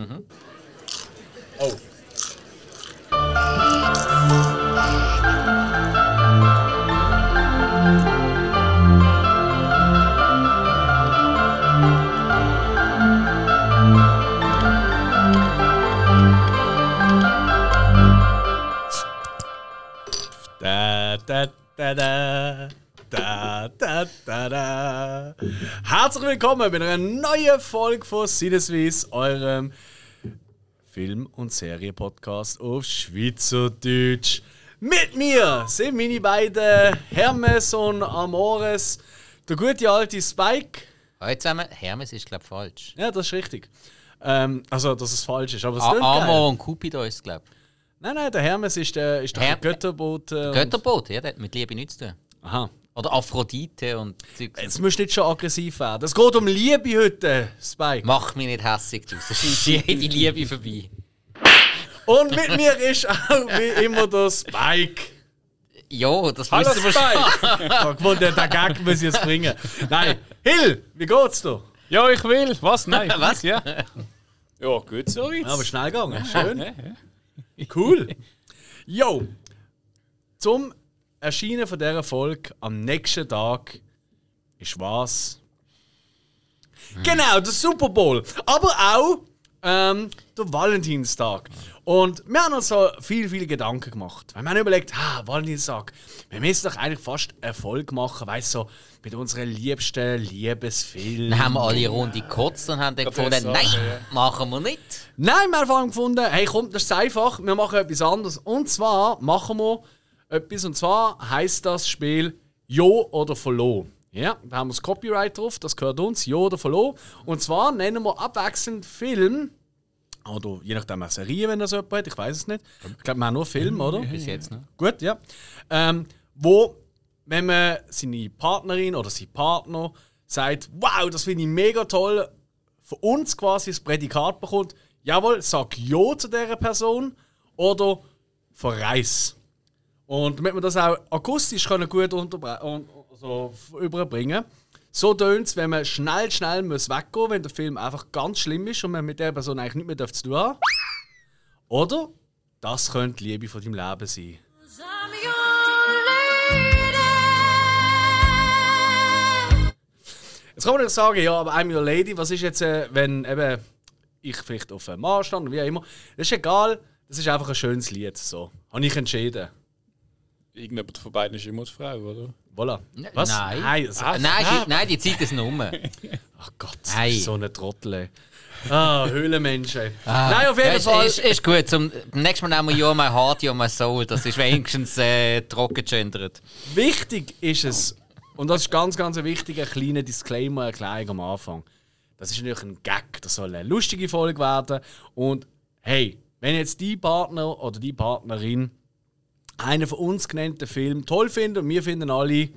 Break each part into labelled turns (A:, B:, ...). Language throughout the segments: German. A: Mhm.
B: Oh. Da, da, da, da. Da, da, da, da. Herzlich willkommen bei einer neuen Folge von Sinneswiss, eurem Film- und Serie-Podcast auf Schweizerdeutsch. Mit mir sind meine beiden Hermes und Amores, der gute alte Spike.
A: Hallo zusammen, Hermes ist glaube ich falsch.
B: Ja, das ist richtig. Ähm, also, dass es falsch ist, aber es
A: A
B: klingt geil.
A: Amor und Cupido ist glaube ich.
B: Nein, nein, der Hermes ist der, ist der
A: Her-
B: Götterbote. und-
A: Götterboot, ja, der hat mit Liebe nichts zu tun.
B: Aha.
A: Oder Aphrodite und Zeugs.
B: Jetzt musst du nicht schon aggressiv werden. Es geht um Liebe heute, Spike.
A: Mach mich nicht hässig draus, sonst ist jede Liebe vorbei.
B: Und mit mir ist auch wie immer der Spike.
A: Ja, das
B: Hallo
A: wissen wir schon.
B: Spike! ich hab gewollt, den Gag muss ich jetzt bringen. Nein, Hill, wie geht's dir?
C: Ja, ich will. Was? Nein.
A: Was?
C: Ja, ja gut so
B: Ja, aber
C: jetzt.
B: schnell gegangen. Schön. Cool. Yo, zum Erscheinen von dieser Folge am nächsten Tag ist was? Genau, der Super Bowl. Aber auch ähm, der Valentinstag. Und wir haben uns so viel, viel Gedanken gemacht. Weil wir haben überlegt, ha, Valentinstag, wir müssen doch eigentlich fast Erfolg machen, weißt du, so mit unseren liebsten Liebesfilmen.
A: Dann haben wir alle Runde gekotzt und haben dann gefunden,
C: so,
A: nein, machen wir nicht.
B: Nein, wir haben vor allem gefunden, hey komm, das ist einfach, wir machen etwas anderes. Und zwar machen wir etwas, und zwar heißt das Spiel Jo oder Verlo. Ja, da haben wir das Copyright drauf, das gehört uns, Jo oder Verlo. Und zwar nennen wir abwechselnd Film, oder je nachdem eine Serie, wenn das jemand hat, ich weiß es nicht. Ich glaube, wir haben nur Film, oder? ne?
A: Bis jetzt noch.
B: Gut, ja. Ähm, wo, wenn man seine Partnerin oder sein Partner sagt, wow, das finde ich mega toll, von uns quasi das Prädikat bekommt, jawohl, sag Ja zu dieser Person oder verreiß. Und damit wir das auch akustisch können gut unterbre- un- also f- überbringen so tönt es, wenn man schnell, schnell muss weggehen wenn der Film einfach ganz schlimm ist und man mit der Person eigentlich nicht mehr darf zu tun haben. Oder das könnte die Liebe von deinem Leben sein.
D: I'm your lady.
B: Jetzt kann man nicht sagen, ja, aber I'm your lady, was ist jetzt, äh, wenn eben ich vielleicht auf einem Mann stand oder wie auch immer. Das ist egal, das ist einfach ein schönes Lied. So. Habe ich entschieden.
C: Irgendjemand von beiden ist immer die Frau, oder?
B: Voilà.
A: N-
B: Was?
A: nein. Ah,
B: Also, Nein, das,
A: Nein, die, nein, die Zeit ist nur. um.
B: ach Gott, das
A: Nein.
B: ist so eine Trottel. ey. Ah, Höhlenmenschen.
A: Ah,
B: Nein, auf jeden
A: ja, ist,
B: Fall.
A: Ist, ist gut. Zum, beim nächsten Mal nehmen wir «You're my heart, you're my soul». Das ist wenigstens äh, trocken gegendert.
B: Wichtig ist es, und das ist ganz, ganz ein wichtiger kleiner Disclaimer, Erklärung am Anfang. Das ist natürlich ein Gag, das soll eine lustige Folge werden. Und hey, wenn jetzt die Partner oder die Partnerin einen von uns genannten Film toll findet und wir finden alle.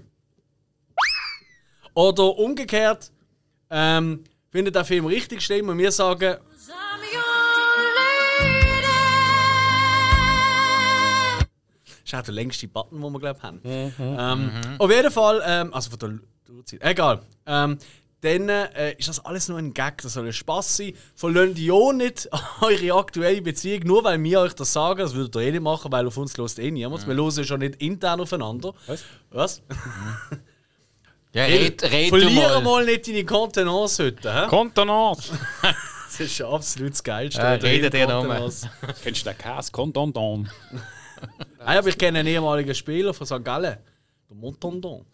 B: Oder umgekehrt, ähm, findet der Film richtig schlimm und wir sagen,
D: I'm your lady.
B: Das ist auch der längste Button, den wir glaub, haben. Ähm,
A: Mhm.
B: Auf jeden Fall, ähm, also von der Uhrzeit, egal. Ähm, dann äh, ist das alles nur ein Gag, das soll ein Spass sein. Verlöhnt ja nicht eure aktuelle Beziehung, nur weil wir euch das sagen, das würdet ihr eh nicht machen, weil auf uns hört eh niemand.
A: Mhm.
B: Wir hören ja schon nicht intern aufeinander.
C: Was?
B: Was?
A: Ja, red, red du
B: Verliere
A: mal.
B: mal. nicht deine Kontenance heute. hä?
C: Kontonat!
B: Das ist absolut das Geilste.
A: Ja,
B: oder?
A: redet ihr noch mal.
B: Kontenance.
C: Kennst du den Käse? Kontonat.
B: Nein, aber ich kenne einen ehemaligen Spieler von St. Gallen, der Montandon.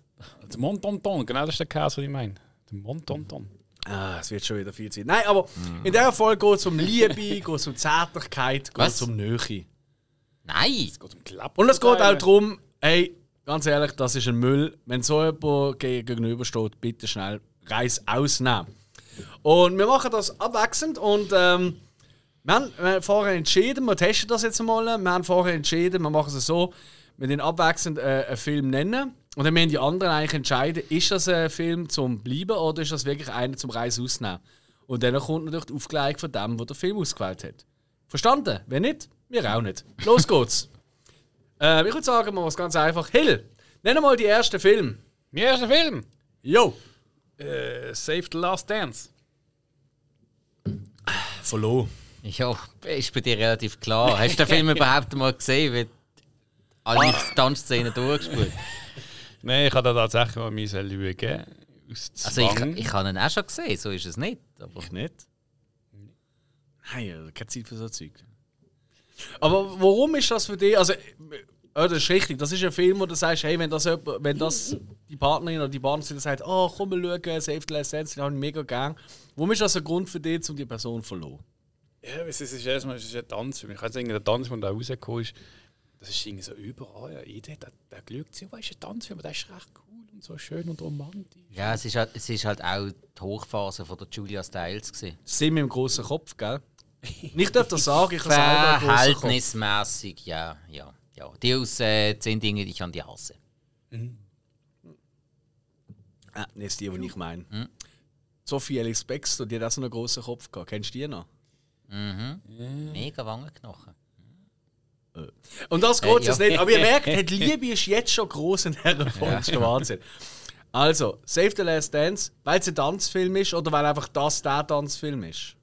C: Der Montonton, genau das ist der Käse, den ich meine. Der Montonton.
B: Ah, es wird schon wieder viel Zeit. Nein, aber in dieser Folge geht es um Liebe, geht es um Zärtlichkeit, geht
A: Was?
B: es um Nähe.
A: Nein!
C: Geht um Klapp.
B: Und es geht auch darum, hey, ganz ehrlich, das ist ein Müll. Wenn so jemand ge- gegenübersteht, bitte schnell Reis ausnehmen. Und wir machen das abwechselnd und ähm, wir haben äh, vorher entschieden, wir testen das jetzt mal. Wir haben vorher entschieden, wir machen es so, wir den abwechselnd äh, einen Film nennen. Und dann müssen die anderen eigentlich entscheiden, ist das ein Film zum Bleiben oder ist das wirklich einer zum Reis ausnehmen. Und dann kommt natürlich die Aufklärung von dem, der den Film ausgewählt hat. Verstanden? Wenn nicht, wir auch nicht. Los geht's! Äh, ich würde sagen, machen wir es ganz einfach. Hill, nenn mal die ersten Film.
C: Mein erster Film!
B: Jo!
C: Äh, Save the Last Dance.
B: Verloren.
A: Ja, ist bei dir relativ klar. Hast du den Film überhaupt mal gesehen? Weil alle Tanzszenen durchgespielt.
C: Nein, ich habe da tatsächlich mal müssen schauen. Aus
A: Also ich,
C: Zwang.
A: ich habe ihn auch schon gesehen, so ist es nicht. Aber
B: Ich nicht. Nein, also keine Zeit für so Zeug. Aber warum ist das für dich? Also, äh, ja, das ist richtig. Das ist ein Film, wo du sagst, hey, wenn das, jemand, wenn das die Partnerin oder die Partnerin sagt, oh, komm mal schauen, Save the Last Dance, den habe ich mega gern. Warum ist das ein Grund für dich, um die Person zu verloren?
C: Ja, es ist erstmal es ist ein Tanz. Für mich also der Tanz, der da rausgekommen ist, das ist irgendwie so überall. Ja, jeder hat der Glück zu, weißt du, ein Tanz, aber der ist recht cool und so schön und romantisch.
A: ja, es ist halt, es ist halt auch die Hochphase von der Julia Stiles. Gewesen.
B: Sind wir im großen Kopf, gell? Ich darf das sagen, ich habe selber einen grossen Kopf.
A: Verhältnismäßig, ja, ja, ja. Die aus äh, 10 Dinge, die ich an die hasse.
B: Ah, das ist die, die ich meine.
A: Hm.
B: Sophie Alex Baxter, die hat auch so einen großen Kopf gehabt. Kennst du die noch?
A: Mega Wangenknochen.
B: Und das geht jetzt
A: Äh, ja.
B: nicht. Aber ihr merkt, die Liebe ist jetzt schon groß in dieser Folge. Das ist der Wahnsinn. Also, Save the Last Dance, weil es ein Tanzfilm ist oder weil einfach das der Tanzfilm ist?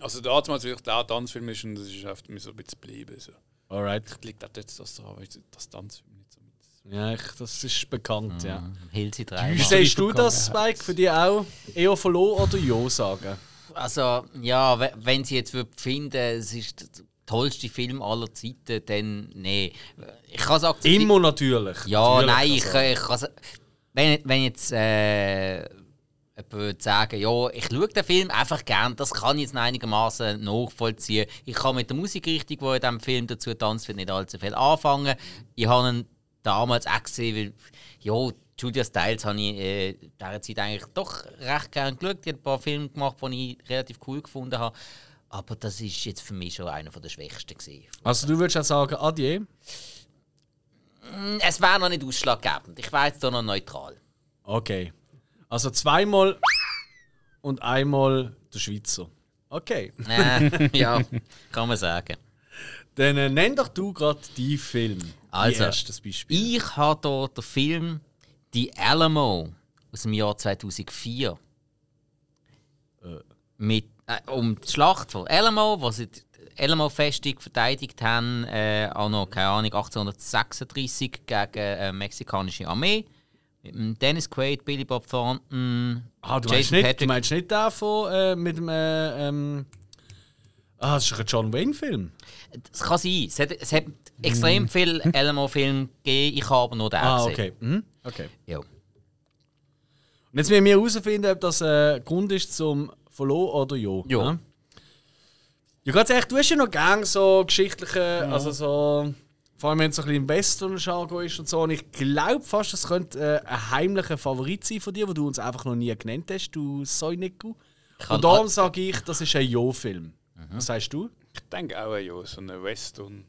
C: Also da hat man natürlich der Tanzfilm ist und das ist oft mir so ein bisschen geblieben. So.
B: Alright.
C: Liegt auch jetzt das daran, weil ich das Tanzfilm nicht so mit.
B: Ja, ich, das ist bekannt, ja.
A: Hilsi
B: Wie
A: dreimal.
B: siehst du das, Spike? Für dich auch? Eher verloren oder Ja sagen?
A: Also, ja, we- wenn sie jetzt würd finden, es ist der tollste Film aller Zeiten, dann nee. Ich kann es akzeptieren.
B: Immer natürlich.
A: Ja,
B: natürlich,
A: nein, ich,
B: also.
A: ich kann wenn, wenn jetzt äh, jemand würde sagen, ja, ich schaue den Film einfach gern, das kann ich jetzt einigermaßen nachvollziehen. Ich kann mit der Musikrichtung, die in diesem Film dazu tanzt, wird nicht allzu viel anfangen. Ich habe ihn damals auch gesehen, weil, ja, Julia Stiles habe ich äh, in dieser Zeit eigentlich doch recht gern geschaut. Die hat ein paar Filme gemacht, die ich relativ cool gefunden habe. Aber das ist jetzt für mich schon einer der schwächsten. Gewesen.
B: Also, du würdest auch sagen, adieu.
A: Es wäre noch nicht ausschlaggebend. Ich wäre jetzt da noch neutral.
B: Okay. Also zweimal und einmal der Schweizer. Okay.
A: Äh, ja, kann man sagen.
B: Dann äh, nenn doch du gerade die Film.
A: Also,
B: erstes Beispiel.
A: Ich habe hier den Film Die Alamo aus dem Jahr 2004. Mit, äh, um die Schlacht von Alamo, wo sie die Alamo-Festung verteidigt haben, äh, auch noch, keine Ahnung, 1836 gegen äh, mexikanische Armee. Mit dem Dennis Quaid, Billy Bob Thornton,
B: Ah, du meinst, nicht, du meinst nicht den von äh, mit dem. Äh, ähm, ah, das ist doch ein John Wayne-Film.
A: Es kann sein. Es hat, es hat
B: Mhm.
A: extrem viele Alamo-Filme gegeben, ich habe aber nur den
B: Ah,
A: gesehen.
B: okay. Mhm. okay.
A: Ja.
B: Und jetzt müssen wir herausfinden, ob das äh, Grund ist zum Verlo oder Jo.
A: Ja.
B: ne? Ja, ganz ehrlich, du hast ja noch gern so geschichtliche, also so. Vor allem, wenn es so ein bisschen im Western-Jargon ist und so. Und ich glaube fast, das könnte äh, ein heimlicher Favorit sein von dir, den du uns einfach noch nie genannt hast, du Soiniku.
A: kann-
B: Und darum sage ich, Mhm. das ist ein Jo-Film. Was sagst du?
C: Ich denke auch, ja, so ein Western.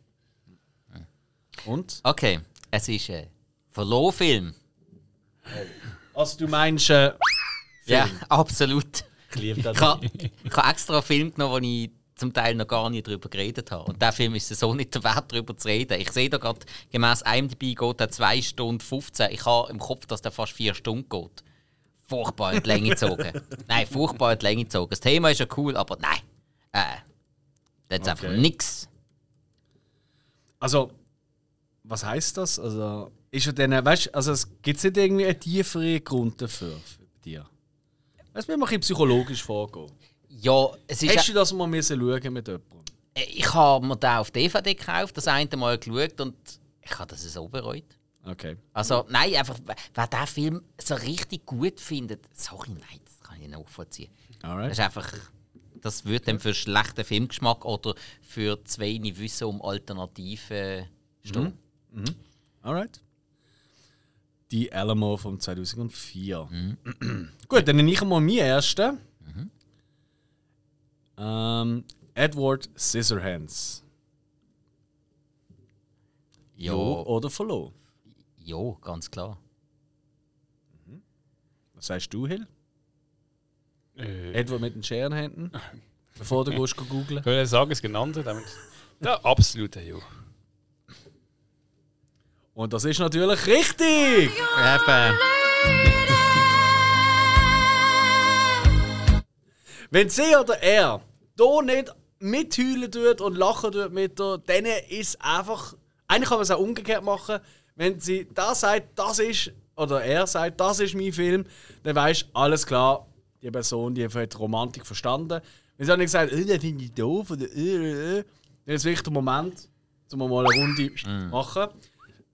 B: Und?
A: Okay, es ist ein Verlohfilm.
B: Also du meinst, äh,
A: Ja, absolut.
B: ich liebe das.
A: Ich habe ich habe extra einen Film genommen, wo ich zum Teil noch gar nicht darüber geredet habe. Und der Film ist es so nicht der Wert, darüber zu reden. Ich sehe da gerade, gemäss IMDb geht er 2 Stunden 15. Ich habe im Kopf, dass der fast 4 Stunden geht. Furchtbar in die Länge gezogen. nein, furchtbar in die Länge gezogen. Das Thema ist ja cool, aber nein. Äh, das ist einfach
B: Okay.
A: nichts.
B: Also, was heißt das? Also, ist ja dann, weißt, also es gibt nicht irgendwie einen tieferen Grund dafür für dir. Weißt du, wir müssen ein bisschen psychologisch vorgehen.
A: Ja, es ist.
B: Hast du das mal müssen schauen mit jemandem?
A: Äh, Ich habe mir den auf DVD gekauft, das eine Mal geschaut und ich habe das so bereut.
B: Okay.
A: Also, nein, einfach, wer- wer diesen Film so richtig gut findet, sorry, nein, das kann ich nicht nachvollziehen. Das
B: Alright.
A: ist einfach, das wird dann für schlechten Filmgeschmack oder für zu wenig Wissen um Alternativen stehen.
B: Alright. Die Alamo von 2004. Gut, dann nehme ich mal meinen ersten. Ähm, Edward Scissorhands.
A: Ja,
B: Jo oder Follow?
A: ja, ganz klar.
B: Was sagst du, Hill?
C: Äh,
B: Edward mit den Scherenhänden. Bevor du gehst googeln.
C: können wir sagen, es genannt hat? damit- Der absolute Jo.
B: Und das ist natürlich richtig!
A: Eben.
B: Wenn sie oder er hier nicht mitheulen tut und lachen tut mit ihr, denen ist einfach. Eigentlich kann man es auch umgekehrt machen. Wenn sie da sagt, das ist, oder er sagt, das ist mein Film, dann weißt du, alles klar, die Person die hat Romantik verstanden. Wenn sie auch nicht gesagt äh, den finde ich doof oder äh, äh, dann ist wirklich der Moment, um mal eine Runde machen.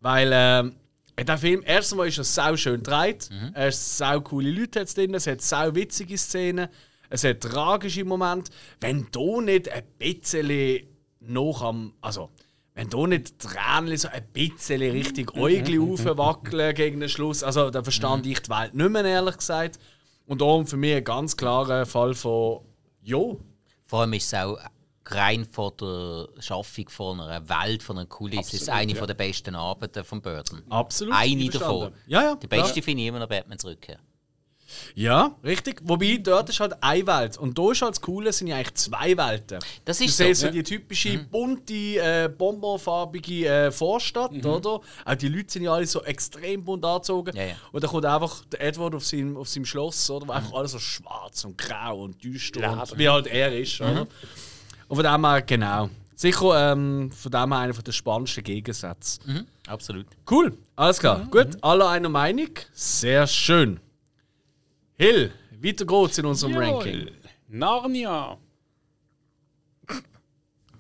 B: Weil ähm, der Film, erstens mal ist er sau schön gedreht. Er ist sau coole Leute hat's drin, es hat sau witzige Szenen, es hat tragische Momente. Wenn du nicht ein bisschen noch am. Also, wenn du nicht die Tränen so ein bisschen richtig Äugli aufwackeln gegen den Schluss, also dann verstand ich die Welt nicht mehr, ehrlich gesagt. Und darum für mich ein ganz klarer Fall von Jo.
A: Vor allem ist es auch rein von der Schaffung von einer Welt, von einer Kulisse, ist eine von der besten Arbeiten von Burton.
B: Absolut.
A: Eine
B: einverstanden.
A: davon.
B: Ja, ja.
A: Die beste
B: klar.
A: finde ich immer noch Batman zurückkehren.
B: Ja, richtig. Wobei dort ist halt eine Welt. Und da ist halt das Coole, sind ja eigentlich zwei Welten.
A: Das
B: Du
A: ist so. Mhm.
B: siehst so die typische bunte, äh, bonbonfarbige äh, Vorstadt, oder? Auch die Leute sind ja alle so extrem bunt angezogen.
A: Mhm. Ja, ja.
B: Und dann kommt einfach der Edward auf seinem, auf seinem Schloss, oder? Wo einfach
A: Mhm.
B: alles so schwarz und grau und düster und
C: Leben.
B: wie halt er ist,
A: Mhm.
B: oder? Und von dem her, genau. Sicher ähm, von dem her einer der spannendsten Gegensätze.
A: Mhm, absolut.
B: Cool, alles klar. Gut, alle einer Meinung. Sehr schön. Hill, weiter geht's in unserem Ranking.
C: Narnia.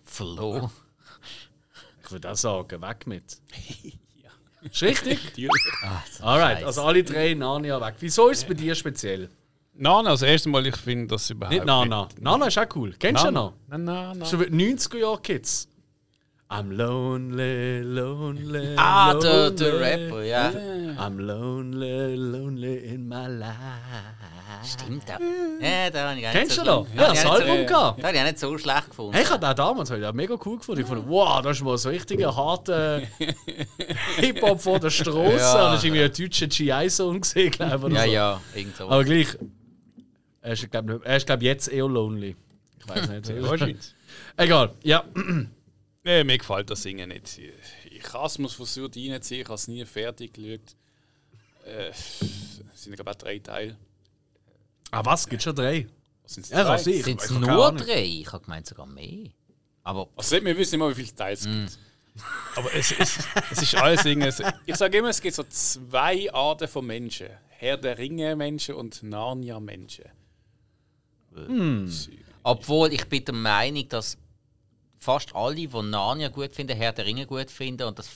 A: Flo.
B: Ich würde auch sagen, weg mit. Ist richtig?
C: Natürlich.
B: Alright, also alle drei Narnia weg. Wieso ist es bei dir speziell?
C: Nana, das erste Mal, ich finde das überhaupt
B: Nicht Nana. Nana ist auch cool. Kennst du Ah, Nana?
C: Nana, Nana.
B: So wie 90er Jahre Kids. I'm lonely, lonely.
A: Ah, der,
B: lonely.
A: der Rapper, ja.
B: I'm lonely, lonely in my life.
A: Stimmt auch. Ja, da habe ich gar nicht
B: Kennst
A: so
B: du noch?
A: schlimm-
B: Ja, das
A: da habe ich
B: Album
A: nicht
B: gehabt.
A: so- Da habe ich auch nicht so schlecht gefunden.
B: Hey, ich habe den damals hab ich den mega cool gefunden. Ich fand, wow, das ist mal so ein richtiger harter Hip-Hop von der Straße.
A: Ja.
B: Und das war irgendwie ein deutscher G.I.-Sohn gesehen, glaube ich. oder
A: Ja,
B: so.
A: ja, irgend so.
B: also- Aber gleich. Er ist, glaube ich, glaub, jetzt eher lonely. Ich weiß nicht.
C: Wahrscheinlich.
B: Egal, ja.
C: Nee, mir gefällt das Singen nicht. Ich hasse es versucht reinziehen, ich habe es nie fertig geschaut. Äh, es sind glaube ich auch drei Teile.
B: Ah, was? Gibt schon drei?
C: Sind es
B: Ja, das
C: drei?
B: ich.
A: Sind es
B: ich hab keine
A: nur
B: Ahnung.
A: drei? Ich habe gemeint sogar mehr.
B: Oh,
A: Aber
C: Also, wir wissen immer, wie viele Teile es gibt. Mm. Aber es, es, es ist alles irgendwie. so- Ich sage immer, es gibt so zwei Arten von Menschen: Herr der Ringe-Menschen und Narnia-Menschen.
A: Obwohl ich bin der Meinung, dass fast alle, die Narnia gut finden, Herr der Ringe gut finden und dass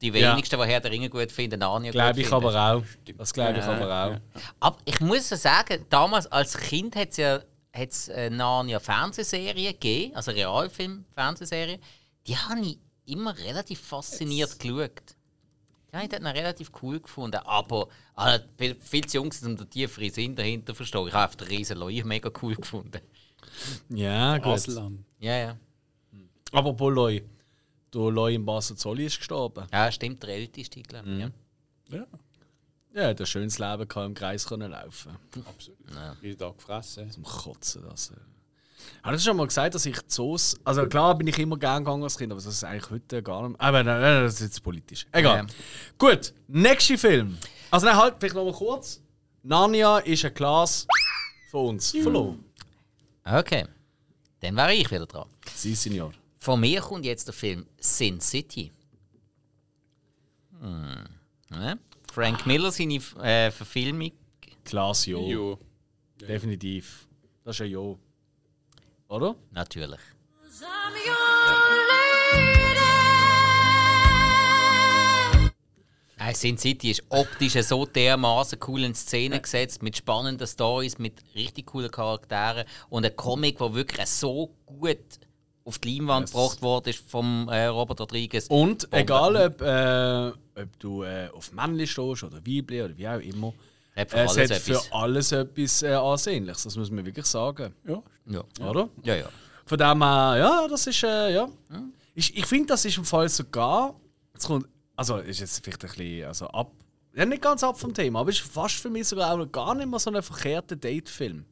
A: die
B: Ja.
A: wenigsten, die Herr der Ringe gut finden, Narnia
B: Glaube
A: gut
B: ich
A: finden.
B: aber auch. Das glaube ich aber auch.
A: aber ich muss ja sagen, damals als Kind hat es ja hat's äh, Narnia Fernsehserie gegeben, also Realfilm Fernsehserie. Die habe ich immer relativ fasziniert geschaut. Ja, ich habe ihn relativ cool gefunden, aber ah, viel, viel zu jung, gewesen, um den tieferen Sinn dahinter zu verstehen. Ich habe auf den riesen Leuch mega cool gefunden.
B: Ja, gut.
C: Aslan.
A: Ja, ja.
B: Apropos Leu. Der Leu im Basel-Zolli ist gestorben.
A: Ja, stimmt, der älteste, glaube ich. Ja.
C: Ja,
B: Ja, er hat ein schönes Leben gehabt, im Kreis können laufen.
C: absolut. Jeden Tag gefressen.
B: Zum Kotzen, das. äh. Habe ich schon mal gesagt, dass ich die Zoos. Also klar bin ich immer gern gegangen als Kind, aber das ist eigentlich heute gar nicht. Aber nein, nein, das ist jetzt politisch. Egal.
A: Ja.
B: Gut, nächster Film. Also nein, halt, vielleicht noch mal kurz. Narnia ist ein Glas von uns. Verloren.
A: Okay, dann wäre ich wieder dran.
B: Sie, Senior.
A: Von mir kommt jetzt der Film Sin City. Hm. Ne? Frank Miller, seine äh, Verfilmung.
B: Glas Jo.
C: Jo.
B: Definitiv. Das ist ein Jo. Oder?
A: Natürlich.
D: I'm your lady.
A: Äh, Sin City ist optisch so dermaßen cool in Szene gesetzt, mit spannenden Stories, mit richtig coolen Charakteren und einem Comic, der wirklich so gut auf die Leinwand gebracht worden ist vom äh, Robert Rodriguez.
B: Und egal, ob, äh, ob du äh, auf Männchen stehst oder Weibchen oder wie auch immer,
A: Hat für
B: es
A: alles
B: hat
A: etwas.
B: für alles etwas äh, Ansehnliches. Das muss man wirklich sagen.
C: Ja.
A: Ja,
B: Oder?
A: ja. ja.
B: Von dem her, ja, das ist, äh, ja. Ich, ich finde, das ist im Fall sogar, jetzt kommt, also ist jetzt vielleicht ein bisschen also ab, ja, nicht ganz ab vom Thema, aber ist fast für mich sogar auch noch gar nicht mal so ein verkehrter Datefilm.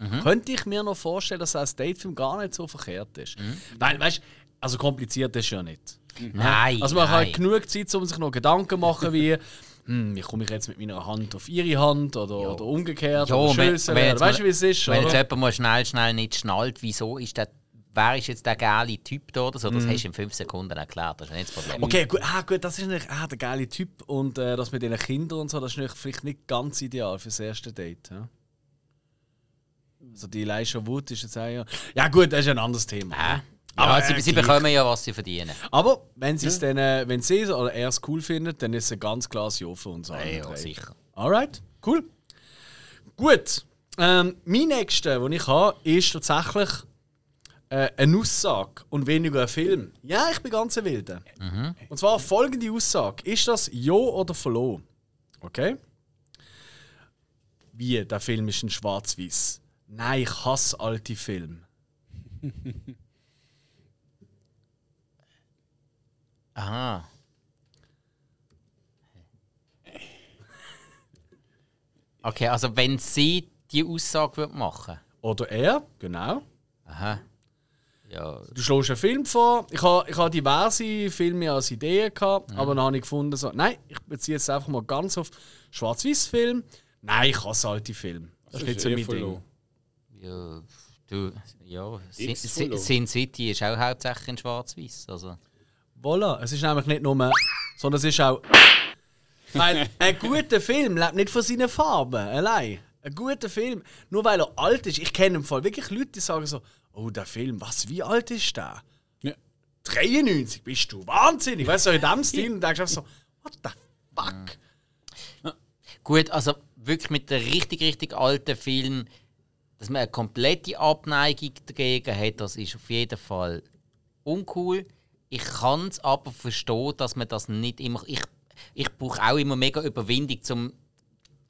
A: Mhm.
B: Könnte ich mir noch vorstellen, dass er als Datefilm gar nicht so verkehrt ist.
A: Mhm.
B: Weil, weißt du, also kompliziert ist ja nicht.
A: Nein.
B: Also man
A: nein.
B: hat genug Zeit, um sich noch Gedanken zu machen, wie hm, wie komme ich jetzt mit meiner Hand auf ihre Hand oder, oder umgekehrt
A: Ja,
B: oder
A: wenn-
B: schössen
A: wenn
B: werden.
A: jetzt
B: Weißt du,
A: mal-
B: wie es ist?
A: Wenn
B: oder?
A: jetzt jemand mal schnell, schnell nicht schnallt, wieso ist der wer ist jetzt der geile Typ da oder so, das hast du in fünf Sekunden erklärt, das ist nicht das Problem.
B: Mhm. Okay, gut, ah, gut das ist natürlich ah, der geile Typ. Und äh, das mit den Kindern und so, das ist natürlich vielleicht nicht ganz ideal fürs erste Date. Ja? Also die Leisha Wood ist jetzt auch ja. Ja, gut, das ist ein anderes Thema.
A: Äh.
B: Aber,
A: Ja, sie,
B: äh,
A: sie
B: gleich.
A: bekommen ja, was sie verdienen.
B: Aber wenn sie es dann, äh, wenn sie es oder er es cool findet, dann ist es ein ganz klares Ja für uns alle.
A: Ja,
B: drei.
A: sicher.
B: Alright, cool. Gut. Ähm, mein nächster, den ich habe, ist tatsächlich äh, eine Aussage und weniger ein Film. Ja, ich bin ganz ein Wilder.
A: Mhm.
B: Und zwar folgende Aussage: Ist das Jo oder Verlo? Okay? Wie, der Film ist ein schwarz-weiß. Nein, ich hasse alte Filme.
A: Aha. Okay, also wenn sie die Aussage würde machen
B: Oder er, genau.
A: Aha. Ja,
B: du schlägst einen Film vor. Ich habe ich ha diverse Filme als Ideen gehabt, aber dann habe ich gefunden, so, nein, ich beziehe jetzt einfach mal ganz auf Schwarz-Weiß-Film. Nein, ich hasse alte Filme. Das, ist eh nicht so mein Ding.
A: ja, du, ja. Sin,
C: X Follow.
A: Sin Sin City ist auch hauptsächlich in Schwarz-Weiß. Also.
B: Voilà, es ist nämlich nicht nur, sondern es ist auch. Weil ein guter Film lebt nicht von seinen Farben allein. Ein guter Film, nur weil er alt ist. Ich kenne im Fall wirklich Leute, die sagen so: Oh, der Film, was, wie alt ist der?
C: Ja.
B: 93, bist du wahnsinnig. Weißt du, so in dem Stil und denkst einfach so: What the fuck?
A: Gut, also wirklich mit den richtig, richtig alten Filmen, dass man eine komplette Abneigung dagegen hat, das ist auf jeden Fall uncool. Ich kann es aber verstehen, dass man das nicht immer. Ich, ich brauche auch immer mega Überwindung zum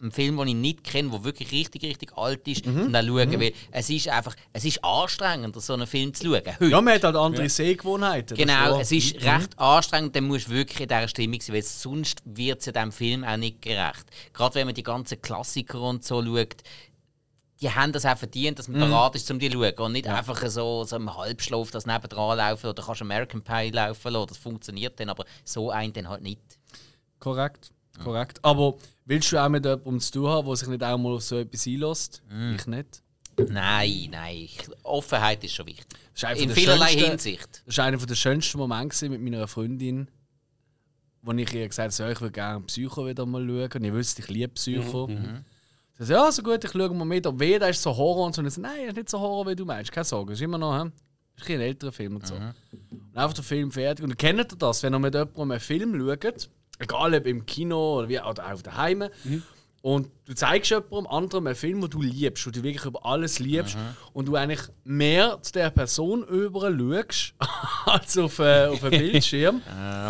A: einen Film, den ich nicht kenne, der wirklich richtig, richtig alt ist, und dann schauen will. Es ist einfach, es ist anstrengend, so einen Film zu schauen. Heute.
B: Ja, man hat halt andere Sehgewohnheiten. das
A: Genau,
B: schon.
A: es ist recht anstrengend, dann musst du wirklich in dieser Stimmung sein, weil sonst wird es ja dem Film auch nicht gerecht. Gerade wenn man die ganzen Klassiker und so schaut, die haben das auch verdient, dass man parat ist, um die zu schauen. Und nicht einfach so, so im Halbschlaf das nebendran laufen oder kannst American Pie laufen lassen, das funktioniert dann, aber so einen dann halt nicht.
B: Korrekt, korrekt. Aber willst du auch mit jemandem zu tun haben, der sich nicht auch mal auf so etwas einlässt? Ich nicht.
A: Nein, nein, ich, Offenheit ist schon wichtig.
B: Das ist einfach
A: In
B: Äh, der
A: vielerlei
B: schönste-
A: Hinsicht.
B: Das war einer der schönsten Momente gewesen mit meiner Freundin, wo ich ihr gesagt habe, so, ich würde gerne Psycho wieder mal schauen. Und ich wusste, ich liebe Psycho. Sie sagt, ja, so gut, ich schaue mal mit. Aber weh, das ist so Horror und so. Und ich so, nein, das ist nicht so Horror, wie du meinst. Keine Sorge, das ist immer noch hm? das ist ein älterer Film und so. Und einfach der Film fertig. Und kennt ihr das, wenn ihr mit jemandem einen Film schaut, egal ob im Kino oder, wie, oder auch daheim, und du zeigst jemandem anderem einen Film, den du liebst, den du wirklich über alles liebst, und du eigentlich mehr zu der Person über schaust, als auf, äh, auf einen Bildschirm.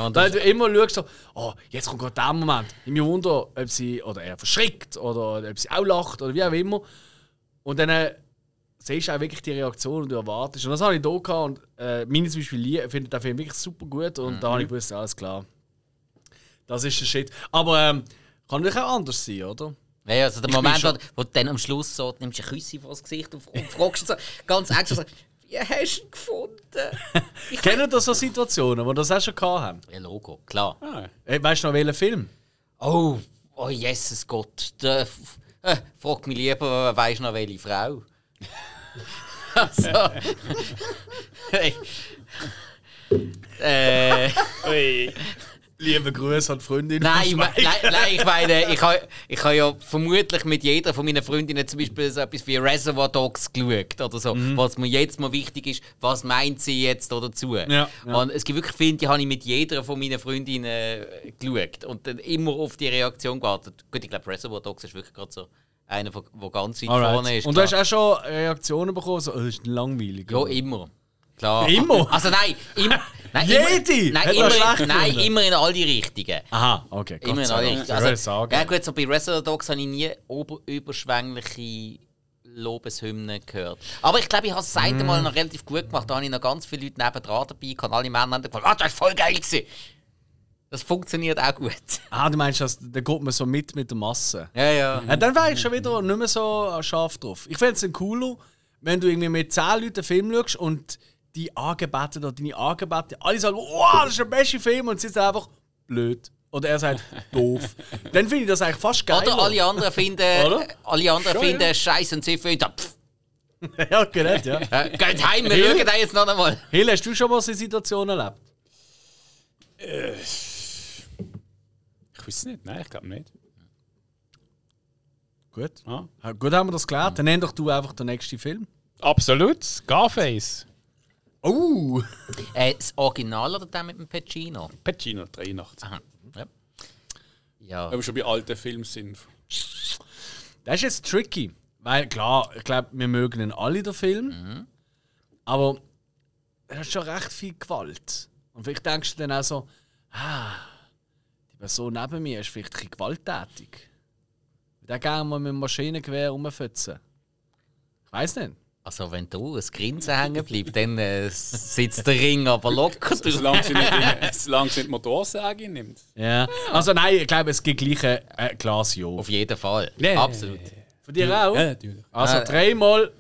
A: Und
B: Weil du immer schaust, so, oh, jetzt kommt gerade der Moment. Ich mich wundere, ob sie oder er verschrickt oder ob sie auch lacht oder wie auch immer. Und dann äh, siehst du auch wirklich die Reaktion und du erwartest. Und das habe ich hier gehabt und äh, meine zum Beispiel lie- findet den Film wirklich super gut und
A: Mhm.
B: da habe ich gewusst, alles klar. Das ist der Shit. Aber ähm, kann natürlich auch anders sein, oder?
A: Ja, also der
B: bin
A: Moment, wo,
B: schon-
A: wo du dann am Schluss so, du nimmst ein Küsse vor das Gesicht und, und fragst so ganz extra so, wie hast du ihn gefunden? Ich
B: Kennen das so Situationen, wo wir das auch schon gehabt haben?
A: Ja, Logo, klar.
C: Ah,
B: Äh, Weißt du noch welchen Film?
A: Oh, oh Jesus Gott, der, äh, frag mich lieber, weisst du noch welche Frau? also, hey. Äh,
C: Ui.
B: Liebe Grüße an die Freundin.
A: Nein, ich mein- nein, nein, ich meine, ich habe ich ha ja vermutlich mit jeder von meinen Freundinnen zum Beispiel so etwas wie Reservoir Dogs geschaut oder so,
B: Mhm.
A: was mir jetzt mal wichtig ist, was meint sie jetzt da dazu.
B: Ja, ja.
A: Und es gibt wirklich Filme, die habe ich mit jeder von meinen Freundinnen äh, geschaut und dann immer auf die Reaktion gewartet. Gut, ich glaube, Reservoir Dogs ist wirklich gerade so einer, von- der ganz weit
B: Alright.
A: vorne ist.
B: Und du hast
A: klar.
B: auch schon Reaktionen bekommen, so, oh, das ist langweilig.
A: ja, immer. Klar.
B: Immer?
A: Also nein, im, nein
B: Jede?
A: immer, nein,
B: Hat er
A: immer,
B: schlecht
A: nein,
B: gefunden?
A: immer in alle Richtungen.
B: Aha, okay. Gott
A: Immer noch
B: sei Dank.
A: richtig.
B: Ich würde sagen.
A: also ja gut, so bei Reservoir Dogs habe ich nie ober überschwängliche Lobeshymnen gehört. Aber ich glaube, ich habe es das eine Mal noch relativ gut gemacht. Da habe ich noch ganz viele Leute nebendran dabei. gehabt. alle Männer haben gefragt, ah, das war voll geil. Gewesen. Das funktioniert auch gut.
B: Ah, du meinst, dass, da geht man so mit mit der Masse.
A: Ja, ja.
B: Ja, dann wäre ich schon wieder nicht mehr so äh, scharf drauf. Ich fände es dann cooler, wenn du irgendwie mit 10 Leuten einen Film schaust und die Angebeten oder deine Angebeten alle sagen, wow, das ist der beste Film und sie sind einfach blöd. Oder er sagt, doof. dann finde ich das eigentlich fast geil.
A: Oder alle anderen finden,
B: Oder?
A: alle anderen
C: Schon,
A: finden
C: ja.
A: Scheiß und sie finden, pff,
B: ja, genau, ja.
A: Äh, geht heim, wir schauen den jetzt noch einmal.
B: Hill, hast du schon mal so eine Situation erlebt?
C: Ich weiß es nicht, nein, ich glaube nicht.
B: Gut.
C: Ah.
B: Ha- Gut haben wir das geklärt. Dann nenn doch du einfach den nächsten Film.
C: Absolut, Scarface.
B: Oh!
A: Äh, das Original oder der mit dem Pacino?
C: Pacino, 83.
A: Aha. Ja. ja.
C: Wenn wir schon bei alten Filmen sind.
B: Das ist jetzt tricky. Weil klar, ich glaube, wir mögen ihn alle, den Film. Aber er hat schon recht viel Gewalt. Und vielleicht denkst du dann auch so, ah, die Person neben mir ist vielleicht ein bisschen gewalttätig. Ich würde auch gerne mal mit dem Maschinengewehr rumfetzen. Ich weiß nicht.
A: Also, wenn du ein Grinsen hängen bleibt, dann äh, sitzt der Ring aber locker drauf.
C: Solange sie nicht, in- solange sie nicht die Motorsäge nimmt.
B: Ja. Also nein, ich glaube, es gibt gleich ein äh, Glas Jo.
A: Auf jeden Fall.
B: Nee.
A: Absolut.
B: Von dir auch?
C: natürlich.
B: Also dreimal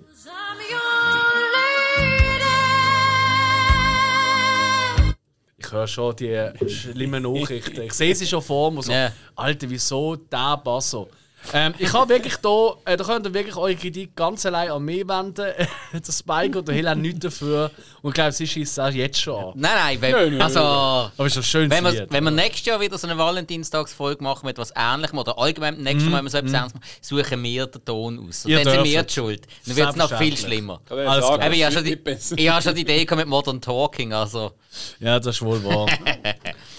B: Ich höre schon die schlimmen Nachrichten. Ich sehe sie schon vor mir. So,
A: Ja.
B: Alter, wieso der Basso? Ähm, ich habe wirklich da, äh, da könnt ihr wirklich eure Kritik ganz allein an mich wenden. der Spike und der Hill haben nichts dafür. Und ich glaube, sie schießt auch jetzt schon an.
A: Nein, nein, wenn,
C: Nein, nein,
A: also.
B: Aber ist doch schön
A: Wenn wir, wenn wir nächstes Jahr wieder so eine Valentinstagsfolge machen mit etwas Ähnlichem oder allgemein nächstes Mal, wenn wir so etwas Ähnliches machen, suchen wir den Ton aus. Und
B: Mhm, Ihr
A: dann sind wir
B: dürft.
A: die schuld. Dann wird es noch viel
B: Selbstverständlich.
A: schlimmer.
C: Kann ich
B: Alles
C: sagen,
B: klar.
A: Eben, ich
C: das
A: habe schon,
C: wird nicht besser.
A: die- ich habe schon die Idee gehabt mit Modern Talking. Also.
B: Ja, das ist wohl wahr.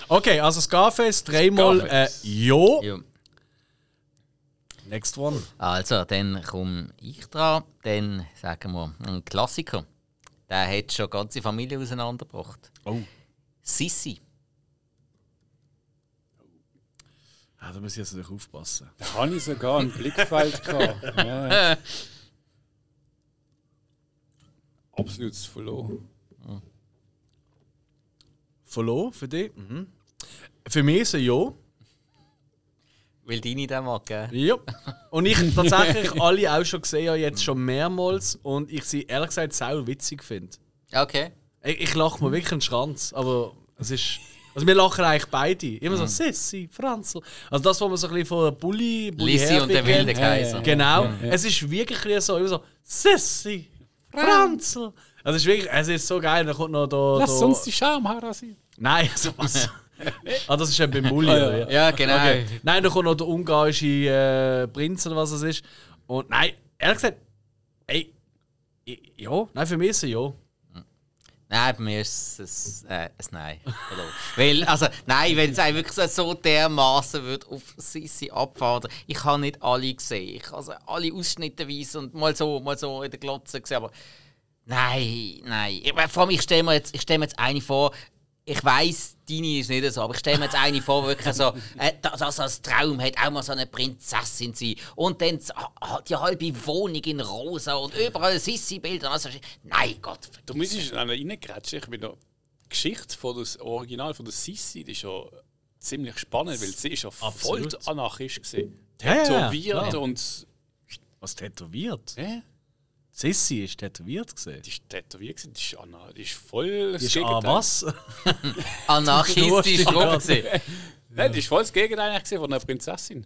B: Okay, also Scarface, dreimal äh,
C: Scarface.
B: Jo.
A: Ja.
B: Next one.
A: Also, dann komme ich dran. Dann sagen wir ein Klassiker. Der hat schon ganze Familie auseinandergebracht.
B: Oh.
A: Sissi.
B: Ah, da muss ich jetzt natürlich aufpassen.
C: Da habe ich sogar einen Blickfeld gehabt. Ja. Absolutes Verloren.
B: Verlo für dich? Mhm. Für mich ist ein Jo.
A: Will deine den mag, gell?
B: Ja. Und ich tatsächlich alle auch schon gesehen habe, jetzt schon mehrmals. Und ich sie ehrlich gesagt sau witzig finde.
A: Okay.
B: Ich, ich lache mir wirklich einen Schranz. Aber es ist. Also wir lachen eigentlich beide. Immer so
A: Mhm.
B: Sissi, Franzl. Also das, was man so ein bisschen von Bulli, Bulli
A: Lissi und der
B: Herbig
A: wilde
B: kennt.
A: Kaiser.
B: Genau. Es ist wirklich ein bisschen so, immer so Sissi, Franzl. Also es ist wirklich, es ist so geil. Da kommt noch da. da
C: Schamhaare sein.
B: Nein, sowas. ah, das ist ja beim Bulli. oder? ja.
A: Ja, genau.
B: Okay. Nein, da kommt noch der ungarische äh, Prinz oder was es ist. Und nein, ehrlich gesagt, ey, i- ja, nein, für mich ist er ja.
A: Nein, bei mir ist es ein, äh, ein Nein. Hallo. Weil, also, nein, wenn es einem wirklich so- so dermaßen wird auf Sissi abfahren. Ich habe nicht alle gesehen. Ich habe sie alle ausschnittenweise und mal so, mal so in der Glotze gesehen. Aber nein, nein. Ich, meine, vor allem, ich stelle mir, jetzt- ich stell mir jetzt eine vor, ich weiß, deine ist nicht so, aber ich stelle mir jetzt eine vor, wirklich so, äh, das, das als Traum hat, auch mal so eine Prinzessin sein. Und dann das- ah, die halbe Wohnung in Rosa und überall Sissi-Bilder. Also, nein, Gott,
C: Du müsstest einen reingrätschen. Ich bin noch die Geschichte von das Original von der Sissi, die ist ja ziemlich spannend, weil sie ist ja voll
B: Absolut.
C: anarchisch gesehen.
B: Ja, ja,
C: Tätowiert
B: klar.
C: und
B: Was tätowiert?
C: äh,
B: Sissi ist tätowiert gesehen.
C: die ist tätowiert, gewesen, die ist, anar die ist voll das
B: Die ist ah, was?
A: anarchistisch
B: Du
A: drauf
B: hast
A: gewesen.
C: Nein, die ist voll das Gegenteil eigentlich gewesen von einer Prinzessin.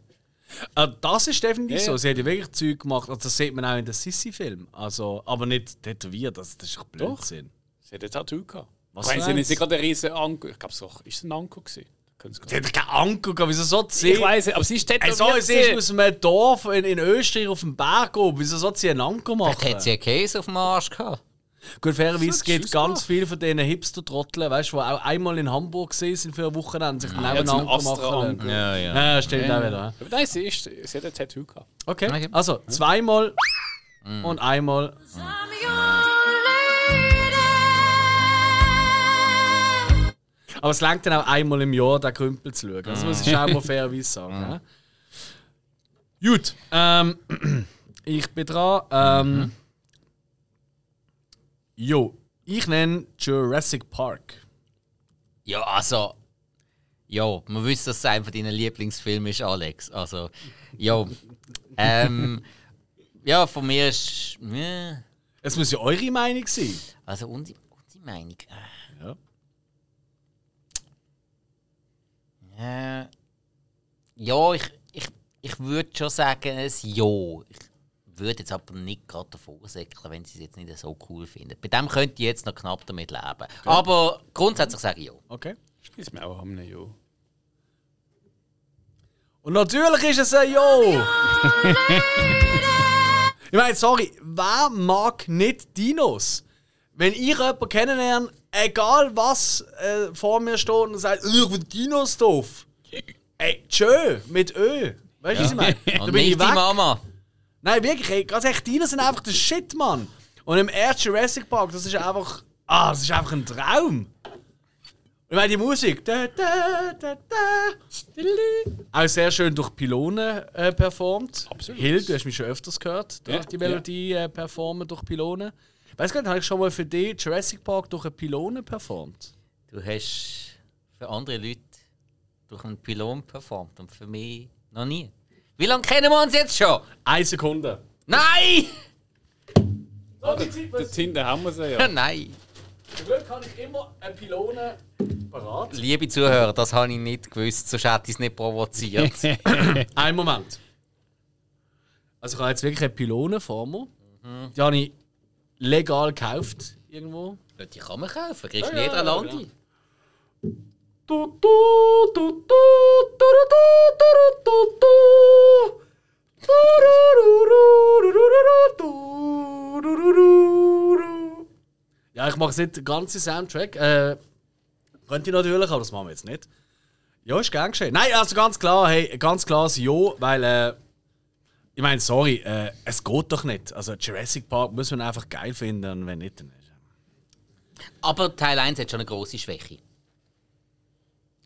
B: Ah, das ist definitiv
C: Ja, ja.
B: so. Sie hat ja wirklich Zeug gemacht. Also, das sieht man auch in den Sissi-Filmen. Also, aber nicht tätowiert, also, das ist doch Blödsinn.
C: Sie hat ein Tattoo gehabt.
B: Was
C: Was ich
B: für
C: meine, sie
B: eins?
C: nicht sie gerade einen riesen Anko. Ich glaube, es war ist es ein Anko. gewesen? Können Sie gar
B: Sie
C: nicht-
B: hat keinen Anker gehabt, wieso so
C: Ich
B: zäh?
C: weiß, aber sie ist tätowiert.
B: Also, sie ist
C: gewesen.
B: aus einem Dorf in, in Österreich auf dem Berg oben. Wieso sollte sie einen Anker machen?
A: Hat sie einen Käse auf dem Arsch gehabt?
B: Gut, fairerweise
C: So,
B: geht
C: tschüss,
B: ganz
C: ja.
B: viel von diesen Hipster-Trotteln, weißt du, die auch einmal in Hamburg gesehen sind für ein Wochenende, sich
C: jetzt einen
B: nebeneinander machen.
C: Astra-Anker.
B: lassen. Ja, stimmt auch wieder.
C: Aber Nein, sie, ist, sie hat ein Tattoo gehabt.
B: Okay.
A: Okay.
B: also zweimal und einmal. Aber es langt dann auch einmal im Jahr, den Krümpel zu schauen. Also, das ist auch mal fairerweise sagen. ne? Gut, ähm, ich bin dran. Ähm, Jo, ich nenne Jurassic Park.
A: Ja, also. Ja, man wüsste, dass es einer deiner Lieblingsfilme ist, Alex. Also, ja. ähm, ja, von mir ist. äh,
B: Es muss ja eure Meinung sein.
A: Also, unsere, unsere Meinung.
B: Ja.
A: Äh, ja, ich, ich, ich würde schon sagen, ein Ja. Ich, würde jetzt aber nicht gerade davor säckeln, wenn sie es jetzt nicht so cool finden. Bei dem könnte ich jetzt noch knapp damit leben. Aber grundsätzlich sage ich ja.
B: Okay.
C: Schließt mir auch am Jahr.
B: Und natürlich ist es ein Jo! ich meine, sorry, wer mag nicht Dinos? Wenn ich jemanden kennenlerne, egal was äh, vor mir steht und sagt, ich will Dinos doof. Ey, tschö, mit Ö. Weißt du, was ich meine? Da
A: Und
B: bin ich
A: nicht die
B: weg.
A: Mama.
B: Nein, wirklich, ey, ganz echt, Dinos sind einfach der Shit, Mann. Und im ersten Jurassic Park, das ist einfach. Ah, das ist einfach ein Traum. Ich meine, die Musik. Da, da, da, da, diddly. Auch sehr schön durch Pylonen äh, performt.
C: Absolut.
B: Hill, du hast mich schon öfters gehört, durch
C: Ja,
B: die Melodie äh, performen durch Pylonen. Weißt du, habe ich schon mal für dich Jurassic Park durch einen Pylonen performt?
A: Du hast für andere Leute durch einen Pylon performt und für mich noch nie. Wie lange kennen wir uns jetzt schon?
B: Eine Sekunde.
A: Nein!
B: So, die Zeit,
C: Dort hinten haben wir sie ja.
A: Nein!
B: zum Glück habe ich immer einen Pylonen parat.
A: Liebe Zuhörer, das habe ich nicht gewusst, sonst hätte ich es nicht provoziert.
B: Einen Moment. Also ich habe jetzt wirklich eine Pylone vor mir. Die habe ich legal gekauft irgendwo.
A: Ja, die kann man kaufen, kriegst du in jeder Lande.
B: Du, du, du, du, du, du, du, du, du. Du, du, du, du, du, du, du, du, du, du, du, du. Ja, ich mache jetzt nicht den ganzen Soundtrack. Äh, könnte ich natürlich, aber das machen wir jetzt nicht. Ja, ist gern geschehen. Nein, also ganz klar, hey, ganz klares Jo, weil, äh, ich meine, sorry, äh, es geht doch nicht. Also Jurassic Park muss man einfach geil finden und wenn nicht, dann ist
A: Aber Teil 1 hat schon eine grosse Schwäche.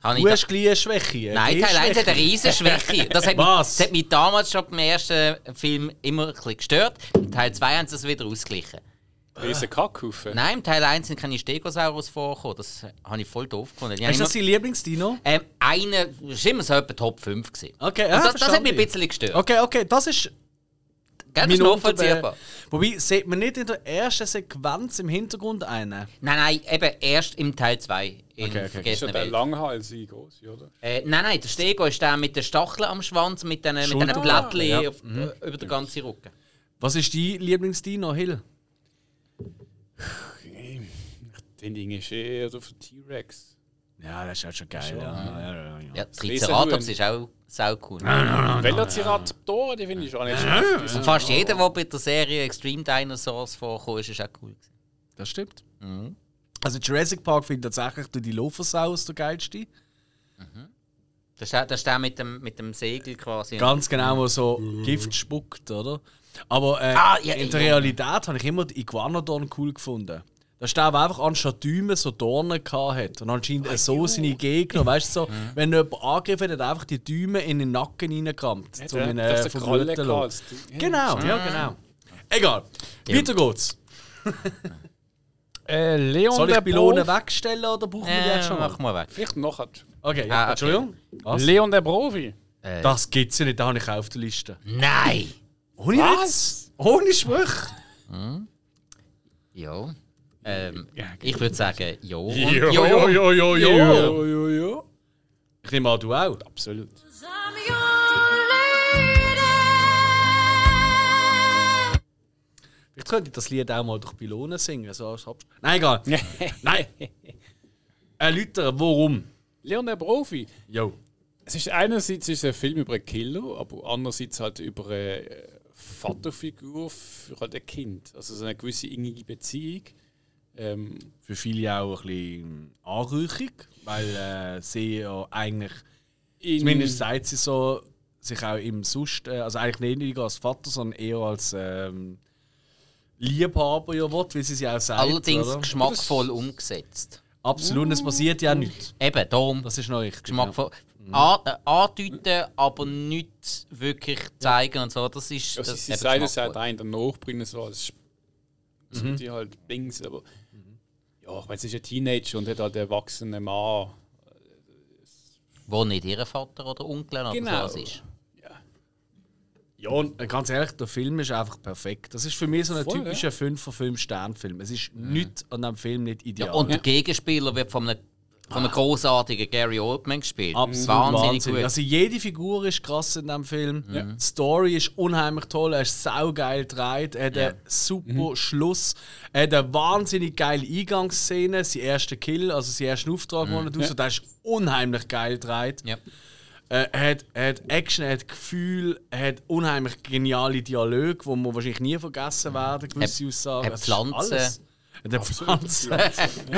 A: Habe ich
B: Du
A: da-
B: hast gleich eine Schwäche. eine
A: Nein, Teil 1 hat
B: Gehschwäche.
A: eine riesen Schwäche. Das hat, mich,
B: Was?
A: das hat mich damals schon beim ersten Film immer ein bisschen gestört. Im Teil 2 haben sie das wieder ausgeglichen.
C: Riesen Kackhaufen.
A: Nein, im Teil 1 sind keine Stegosaurus vorgekommen. Das habe ich voll doof gefunden. Die haben
B: Ist das
A: immer-
B: dein Lieblingsdino?
A: ähm, eine, das war immer so etwa Top 5 gewesen.
B: Okay,
A: Und
B: Ah, ja,
A: Ah, das, das hat
B: verstanden.
A: mich ein bisschen gestört.
B: Okay, okay, das ist
A: Gell, das ist
B: mein
A: nachvollziehbar.
B: Unterbe- Wobei, sieht man nicht in der ersten Sequenz im Hintergrund einen?
A: Nein, nein, eben erst im Teil 2.
B: Okay, okay.
A: In
C: Ist ja
A: Vergessene
C: der
A: Welt.
C: Langhals ein groß, oder?
A: Äh, nein, nein, der Stego ist der mit den Stacheln am Schwanz, mit diesen mit
B: Schulter-
A: diesen Blättchen
B: Ja.
A: auf,
C: Mhm.
A: äh, über den ganzen Rücken.
B: Was ist dein Lieblingsdino, Hill?
C: Den Ding ist eher auf den T-Rex.
B: Ja, das ist halt schon geil. Ja, ja, ja, ja.
A: Ja, Triceratops ist auch sau cool.
B: Oh,
C: Velociraptoren, die finde ich auch nicht schlecht.
A: Und fast jeder, der bei der Serie Extreme Dinosaurs vorkommt, ist, ist auch cool. gewesen.
B: Das stimmt.
A: Mhm.
B: Also Jurassic Park finde ich tatsächlich durch die Lofersaus der geilste.
A: Das ist, der- das ist der mit dem, mit dem Segel quasi.
B: Ganz genau, wo so Gift spuckt, oder? Aber äh,
A: Ah, ja,
B: in der
A: ja.
B: Realität habe ich immer die Iguanodon cool gefunden. Dass der aber einfach anstatt Däumen so Dornen hatte. Und anscheinend so seine Gegner, weißt du, so, wenn jemand angegriffen hat, hat er einfach die Däumen in den Nacken reingerammt.
C: Ja,
B: um
C: der-
B: ihn,
C: der hat
B: äh,
C: so
B: verbluten zu
C: Krallen
B: lassen.
C: gehabt. Ja,
B: Genau, ja, genau. Egal. Weiter geht's.
C: Äh, Leon
B: Soll ich
C: der
B: Pylonen
C: Profi-
B: wegstellen oder brauchen wir die
A: Äh,
B: jetzt schon?
A: mach mal weg.
C: Vielleicht noch hat.
B: Okay,
A: Ah,
B: ja,
A: okay.
B: Entschuldigung. Was?
C: Leon der Profi.
A: Äh,
B: Das gibt's ja nicht, da habe ich auch auf der Liste.
A: Nein!
B: Ohne Witz!
C: Was?
B: Ohne Schwach!
A: Ja. Ähm, ich würde sagen, ja. Und
B: Jo,
A: ja.
B: jo, jo, jo, Oh, jo.
C: Jo, jo, jo.
B: Ich nehme an, du auch.
C: Absolut.
D: I'm your lady.
B: Ich könnte das Lied auch mal durch Pylonen singen. So als Abs- Nein, egal. Nein. Erläutern, warum.
C: Leon der Profi.
B: Jo.
C: Es ist einerseits ist es ein Film über einen Killer, aber andererseits halt über eine äh, Vaterfigur für halt ein Kind. Also so eine gewisse innige Beziehung. Ähm,
B: Für viele auch ein bisschen anrüchig, weil äh, sie ja eigentlich,
C: in-
B: zumindest sagt sie so, sich auch im Sust, äh, also eigentlich nicht weniger als Vater, sondern eher als ähm, Liebhaber ja will, wie sie es ja auch sagt.
A: Allerdings
B: oder?
A: geschmackvoll umgesetzt.
B: Absolut, und es passiert ja nichts.
A: Eben, darum.
B: Das ist noch richtig.
A: Geschmackvoll.
B: Mhm.
A: A- äh, andeuten, aber nicht wirklich zeigen und so. Das ist.
C: Ja,
B: Also
A: das
C: sie sie
A: eben
C: sagen es
A: geschmackvoll.
C: halt einen danach bringen, so als mhm. die halt Dings, aber
B: Mhm.
C: ja, ich meine, sie ist ein Teenager und hat halt einen erwachsenen Mann.
A: Wo nicht ihr Vater oder Onkel oder
C: Genau.
A: sowas ist.
B: Ja, und äh, ganz ehrlich, der Film ist einfach perfekt. Das ist für mich so ein
C: Voll,
B: typischer 5 von 5 Stern Film. Es ist nichts an dem Film nicht ideal.
A: Und der Gegenspieler wird von einem Von einem großartigen Gary Oldman gespielt.
B: Absolut
A: Wahnsinnig
B: Wahnsinn.
A: gut.
B: Also jede Figur ist krass in diesem Film. Die Story ist unheimlich toll. Er ist saugeil gedreht. Er hat
A: Ja. Mhm.
B: einen super Schluss. Er hat eine wahnsinnig geile Eingangsszene. Sein erster Kill, also sein ersten Auftrag,
A: Mhm.
B: den er tut. So, Der ist unheimlich geil gedreht.
A: ja.
B: Äh, er, hat, er hat Action, er hat Gefühl, er hat unheimlich geniale Dialoge, die man wahrscheinlich nie vergessen werden, gewisse
A: Er-
B: Aussagen.
A: er
B: Es ist
A: Pflanzen.
B: alles. Er hat Pflanzen. er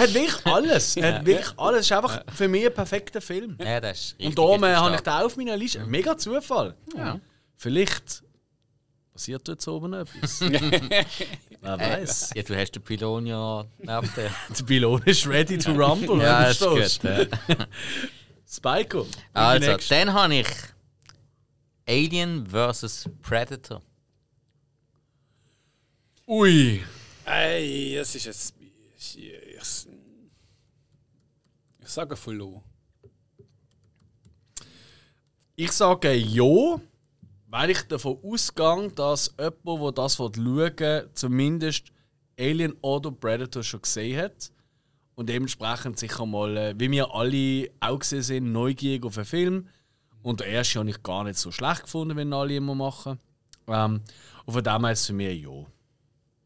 B: hat wirklich alles. Er hat wirklich alles. Es ist einfach für mich ein perfekter Film.
A: ja, das ist richtig,
B: Und darum äh,
A: richtig
B: habe ich
A: stark.
B: den auf meiner Liste. Mega Zufall.
A: Ja.
B: Vielleicht passiert dort oben etwas. Wer weiß.
A: Ja, du hast den Pylon ja neben der.
B: Der Pilot ist ready to rumble,
A: ja,
B: wenn
A: ist
B: du stehst.
A: gut. Ja.
B: Spyco.
A: Also,
B: nächste.
A: dann habe ich Alien vs. Predator.
B: Ui.
C: Ey, das ist jetzt. Ich, ich, ich sage Follow.
B: Ich sage ja, weil ich davon ausgehe, dass jemand, der das schauen will, zumindest Alien oder Predator schon gesehen hat. Und dementsprechend sicher mal, äh, wie wir alle auch gesehen sind, neugierig auf einen Film. Und den ersten habe ich gar nicht so schlecht gefunden, wenn alle immer machen. Ähm, und von dem her ist es für mich ja.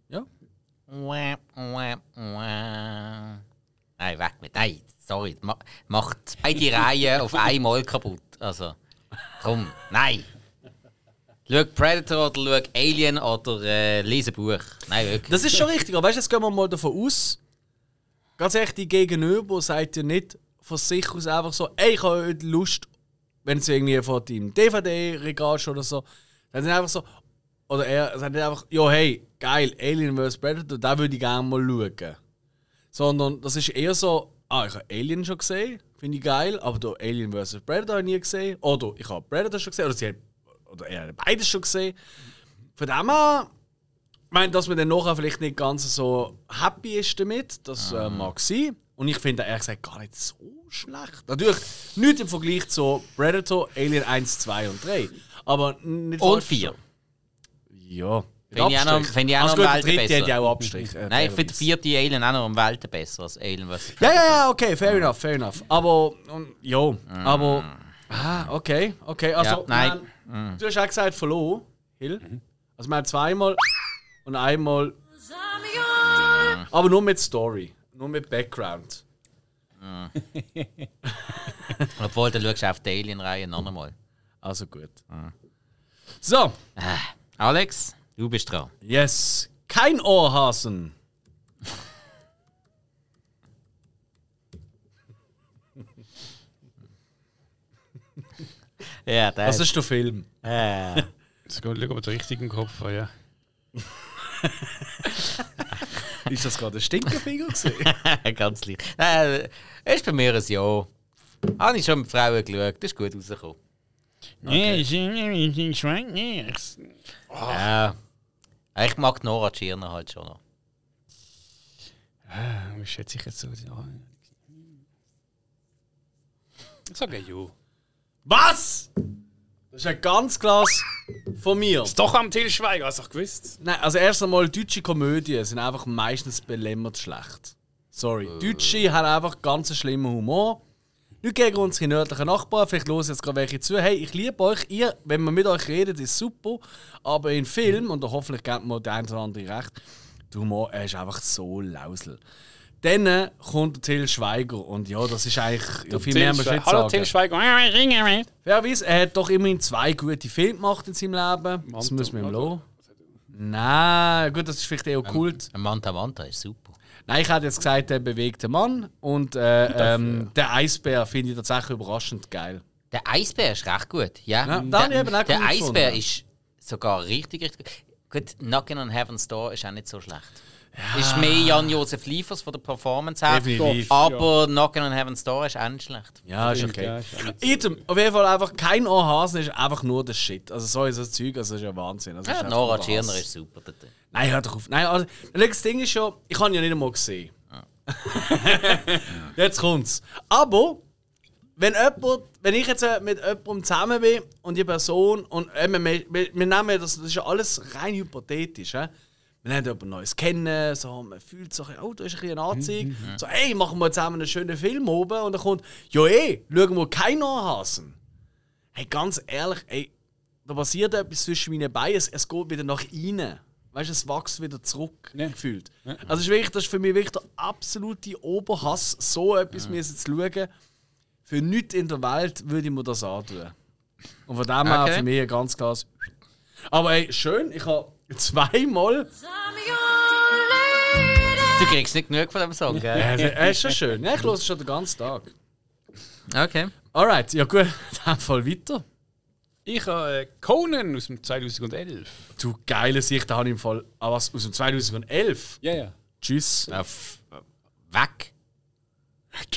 B: Ja.
A: Wah, wah, wah. Nein, weg mit. Nein, sorry. Ma macht beide Reihen auf einmal kaputt. Also, komm, nein. Schau Predator oder schau Alien oder äh, lese ein Buch. Nein, wirklich.
B: Das ist schon richtig, aber weißt du, jetzt gehen wir mal davon aus. Ganz ehrlich, die Gegenüber sagt ja nicht von sich aus einfach so, ey, ich habe heute Lust, wenn es irgendwie von deinem DVD-Regal ist oder so, dann sind einfach so, oder er sagt nicht einfach, ja, hey, geil, Alien vs. Predator, da würde ich gerne mal schauen. Sondern das ist eher so, ah, ich habe Alien schon gesehen, finde ich geil, aber da Alien vs. Predator habe ich nie gesehen. Oder ich habe Predator schon gesehen, oder sie hat, oder er hat beides schon gesehen. Von dem her, ich meine, dass man dann nachher vielleicht nicht ganz so happy ist damit, das äh,
A: Mhm.
B: mag sein. Und ich finde ehrlich gesagt gar nicht so schlecht. Natürlich nicht im Vergleich zu Predator, Alien 1, 2 und 3. Aber nicht
A: Und
B: falsch
A: vier.
B: verstehen. Ja. Also
A: Finde ich auch noch- finde ich auch noch am
B: der
A: Welten
B: dritte hat
A: besser. Mhm.
B: ja auch Abstrich. äh,
A: Nein, ich finde den
B: fairerweise.
A: vierten Alien auch noch am Welten besser als Alien vs.
B: Ja, ja, ja, okay, fair enough, fair enough. Aber, und, jo, aber. Ah, okay, okay. Also,
A: Mhm. Ja, nein.
B: Man, du hast auch gesagt, verloren, Hill. Also, wir haben zweimal und einmal. Aber nur mit Story, nur mit Background.
A: Obwohl, dann schaust du auf die Alien-Reihe noch einmal.
B: Also gut.
A: Mhm.
B: So,
A: Alex, du bist dran.
B: yes. Kein Ohrhasen.
A: Ja, das,
B: Das ist der Film.
A: Äh,
C: Jetzt schauen wir den richtigen Kopf an, ja.
B: Ist das gerade ein Stinkefinger gewesen?
A: ganz leicht. Nein, äh, ist bei mir ein Ja. Habe ich schon mit Frauen geschaut, das ist gut rausgekommen.
C: Nee, ich bin Schwein, nee. Ich
A: Ah. Ja. Ich mag Nora Tschirner halt schon noch.
C: schätze ich jetzt so. Ja. Ich sage ja.
B: Was? Das ist ein ganz klares von mir.
C: Ist doch am Till Schweiger, hast du doch gewusst.
B: Nein, also erst einmal, deutsche Komödien sind einfach meistens belämmert schlecht. Sorry.
C: Äh.
B: Deutsche haben einfach ganz einen schlimmen Humor. Nicht gegen unsere nördlichen Nachbarn, vielleicht los jetzt gerade welche zu. Hey, ich liebe euch, ihr, wenn man mit euch redet, ist super. Aber in Film, und da hoffentlich gebt mir der eine oder andere recht, der Humor er ist einfach so lausel. Dann äh, kommt der Till Schweiger und ja, das ist eigentlich, ja, viel mehr muss ich nicht
C: Hallo
B: sagen.
C: Till Schweiger. Was
B: Wer weiß, er hat doch immerhin zwei gute Filme gemacht in seinem Leben. Das
C: Manto,
B: muss man ihm
C: oder?
B: lassen. Nein, gut, das ist vielleicht eher Kult.
C: Ähm.
A: Manta Manta ist super.
B: Nein, ich hätte jetzt gesagt, der bewegte Mann und äh, ähm, der Eisbär finde ich tatsächlich überraschend geil.
A: Der Eisbär ist recht gut. Ja,
B: Ja, den
A: der,
B: habe ich eben auch
A: der
B: gut
A: Eisbär
B: gefunden.
A: ist sogar richtig, richtig gut. Gut, Knockin' on Heaven's Door ist auch nicht so schlecht. Ist mehr Jan-Josef Liefers von der Performance her.
B: Definitiv.
A: Aber Knockin' on Heaven's Door ist auch nicht schlecht.
B: Ja, ist
C: Ja,
B: okay.
C: ist auch
B: Item, auf jeden Fall einfach kein Ohrhasen ist einfach nur das Shit. Also so ist das Zeug, also das ist ja Wahnsinn. Das ist
A: Ja,
B: einfach
A: Nora
B: nur
A: Tschirner
B: Hass.
A: ist super. dort.
B: Nein, hör doch auf. Nein, also, das Ding ist ja, ich habe ihn ja nicht einmal gesehen. jetzt kommt's. Aber, wenn jemand, wenn ich jetzt äh, mit jemandem zusammen bin äh, und die Person, und eben, wir, wir, wir nehmen ja das, das ist ja alles rein hypothetisch, hä? wir lernen jemand Neues kennen, so, man fühlt sich, oh, da ist ein bisschen ein
C: Mhm,
B: Anziehung. So, hey, machen wir zusammen einen schönen Film oben. Und dann kommt, ja eh, schauen wir keinen Anhasen. Hey, ganz ehrlich, ey, da passiert etwas zwischen meinen Beinen, es, es geht wieder nach innen. Weißt du, es wächst wieder zurück,
C: Ja.
B: gefühlt. Also, es ist wirklich, das ist für mich wirklich der absolute Oberhass, so etwas müssen zu schauen. Für nichts in der Welt würde ich mir das antun. Und von dem her
A: Okay.
B: für mich ein ganz klares. Aber ey, schön, ich habe zweimal.
A: Du kriegst nicht genug von dem Song, gell?
B: Ja, äh, ist schon schön. Ja, ich höre es schon den ganzen Tag.
A: Okay.
B: Alright, ja gut, dann voll weiter.
C: Ich habe äh, Conan aus dem 2011.
B: Du geile Sicht, da habe ich im Fall. Ah, was? Aus dem 2011?
C: Ja, ja.
B: Tschüss.
A: Äh, f- Weg.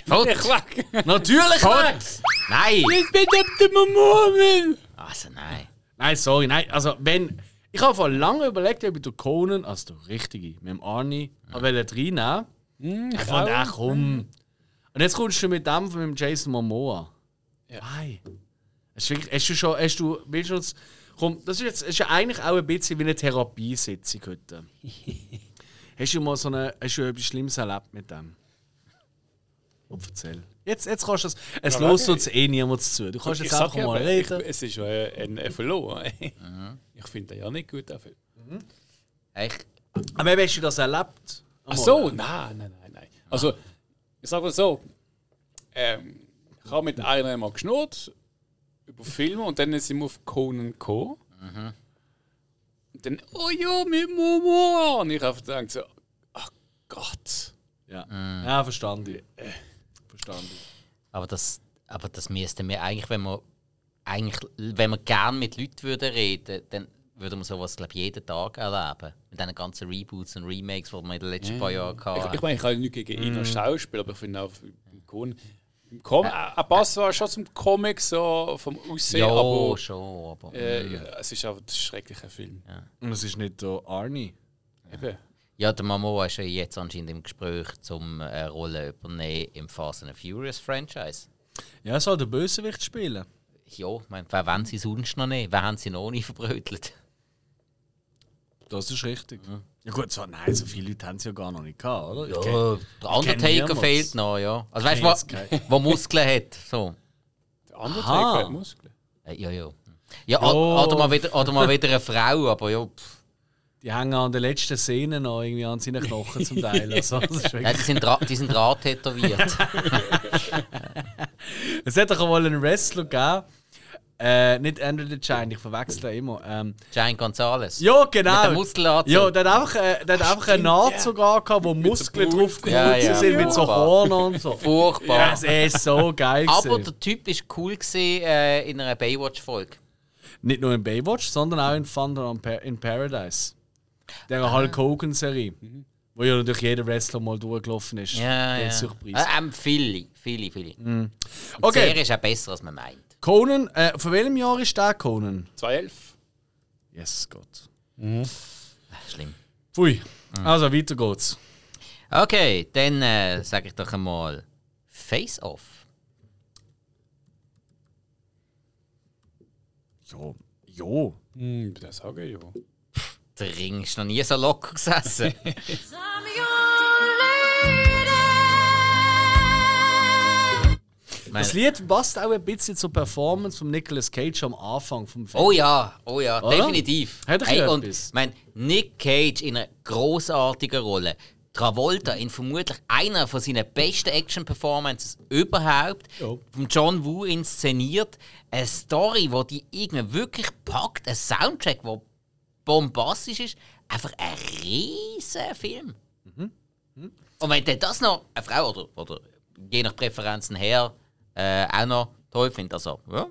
A: Fort.
B: Natürlich nicht!
A: Nein!
C: Ich bin ab dem Murmel!
A: Also nein.
B: Nein, sorry, nein. Also, wenn. Ich habe vor lange überlegt, ob ich den Conan, also den richtigen, mit dem Arnie, ja. reinnehmen wollte.
C: Hm, Ich
B: Ich fand, ach
C: auch. Hm.
B: komm. Und jetzt kommst du mit dem von mit dem Jason Momoa.
C: Ja.
B: Nein. Hast du, wirklich- hast du schon, hast du, willst du uns, komm, das ist jetzt ist ja eigentlich auch ein bisschen wie eine Therapiesitzung heute. hast du mal so eine, hast du etwas Schlimmes erlebt mit dem? Und erzähl. Jetzt, jetzt kannst du das, es
C: Ja,
B: lässt
C: warte.
B: uns eh niemand zu. Du kannst
C: Ich
B: jetzt
C: sag
B: einfach
C: ja,
B: mal
C: aber
B: reden.
C: Ich, es ist äh, ein ein Verlor. Ich finde den ja nicht gut dafür.
A: Ich,
B: Aber wie hast du das erlebt?
C: Ach so, nein, nein, nein, nein. Also, ich sage mal so, ähm, ich habe mit einer mal geschnurrt über Filme und dann sind wir auf Conan Co.
B: Mhm.
C: Und dann, oh ja, mit Momo. Und ich habe gedacht so, ach Gott.
B: Ja, Mm. ja verstanden. Äh, Verstanden.
A: aber, das, aber das müssten wir eigentlich, wenn wir, eigentlich, wenn wir gerne mit Leuten würden reden dann würden wir sowas, glaube ich, jeden Tag erleben. Mit diesen ganzen Reboots und Remakes, die wir in den letzten paar Jahren
B: Ah.
C: Ich,
A: hatten.
C: ich meine, ich habe nichts gegen
B: Mhm.
C: ihn als Schauspieler, aber ich finde auch im Conan. Im Com er passt zwar schon zum Comic, so vom Aussehen,
A: ja,
C: aber
A: schon, aber.
C: äh, ja, es ist einfach ein schrecklicher Film.
B: Und es ist nicht der Arnie.
C: Eben.
A: Ja, der Momoa ist ja jetzt anscheinend im Gespräch, zum äh, Rolle übernehmen im Fast and Furious Franchise.
B: Ja, soll der Bösewicht spielen.
A: Ja, ich meine, wer wollen sie sonst noch nicht? Wer haben sie noch nie verbrötelt?
B: Das ist richtig. Ja gut, so, nein, so viele Leute haben es ja gar noch nicht gehabt, oder? Ich kenn-
A: Ja, der Undertaker
B: niemals.
A: fehlt noch, ja. Also weißt
B: kenn
A: du,
B: jetzt
A: wo, wo Muskeln hat. So.
C: Der Undertaker
B: Aha.
C: hat Muskeln.
A: Äh, ja, ja. Ja, o- Oder, mal wieder, oder mal wieder eine Frau, aber ja, pff.
B: Die hängen an der letzten Szene noch irgendwie an seinen Knochen zum Teil. Also, das ist
A: Nein,
B: wirklich-
A: die sind, ra- die sind rat tätowiert.
B: es hat doch auch mal einen Wrestler gegeben. Äh, nicht Andrew the Giant, ich verwechsel ihn immer. Ähm,
A: Jane Gonzalez.
B: ja, genau.
A: Mit dem Muskelanzug.
B: Ja, der hat einfach, äh, der hat einfach einen Anzug angehabt, wo Muskeln
C: Brust.
B: drauf
A: Ja, ja,
B: sind, mit so
A: furchtbar.
B: Hornen und so.
A: Furchtbar.
B: Ja, Es ist so geil.
A: aber
B: gewesen.
A: der Typ war cool gewesen, äh, in einer Baywatch-Folge.
B: Nicht nur in Baywatch, sondern auch in Thunder on Pa- in Paradise. Der
A: Ah.
B: Hulk Hogan-Serie. Wo ja natürlich jeder Wrestler mal durchgelaufen ist.
A: Mhm. Ja,
B: Der
A: ja.
B: Surprise. Mhm.
A: Äh, ähm, viele, viele, viele. Die Serie
B: Okay,
A: ist auch besser, als man meint.
B: Conan, äh, von welchem Jahr ist der Conan?
C: 2011.
B: Yes, Gott.
A: Schlimm.
B: Pfui.
A: Ah.
B: Also, weiter geht's.
A: Okay, dann äh, sage ich doch einmal Face Off.
B: Jo. Jo.
C: Hm, das sage ich ja.
A: Der Ring ist noch nie so locker gesessen.
B: Das Lied passt auch ein bisschen zur Performance von Nicolas Cage am Anfang vom Film.
A: Oh ja, oh ja,
B: Oder?
A: definitiv.
B: Hat er
A: hey,
B: etwas?
A: und ich mein, Nick Cage in einer großartigen Rolle. Travolta in vermutlich einer von seinen besten Action-Performances überhaupt.
B: Ja.
A: Vom John Woo inszeniert. Eine Story, wo die irgendwie wirklich packt. Ein Soundtrack, wo bombastisch ist. Einfach ein riesen Film.
B: Mhm.
A: Und wenn dann das noch eine Frau oder, oder je nach Präferenzen her äh, auch noch toll findet, also ja,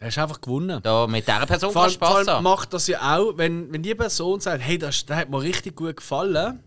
B: Der ist einfach gewonnen.
A: da mit dieser Person
B: Vor
A: kann
B: allem, vor
A: Spaß
B: allem
A: haben.
B: macht das ja auch, wenn, wenn die Person sagt, hey, das, das hat mir richtig gut gefallen,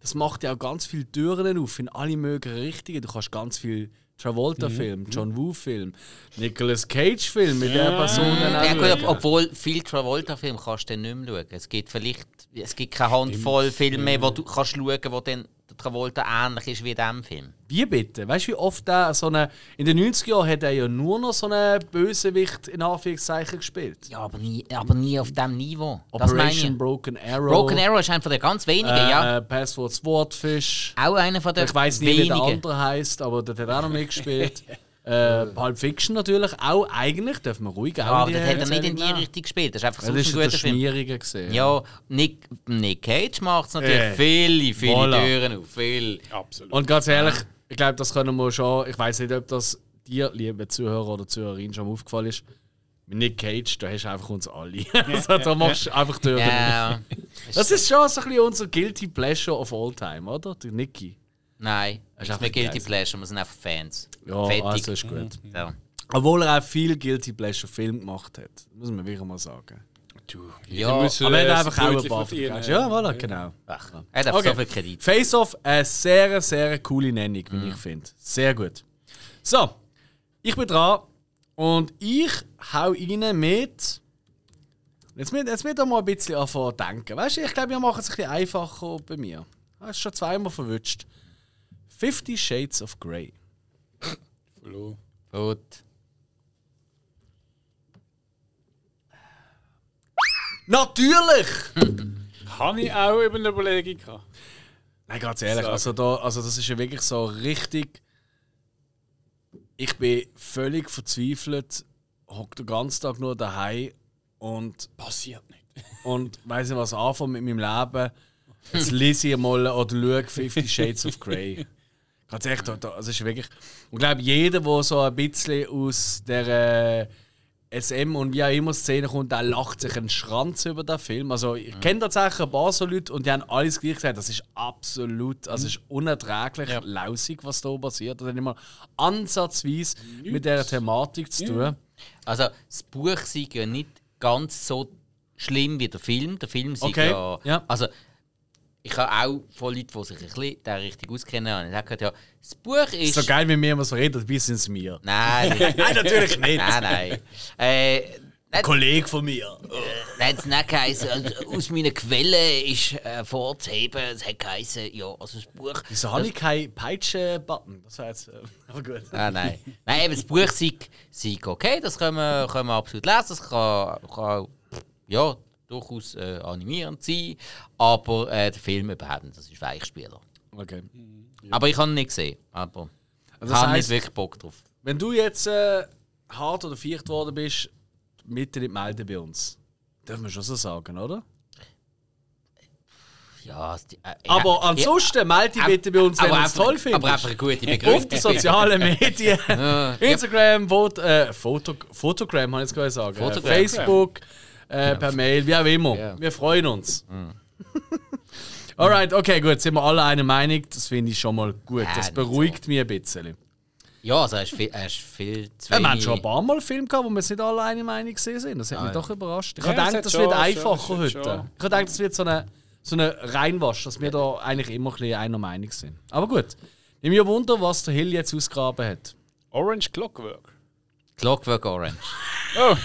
B: das macht ja auch ganz viele Türen auf in alle möglichen Richtungen. Du kannst ganz viel Travolta-Film, John Woo-Film, Nicolas Cage-Film mit der Person dann auch
A: Mhm. Ja, gut, ob,
B: schauen.
A: obwohl viel Travolta-Film kannst du dann nicht mehr schauen. Es gibt vielleicht, es gibt keine Handvoll Filme, die du kannst schauen, wo dann der Travolta ähnlich ist wie in diesem Film.
B: Wie bitte? Weißt du, wie oft der so eine. In den 90er Jahren hat er ja nur noch so einen Bösewicht in Anführungszeichen gespielt.
A: Ja, aber nie, aber nie auf diesem Niveau. Das meine ich.
B: Operation Broken Arrow.
A: Broken Arrow ist einer von den ganz wenigen, ja.
B: Äh, Passwort Swordfish.
A: Auch einer von den
B: Ich weiß nicht, wie der andere heißt, aber der hat auch noch mitgespielt. äh, Pulp Fiction natürlich. Auch eigentlich dürfen wir ruhig auch
A: Ja,
B: in
A: Ah, aber
B: die
A: das hat er nicht in die
B: Erzählung nehmen.
A: Richtung gespielt. Das ist einfach so
B: Das
A: ein
B: ist der
A: guter Film.
B: Schmieriger gesehen.
A: Ja, Nick, Nick Cage macht es natürlich
B: Äh,
A: viele, viele
B: voilà.
A: Türen auf. Viel.
C: Absolut.
B: Und ganz ehrlich, ich glaube, das können wir schon. Ich weiß nicht, ob das dir, liebe Zuhörer oder Zuhörerin, schon mal aufgefallen ist. Mit Nick Cage, da hast du einfach uns alle. also, da machst du einfach Türen. auf.
A: Ja,
B: Das ist schon so ein bisschen unser Guilty Pleasure of all time, oder? Der Nicky.
A: nein, das ist
B: einfach
A: mir Guilty
B: geil.
A: Pleasure, wir sind einfach Fans.
B: Ja,
A: Fertig. Mhm.
B: also ist gut.
A: So.
B: Obwohl er auch viel Guilty Pleasure Film gemacht hat. Muss man wirklich mal sagen.
C: du,
A: Ja,
B: Aber
C: Äh,
B: er hat einfach auch ein paar verkauft. Ja, voilà, genau.
A: Ach, er darf
B: Okay.
A: so viel Kredit. Mhm.
B: Face-Off, eine sehr, sehr coole Nennung, wie ich finde. Sehr gut. So, ich bin dran und ich hau rein mit. Jetzt mit, jetzt mit mal ein bisschen anfangen zu denken. Weißt du, ich glaube, wir machen es ein bisschen einfacher bei mir. Hast du schon zweimal verwünscht. Fifty Shades of Grey.
C: Hallo.
A: Gut.
B: Natürlich!
C: Habe ich auch eben eine Überlegung gehabt.
B: Nein, ganz ehrlich,
C: Sagen.
B: also, da, also das ist ja wirklich so richtig. Ich bin völlig verzweifelt, hocke den ganzen Tag nur daheim und,
C: Passiert nicht.
B: und weiß nicht, was anfangen mit meinem Leben. Jetzt lese ich mal oder schaue Fifty Shades of Grey. Ganz ehrlich, da, da, das ist wirklich. Und ich glaube, jeder, der so ein bisschen aus der äh, SM und wie auch immer Szene kommt, der lacht sich einen Schranz über den Film. Also, ich kenne tatsächlich ein paar so Leute und die haben alles gleich gesagt, das ist absolut, also es ist unerträglich lausig, was da passiert. Das hat nicht mal ansatzweise mit dieser Thematik zu tun.
A: Also, das Buch sei ja nicht ganz so schlimm wie der Film. Der Film sei
B: Okay,
A: ja,
B: ja.
A: Also, ich habe auch von Leuten, die sich ein bisschen da richtig auskennen, haben gesagt, ja, das Buch ist.
B: So geil, wie wir immer so reden, wie sind es mir.
A: Nein, nein,
B: Nein, natürlich nicht.
A: nein. nein. Äh,
B: Ein Kollege von mir.
A: Nein, das nicht geheißen. Also, aus meiner Quelle ist äh, vorzuheben, es hat geheißen, ja, also das Buch.
B: Wieso habe ich keinen Peitschen-Button? Das war jetzt. äh, Aber gut.
A: Ah, nein. Nein, eben das Buch sei, sei okay, das können wir, können wir absolut lesen. Das kann, kann ja, durchaus äh, animierend sein. Aber äh, der Film überhaupt nicht, das ist Weichspieler.
B: Okay.
A: Aber ich habe ihn nicht gesehen. Aber
B: Also das
A: ich habe
B: heisst-
A: nicht wirklich Bock drauf.
B: Wenn du jetzt äh, hart oder feucht worden bist, bitte nicht melden bei uns. Dürfen wir schon so sagen, oder?
A: Ja, es- äh,
B: aber
A: ja,
B: ansonsten melde dich bitte bei uns, wenn
A: aber
B: du es
A: einfach-
B: toll findest.
A: Aber einfach eine gute
B: auf
A: Begründung.
B: den sozialen Medien.
A: Ja.
B: Instagram, Vot äh, Foto Fotogram, habe ich jetzt gerade sagen. Äh,
A: Fotogram.
B: Facebook, äh, per Mail, wie auch immer.
A: Ja.
B: Wir freuen uns. Alright, okay, gut, sind wir alle einer Meinung. Das finde ich schon mal gut.
A: Ja,
B: Das
A: nicht
B: beruhigt mich ein bisschen.
A: Ja, also er ist viel, er ist viel zu
B: Ja, wir haben
A: wenig-
B: schon ein paar Mal Filme gehabt, wo wir nicht alle eine Meinung gesehen sind. Das hat mich doch überrascht. Ich
C: Ja,
B: habe
C: es
B: gedacht,
C: hat
B: das
C: schon-
B: wird
C: schon-
B: einfacher
C: schon-
B: heute. Ich
C: schon.
B: habe gedacht, das wird so eine, so eine Reinwasch, dass wir da eigentlich immer ein bisschen einer Meinung sind. Aber gut. Ich mir wunder, was der Hill jetzt ausgraben hat.
C: Orange Clockwork.
A: Clockwork Orange.
C: Oh.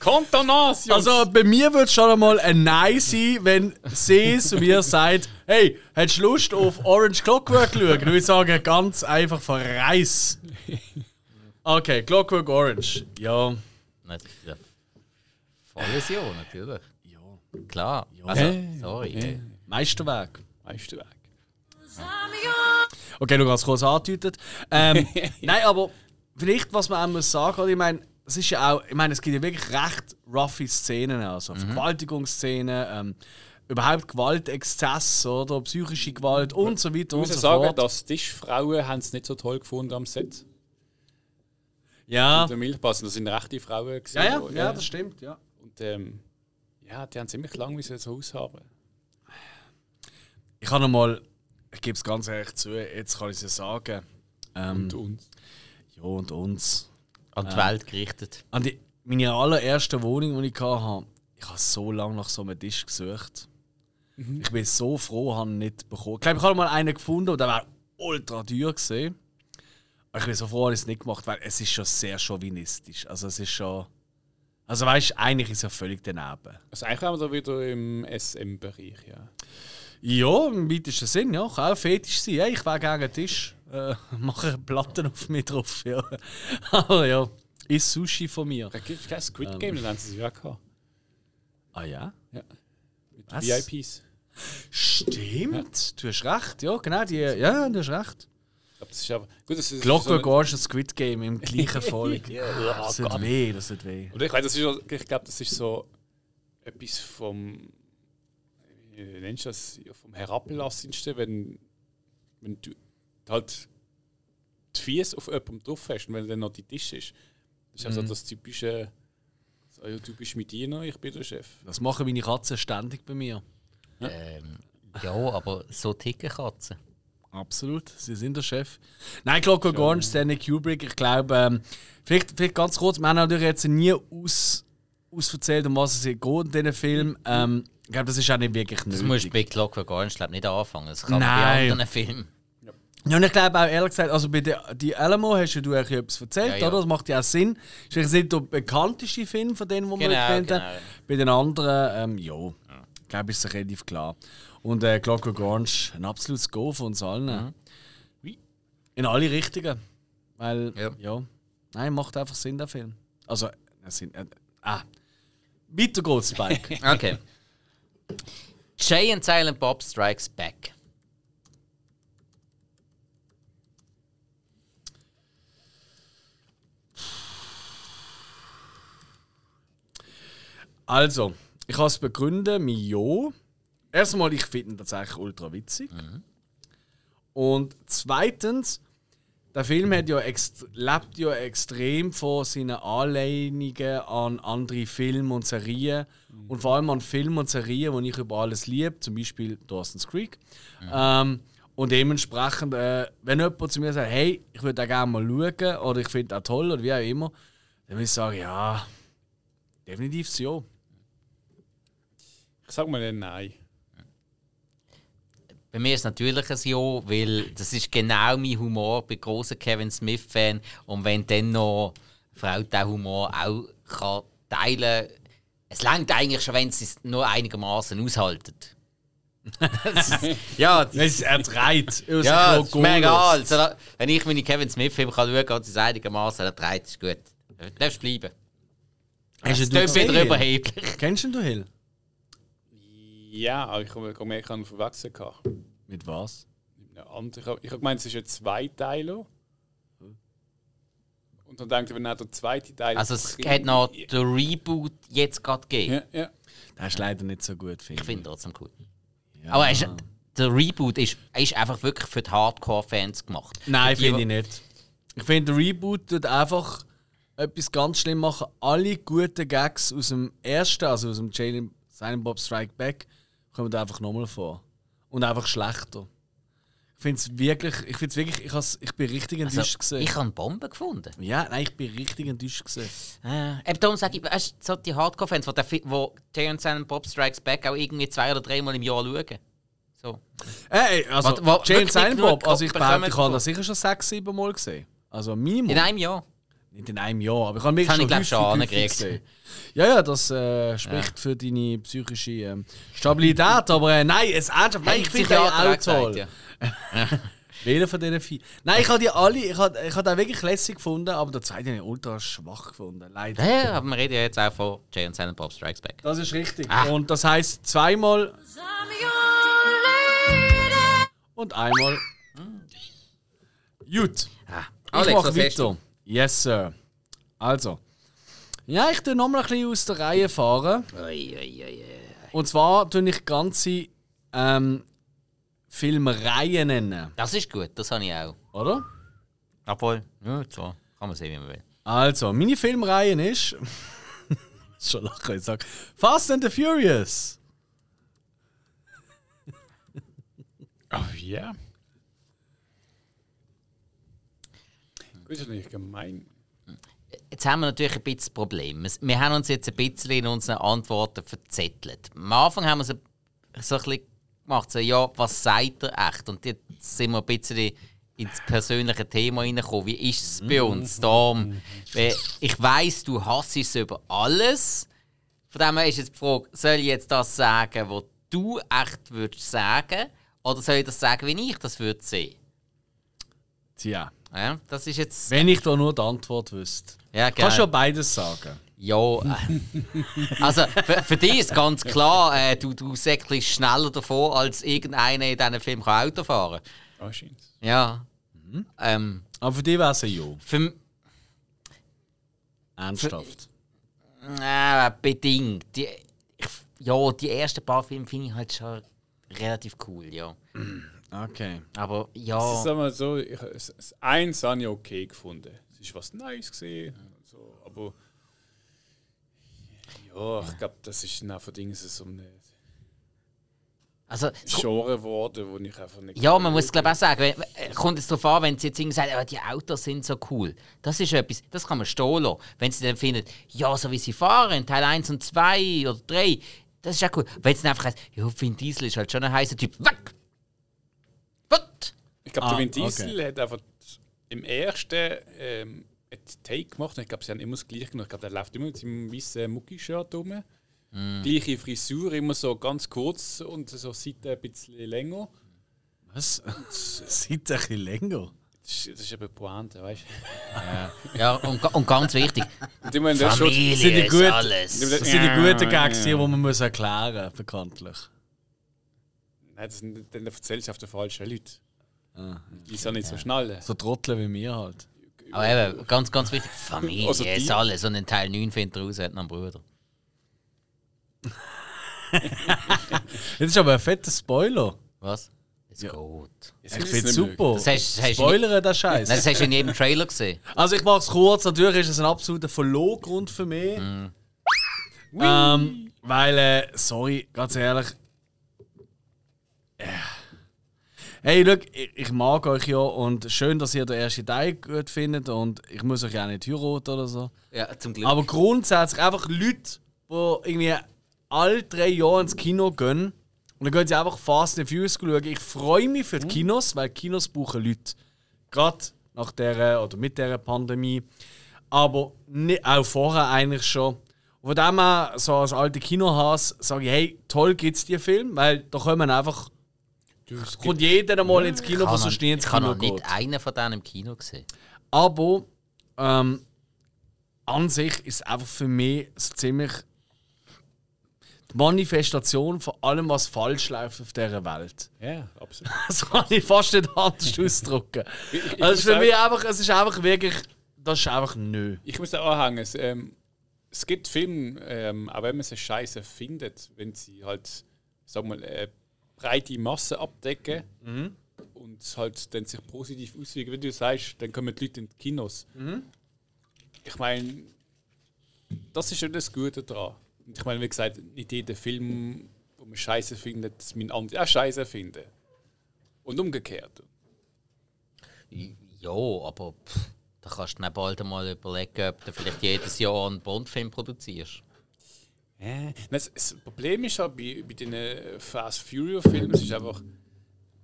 C: Kontonas, Jungs.
B: Also bei mir wird es schon einmal ein Nein sein, wenn sie zu mir sagt, hey, hättest du Lust auf Orange Clockwork zu schauen? Und ich sage ganz einfach verreiß. Okay, Clockwork Orange. Ja.
A: Natürlich. ja. Volles Ja, natürlich.
B: Ja.
A: Klar. Also, sorry.
B: Meisterwerk.
C: Weißt du weg.
B: Okay, du hast kurz angedeutet. Ähm, nein, aber vielleicht, was man auch muss sagen oder ich meine, es ist ja auch, ich meine, es gibt ja wirklich recht roughe Szenen,
C: Mhm.
B: also Vergewaltigungsszenen, ähm, überhaupt Gewaltexzess oder psychische Gewalt und so weiter
C: Ich
B: und
C: muss ja
B: so
C: sagen,
B: fort.
C: dass Tischfrauen haben es nicht so toll gefunden am Set.
B: ja.
C: Der Milchpassen, das sind rechte Frauen. Gewesen,
B: Ja, ja,
C: die-
B: ja, das stimmt, ja.
C: Und ähm, ja, die haben ziemlich lange müssen so aushaben.
B: Ich habe mal, ich gebe es ganz ehrlich zu, jetzt kann ich es ja sagen, ähm,
C: Und uns.
B: ja und uns.
A: An die Welt gerichtet.
B: An die, meine allererste Wohnung, die ich hatte, ich habe so lange nach so einem Tisch gesucht. Ich bin so froh, habe ihn nicht bekommen. Ich glaube, ich habe mal einen gefunden und der war ultra teuer gesehen. Aber ich bin so froh, dass ich es nicht gemacht habe, weil es ist schon sehr chauvinistisch. Also es ist schon... Also weißt du, eigentlich ist er völlig daneben.
C: Also eigentlich haben wir da wieder im SM-Bereich, ja.
B: Ja, im weitesten Sinn, ja. Kann auch fetisch sein. Ja, ich wäre gegen den Tisch. Äh, mache Platten auf mich drauf, ja. Aber ja, ist Sushi von mir.
C: Da gibt es kein
B: Ähm.
C: Squid Game, dann haben sie es ja gehabt.
B: Ah ja?
C: Ja. Mit
B: Was?
C: VIPs.
B: Stimmt, du hast recht. Ja, genau, die, ja, du hast recht. Also,
C: Ich glaube, das ist aber. Gut, das ist
B: Glocke,
C: so eine,
B: Gorge und Squid Game im gleichen Folge.
C: Ja,
B: das tut
C: Gott.
B: weh, das tut weh.
C: Oder ich weiß, das ist, so- ich glaube, das ist so etwas vom. Wie nennst du das? Ja, Vom Herablassensten, wenn, wenn du halt die Fies auf jemandem drauf hast und wenn dann noch die Tisch ist. Das ist also
B: Mhm.
C: das typische. So, ja, du bist mit dir noch, ich bin der Chef.
B: Das machen meine Katzen ständig bei mir.
A: Ähm, ja, aber so ticken Katzen.
B: Absolut, sie sind der Chef. Nein, Glocke Gorge, Stanley Kubrick, ich glaube, ähm, vielleicht, vielleicht ganz kurz, wir haben natürlich jetzt nie aus, ausverzählt, um was es hier geht in diesem Film. Ähm, ich glaube, das ist auch nicht wirklich
A: Mhm. Das musst du
B: nötig.
A: bei Clockwork Orange glaub, nicht anfangen. Das kann man bei
B: Nein.
A: anderen Filmen.
B: Ja, und ich glaube auch ehrlich gesagt, also bei der die Alamo hast ja du auch etwas erzählt,
A: Ja, ja.
B: oder? Das macht ja auch Sinn. Das ist nicht der bekannteste Film von denen, die wir
A: Genau,
B: genannt haben.
A: genau.
B: Bei den anderen, ähm, ja, ich glaube, ist es relativ klar. Und äh, Clockwork Orange, ein absolutes Go von uns allen.
A: Mhm.
C: Wie?
B: In alle Richtungen. Weil,
A: Ja.
B: ja. Nein, macht einfach Sinn, der Film. Also, äh, Sinn, äh, ah. Weiter geht's, Spike.
A: Okay. Jay and Silent Bob Strikes Back.
B: also, ich kann es begründen, mit Ja. Erstmal, ich finde ihn tatsächlich ultra witzig. Und zweitens, der Film hat ja ext- lebt ja extrem von seinen Anlehnungen an andere Filme und Serien. Und vor allem an Filme und Serien, die ich über alles liebe, zum Beispiel Dawson's Creek. Ähm, und dementsprechend, äh, wenn jemand zu mir sagt, hey, ich würde da gerne mal schauen oder ich finde das toll oder wie auch immer, dann würde ich sagen, ja, definitiv das ja.
C: Ich sag mal dann nein.
A: Bei mir ist es natürlich ein Ja, weil das ist genau mein Humor. Ich bin großer Kevin Smith-Fan. Und wenn dann noch eine Frau diesen Humor auch kann teilen kann, es langt eigentlich schon, wenn sie es nur einigermaßen aushalten. Das ist- ja, das,
B: Es ertreibt.
A: ja, das ist mir egal. Solange- Wenn ich meine Kevin Smith-Filme kann schauen kann, und sie es einigermaßen ertreibt, ist gut. Du darfst bleiben.
B: Hast
A: Das
B: du
A: ist wieder
B: gesehen?
A: überheblich.
B: Kennst du ihn, du Hill?
C: Ja, aber ich habe mehr kann verwechseln gehabt.
B: Mit was?
C: Mit einem anderen. Ich habe ich hab gemeint, es ist ein Zweiteiler. Hm. Und dann denkt ich, wenn auch der zweite Teil.
A: Also es hat noch den Reboot jetzt gerade gegeben.
C: Ja, ja.
B: Das ist leider nicht so gut, finde
A: Ich finde ihn trotzdem cool.
B: Ja.
A: Aber es ist, der Reboot ist, ist einfach wirklich für die Hardcore-Fans gemacht.
B: Nein,
A: Für die,
B: finde ich nicht. Ich finde, der Reboot tut einfach etwas ganz schlimm machen. Alle guten Gags aus dem ersten, also aus dem Jalen Silent Bob Strike Back, kommen da einfach nochmal vor. Und einfach schlechter. Ich finde es wirklich, ich finde wirklich, ich, has, ich bin richtig
A: Also,
B: enttäuscht
A: ich
B: gesehen.
A: habe Bomben gefunden.
B: Ja, nein, ich bin richtig enttäuscht gesehen.
A: Äh, eben darum sage ich, weißt, du, so die Hardcore-Fans, die den Fi- wo Terrence and Bob Strikes Back auch irgendwie zwei oder dreimal im Jahr schauen. So.
B: Ey, also,
A: Warte, wa-
B: Jalen
A: wirklich
B: Silent
A: genug
B: Bob, also ich
A: bekommen
B: behaupte, ich habe
A: davon?
B: das sicher schon sechs, sieben Mal gesehen. Also Minimum.
A: In einem Jahr.
B: Nicht in einem Jahr, aber ich habe mich
A: Das
B: schon
A: habe ich, glaub, schon
B: häufig, häufig
A: angekriegt.
B: gesehen. Ja, ja, das äh, spricht für deine psychische ähm, Stabilität, aber äh, nein, es ernsthaft. Nein, ich finde den auch toll.
A: ja.
B: Welcher von diesen vier? Nein, ich habe die alle, ich habe, ich habe den wirklich lässig gefunden, aber der zweite habe ich ultra schwach gefunden, leider.
A: ja, aber wir reden ja jetzt auch von Jay and Silent Bob Strikes Back.
B: Das ist richtig.
A: Ah.
B: Und das heißt zweimal
D: I'm your lady.
B: und einmal. Gut.
A: Ah.
B: Ich
A: Alex,
B: mache
A: was hast du?
B: weiter. Yes, Sir. Also. Ja, ich tue nochmal ein bisschen aus der Reihe fahren.
A: Ui, ui, ui, ui.
B: Und zwar tue ich ganze ähm, Filmreihen nennen,
A: Das ist gut, das habe ich auch.
B: oder?
A: Obwohl, ja, so. Kann man sehen, wie man will.
B: Also, meine Filmreihen ist. schon lachen, wenn ich sag. Fast and the Furious.
C: Oh ja. Gut, das ist natürlich gemein.
A: Jetzt haben wir natürlich ein bisschen das Problem. Es- Wir haben uns jetzt ein bisschen in unseren Antworten verzettelt. Am Anfang haben wir so, so ein bisschen gemacht, so, ja, was sagt ihr echt? Und jetzt sind wir ein bisschen ins persönliche Thema reingekommen. Wie ist es bei uns? Darum, weil ich weiß, du hasst es über alles. Von dem her ist jetzt die Frage, soll ich jetzt das sagen, was du echt würdest sagen? Oder soll ich das sagen, wie ich das würde sehen?
B: Tja.
A: Ja, das ist jetzt.
B: Wenn ich da nur die Antwort wüsste.
A: Ja,
B: Kannst Kannst
A: genau.
B: ja beides sagen.
A: Ja, äh, also für, für dich ist ganz klar, äh, du, du säckelst schneller davon, als irgendeiner in diesem Film kann Auto fahren
C: Anscheinend.
A: Ja.
C: Mhm.
A: Ähm,
B: Aber für dich wäre es ein Ja.
A: für m-
B: Ernsthaft.
A: äh, bedingt. Die, ich, ja, die ersten paar Filme finde ich halt schon relativ cool, ja.
B: Okay.
A: Aber
C: Das ist
A: ja,
C: einmal so, ich, es- das eins habe ich okay gefunden. Es ist was Neues gesehen. und So, aber ja, ich glaube, das ist dann einfach Ding, so ein
A: also es ko-
C: Genre geworden, wo ich einfach nicht.
A: ja, man muss glaube auch sagen, wenn, äh, kommt es darauf an, wenn sie jetzt irgendwie sagen, ah, die Autos sind so cool. Das ist etwas, das kann man stehen lassen. Wenn sie dann finden, ja, so wie sie fahren, in Teil 1 und 2 oder 3, das ist auch cool. Wenn es dann einfach heißt, ja, Vin Diesel ist halt schon ein heißer Typ, weg! What?
C: Ich glaube,
B: Ah,
C: der Vin Diesel hat einfach im ersten ähm, einen Take gemacht. und Ich glaube, sie haben immer das Gleiche gemacht. Ich glaube, der läuft immer mit seinem weißen Mucki-Shirt rum.
B: Mhm.
C: Gleiche Frisur, immer so ganz kurz und so Seiten ein bisschen länger.
B: Was? Seit ein bisschen länger.
C: Das ist, das ist eben Pointe, weißt du?
A: Ja, und, ga- und ganz wichtig,
C: Und immer wenn der Schutz-
B: sind die
A: Familie ist
B: gut?
A: alles.
B: Das sind die guten Gags, die man muss erklären muss, bekanntlich.
C: Nein, das sind dann erzählst du auf den falschen Leuten. Die sind nicht so schnell.
B: Ah, So Trottel wie mir halt.
A: Aber eben, ganz, ganz wichtig, Familie
C: Also die-
A: ist alles. Und in Teil 9 findet er raus, er hat noch einen Bruder.
B: Das ist aber ein fetter Spoiler.
A: Was? Es geht.
B: Ich finde es super.
A: Das hast- hast du
B: Spoilern, der Scheiß.
A: Nein, das hast du in jedem Trailer gesehen.
B: Also ich mache es kurz, natürlich ist es ein absoluter Verloggrund für mich.
A: Mhm.
B: Ähm, weil, äh, sorry, ganz ehrlich. Äh. Hey, look, ich, ich mag euch ja und schön, dass ihr den ersten Teil gut findet und ich muss euch ja auch nicht heiraten oder so.
A: Ja, zum Glück.
B: Aber grundsätzlich einfach Leute, die irgendwie alle drei Jahre ins Kino gehen und dann gehen sie einfach Fast and Furious schauen. Ich freue mich für die Kinos, weil Kinos brauchen Leute. Gerade nach der oder mit der Pandemie. Aber ni- auch vorher eigentlich schon. Und Von dem her, so als alter Kinohass, sage ich, hey, toll gibt's die Film, weil da kommen einfach, kommt jeder mal ins Kino, der
A: noch-
B: sonst nie ins
A: ich habe
B: Kino
A: noch
B: geht.
A: nicht einen von denen im Kino gesehen.
B: Aber ähm, an sich ist es einfach für mich so ziemlich die Manifestation von allem, was falsch läuft auf dieser Welt.
C: Ja, absolut.
B: Das kann ich fast nicht anders ausdrücken.
C: ich
B: Also es ist
C: muss
B: für mich einfach, es ist einfach wirklich, das ist einfach nö.
C: Ich muss da anhängen. Es, ähm, es gibt Filme, ähm, auch wenn man sie scheiße findet, wenn sie halt, sag mal, eine breite Masse abdecken und halt dann sich positiv auswirken. Wenn du sagst, dann kommen die Leute in die Kinos. Ich meine, das ist schon das Gute daran. Und ich meine, wie gesagt, nicht jeder Film, wo man scheiße findet, dass mein andere auch scheiße finden. Und umgekehrt.
A: Ja, aber pff, da kannst du dann bald mal überlegen, ob du vielleicht jedes Jahr einen Bond-Film produzierst.
C: Nein, Das, das Problem ist ja bei, bei den Fast Furious Filmen, es ist einfach,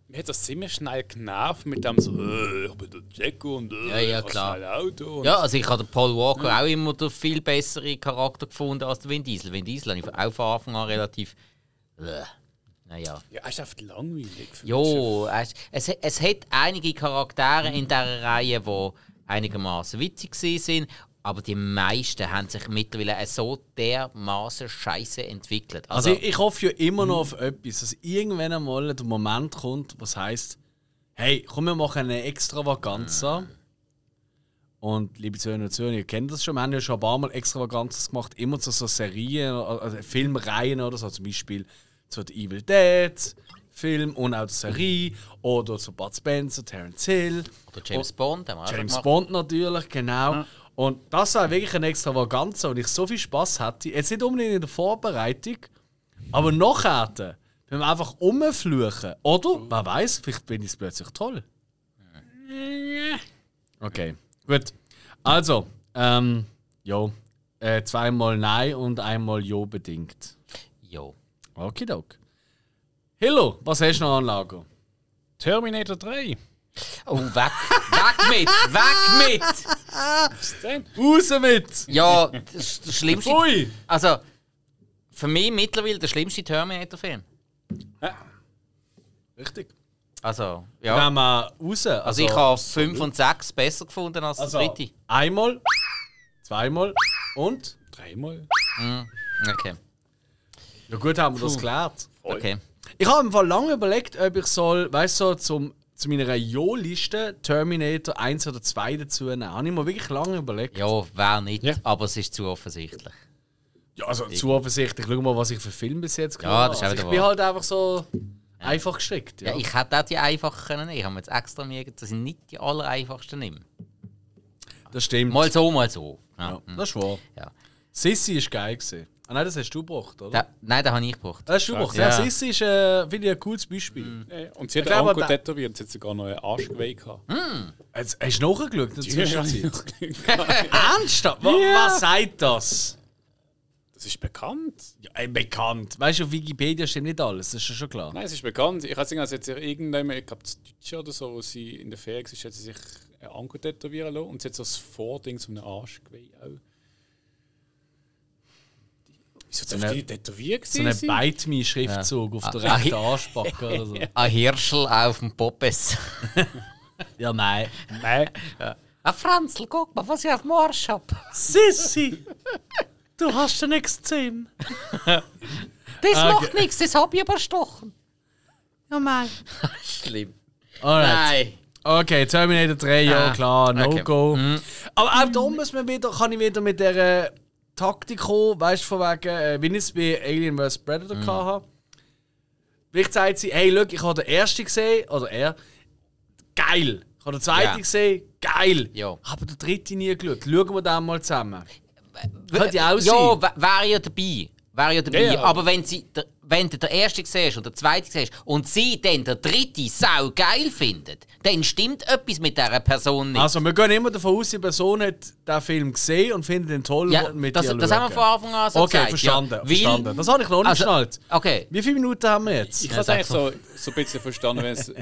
C: mir hat das ziemlich schnell genervt mit dem so, äh, ich bin der Jacko und äh,
A: Ja, ja,
C: ich hab
A: klar.
C: schnell Auto. Und
A: Ja, also ich habe den Paul Walker auch immer den viel besseren Charakter gefunden als den Vin Diesel. Vin Diesel habe ich auch von Anfang an relativ... Bleh. Naja.
C: Ja, es ist einfach langweilig. für mich.
A: Jo, es, es, es hat einige Charaktere in dieser Reihe, die einigermaßen witzig sind, aber die meisten haben sich mittlerweile so dermaßen scheiße entwickelt.
B: Also
A: Also,
B: ich, ich hoffe ja immer noch auf etwas, dass irgendwann einmal der Moment kommt, was heißt, hey, komm, wir machen eine Extravaganza. Und liebe Zuhörer und Zuhörer, ihr kennt das schon, wir haben ja schon ein paar Mal Extravaganzas gemacht, immer zu so Serien, also Filmreihen oder so, zum Beispiel zu The Evil Dead, Film und auch die Serie, oder zu Bud Spencer, Terence Hill.
A: oder James Bond, haben wir auch
B: Oh. James
A: schon gemacht.
B: Bond natürlich, genau. Und das war wirklich eine Extravaganza und ich so viel Spaß hatte. Jetzt nicht unbedingt in der Vorbereitung, aber nachher, wenn wir einfach rumfluchen.
A: Oh.
B: Oder, wer weiß, vielleicht bin ich plötzlich toll.
A: Äh.
B: Okay, gut. Also, ähm, jo. Äh, zweimal Nein und einmal Jo bedingt.
A: Jo.
B: Okidok. Hello, was hast du noch an Lager?
C: Terminator 3.
A: Oh, weg, weg mit, weg mit!
C: Dann.
B: Raus damit!
A: Ja, das ist der schlimmste.
B: Ui!
A: Also, für mich mittlerweile der schlimmste Terminator-Film.
B: Richtig.
A: Also,
B: Ja.
A: ja.
B: Wenn man raus. Also,
A: Also ich habe 5 und 6 besser gefunden als das
B: also
A: dritte.
B: einmal, zweimal und.
C: Dreimal?
A: Okay.
B: Ja gut, haben wir das geklärt.
A: Okay.
B: Ich habe im Fall lange überlegt, ob ich soll, weißt du, so, zum, zu meiner Jo-Liste Terminator 1 oder 2 dazu nehmen. Habe ich mir wirklich lange überlegt.
A: Ja, wer nicht,
C: Ja.
A: aber es ist zu offensichtlich.
B: Ja, also zu offensichtlich. Schau mal, was ich für Film bis jetzt genommen
A: Ja, das ist
B: habe.
A: auch
B: also,
A: wieder
B: Ich bin
A: wahr.
B: halt einfach so einfach gestrickt. Ja.
A: Ja, ich hätte auch die einfachen können nehmen. Ich habe mir jetzt extra mir das sind nicht die aller einfachsten nehmen.
B: das stimmt.
A: Mal so, mal so. Ja.
B: ja, das ist wahr.
A: Ja.
B: Sissi ist geil gewesen. Ah nein, das hast du gebracht, oder?
A: Da, nein, den habe ich gebraucht.
B: Das hast du gebracht. Ja.
A: Ja. Hm.
B: Sissi ist, äh, finde ich, ein cooles Beispiel.
C: Ja, Und sie hat
B: Ich glaube,
C: einen Anko
B: da-
C: tätowiert, sie hat sogar noch einen Arschgeweih gehabt.
B: Jetzt, hast du nachgeschaut in der Zwischenzeit?
C: das
B: Ernsthaft? Wa-
C: Ja.
B: Was sagt das?
C: ist bekannt.
B: Ja, ey, bekannt. Weißt du, auf Wikipedia steht nicht alles, das ist ja schon klar.
C: Nein, es ist bekannt. Ich weiß nicht, als jetzt irgendjemand, ich glaube, das Deutsche oder so, wo sie in der Ferien war, hat sie sich einen Anko tätowieren lassen und sie hat so das Vording so einen Arschgeweih auch. Wieso hat sie auf
B: eine-
C: die tätowiert
B: So ein
C: gewesen?
B: Bite-Me-Schriftzug auf der
A: Ah,
B: rechten
A: ah,
B: Arschbacke oder so.
A: Ein Hirschel auf dem Poppes.
B: Ja, nein.
C: Nein.
A: Ein Franzl, guck mal, was ich auf dem Arsch habe.
B: Sissi! Du hast ja nichts gesehen.
A: Das
B: Ah, okay.
A: macht nichts, das habe ich überstochen. Ja, mein. Schlimm.
B: Alright.
A: Nein.
B: Okay, Terminator 3, ja
A: Ah,
B: klar,
A: okay. Mhm.
B: No-Go. Aber auch da muss man wieder, kann ich wieder mit dieser Taktik kommen, weißt du, von wegen, äh, wie ich es bei Alien vs. Predator mhm. hatte. Vielleicht sagt sie, hey, look, ich habe den ersten gesehen, oder er, geil. Ich habe den zweiten
A: Ja.
B: gesehen, geil.
A: Ja.
B: Aber den dritten nie geschaut. Schauen wir den mal zusammen. Könnte ja auch
A: Ja,
B: sein.
A: wär- wäre ja dabei. Wäre ja dabei.
C: Ja, ja.
A: Aber wenn, sie, der, wenn du den ersten siehst und den zweiten siehst und sie dann den dritten sau geil findet, dann stimmt etwas mit dieser Person nicht.
B: Also, wir gehen immer davon aus, die Person hat den Film gesehen und findet ihn toll
A: ja,
B: und mit
A: das,
B: ihr
A: das
B: schauen.
A: haben wir von Anfang an so
B: Okay,
A: gesagt.
B: verstanden,
A: Ja, weil-
B: verstanden. Das habe ich noch nicht
A: Also-
B: geschnallt.
A: Okay.
B: Wie viele Minuten haben wir jetzt?
C: Ich
A: Ja,
C: habe es
A: sag
C: eigentlich so, so ein bisschen verstanden, wenn es,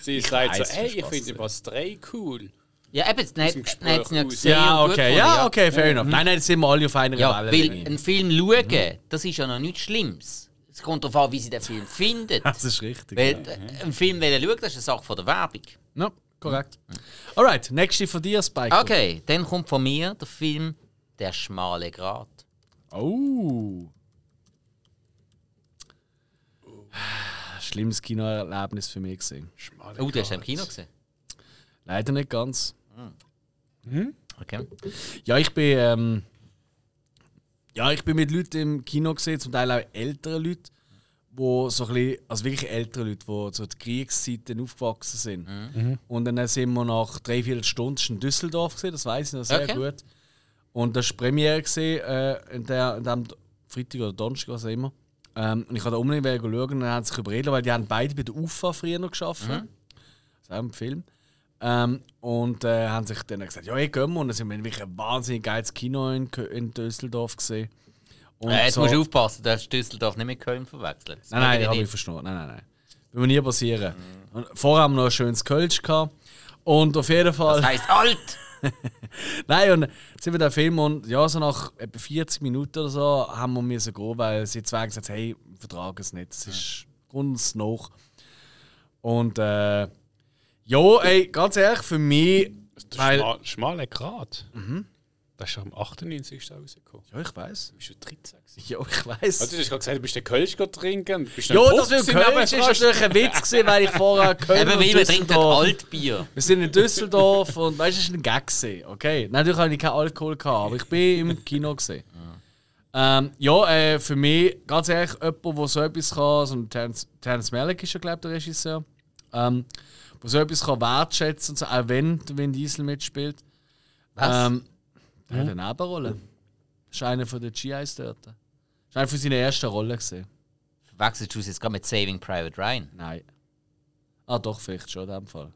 C: sie sagt so,
B: weiss,
C: hey,
B: es
C: ich
B: ist
C: finde was 3 cool.
A: Ja, eben, dann hat
C: dem Gespräch
A: dann hat's nicht
C: aus.
A: gesehen.
B: Ja,
A: und gut
B: okay,
A: gefunden,
B: ja, okay, fair enough. Nein, nein, jetzt sind wir alle auf einer
A: Ja,
B: Welle.
A: weil einen Film schauen, das ist ja noch nichts Schlimmes. Es kommt darauf an, wie sie den Film findet.
B: das ist richtig.
A: Weil äh, einen Film wollen schauen, das ist eine Sache von der Werbung.
B: No, korrekt. Alright, nächste von dir, Spike.
A: Okay, dann kommt von mir der Film Der schmale Grat.
B: Oh. Schlimmes Kinoerlebnis für mich gesehen.
C: Schmale
A: Oh, du hast den im Kino gesehen?
B: Leider nicht ganz.
A: Okay.
B: Ja, ich bin, ähm, ja, ich bin mit Leuten im Kino gesehen, zum Teil auch ältere Leute, wo so ein bisschen, also wirklich ältere Leute, wo zu den Kriegszeiten aufgewachsen sind. Und dann sind wir nach drei, vier Stunden schon in Düsseldorf gesehen, das weiß ich noch sehr
A: Okay.
B: gut. Und das war die Premiere gesehen, äh, in, der, in dem Freitag oder Donnerstag, was auch immer. Ähm, und ich habe da unbedingt wollen schauen und dann haben sie sich überredet, weil die haben beide bei der UFA früher noch gearbeitet. Das ist auch ein Film. Ähm, und äh, haben sich dann gesagt, ja, ich gehen wir. Und dann sind wir in wirklich ein wahnsinnig geiles Kino in, Kö- in Düsseldorf gesehen. Und
A: Äh, jetzt
B: so-
A: musst du aufpassen, du hast Düsseldorf nicht mit Köln verwechselt. Das
B: Nein, nein, ich habe
A: mag ich
B: mich
A: nicht.
B: verstanden. Nein, nein, nein. Will mir nie passieren. Und vorher haben wir noch ein schönes Kölsch gehabt. Und auf jeden Fall.
A: Das heisst alt!
B: Nein, und dann sind wir den Film und ja, so nach etwa 40 Minuten oder so haben wir müssen gehen, weil sie zwei gesagt haben, hey, wir vertragen es nicht. Es ist uns noch. Und äh, ja, ey, ganz ehrlich, für mich. Weil, Mhm. ja,
C: Schmal, schmale Grat. Das ist schon am 98. rausgekommen.
B: ich weiß.
C: Du bist schon 13. gewesen.
B: Ja, ich
C: Also,
B: weiß.
C: du hast gerade gesagt, du bist den Kölsch gerade trinken. Du bist
B: Ja, das mit dem Kölsch ist natürlich ein Witz, gewesen, weil ich vorher Köln
A: Eben,
B: und
A: weil man trinkt ein
B: Düsseldorf-
A: Altbier.
B: Wir sind in Düsseldorf und weißt du, es war ein Gag. Gewesen, okay? Nein, Natürlich hatte ich keinen Alkohol, gehabt, aber ich bin im Kino. Gewesen. ähm, ja, äh, für mich, ganz ehrlich, jemand, der so etwas kann, so ein Terence Terence Malick ist ja, glaube ich, der Regisseur, ähm, der so etwas kann wertschätzen und so, auch wenn der Vin Diesel mitspielt.
A: Was?
B: Ähm, der hat eine Nebenrolle. Das ist einer von den GIs dort. Das ist einer von seinen ersten Rollen. Gewesen.
A: Verwechselst du es jetzt gerade mit Saving Private Ryan?
B: Nein. Ah, doch, vielleicht schon in dem Fall.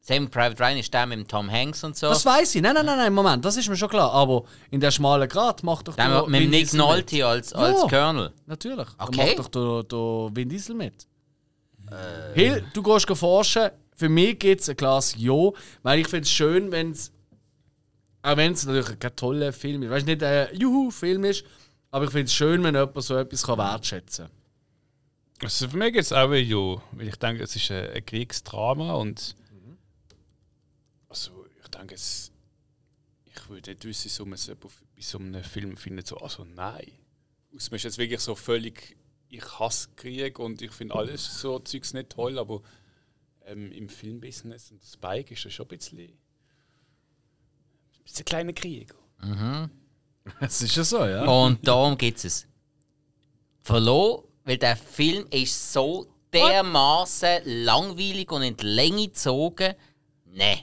A: Saving Private Ryan ist der mit dem Tom Hanks und so.
B: Das weiß ich. Nein, nein, nein, nein, Moment, das ist mir schon klar. Aber in der schmalen Grat macht doch
A: der
B: der
A: mit, mit
B: Vin
A: dem Nick
B: Diesel mit.
A: Nolte als, als
B: Ja.
A: Colonel.
B: Natürlich. Da
A: Okay.
B: Macht doch der, der Vin Diesel mit. Hill, du gehst gehen forschen. Für mich gibt es ein Glas Ja, weil ich finde es schön, wenn es. Auch wenn es natürlich kein toller Film ist. Weißt du, nicht äh, ein Juhu-Film ist, aber ich finde es schön, wenn jemand so etwas kann wertschätzen kann.
C: Also für mich geht es auch wie ja, weil ich denke, es ist ein, ein Kriegsdrama und also ich denke, es, ich würde nicht wissen, so man es bei so einem Film findet, so, also nein. Aus mir ist jetzt wirklich so völlig, ich hasse Krieg und ich finde alles so Zeugs nicht toll, aber ähm, im Filmbusiness und Spike ist das schon ein bisschen, ein bisschen ein kleiner Krieg.
B: Es ist ja so, ja.
A: Und darum gibt es. Verloren, weil der Film ist so dermaßen langweilig und in die Länge gezogen. Nein.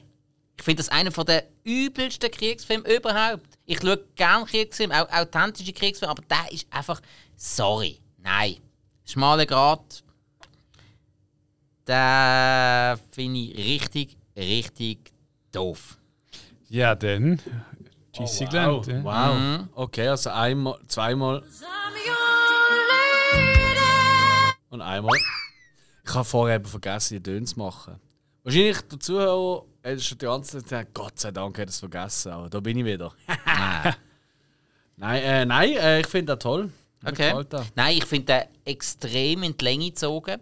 A: Ich finde das einer von der übelsten Kriegsfilme überhaupt. Ich schaue gerne Kriegsfilme, auch authentische Kriegsfilme, aber der ist einfach. Sorry. Nein. Schmaler Grad. Der finde ich richtig, richtig doof.
C: Ja, dann. GC
B: Wow, wow. Okay, also einmal, zweimal
D: I'm your lady.
B: und einmal. Ich habe vorher eben vergessen, die Töne zu machen. Wahrscheinlich der Zuhörer hat schon die ganze Zeit gesagt, Gott sei Dank hat er es vergessen, aber da bin ich wieder.
A: Ah.
B: nein, äh, nein, äh, ich finde das toll. Mir
A: Okay.
B: gefällt das.
A: Nein, ich finde den extrem in die Länge gezogen.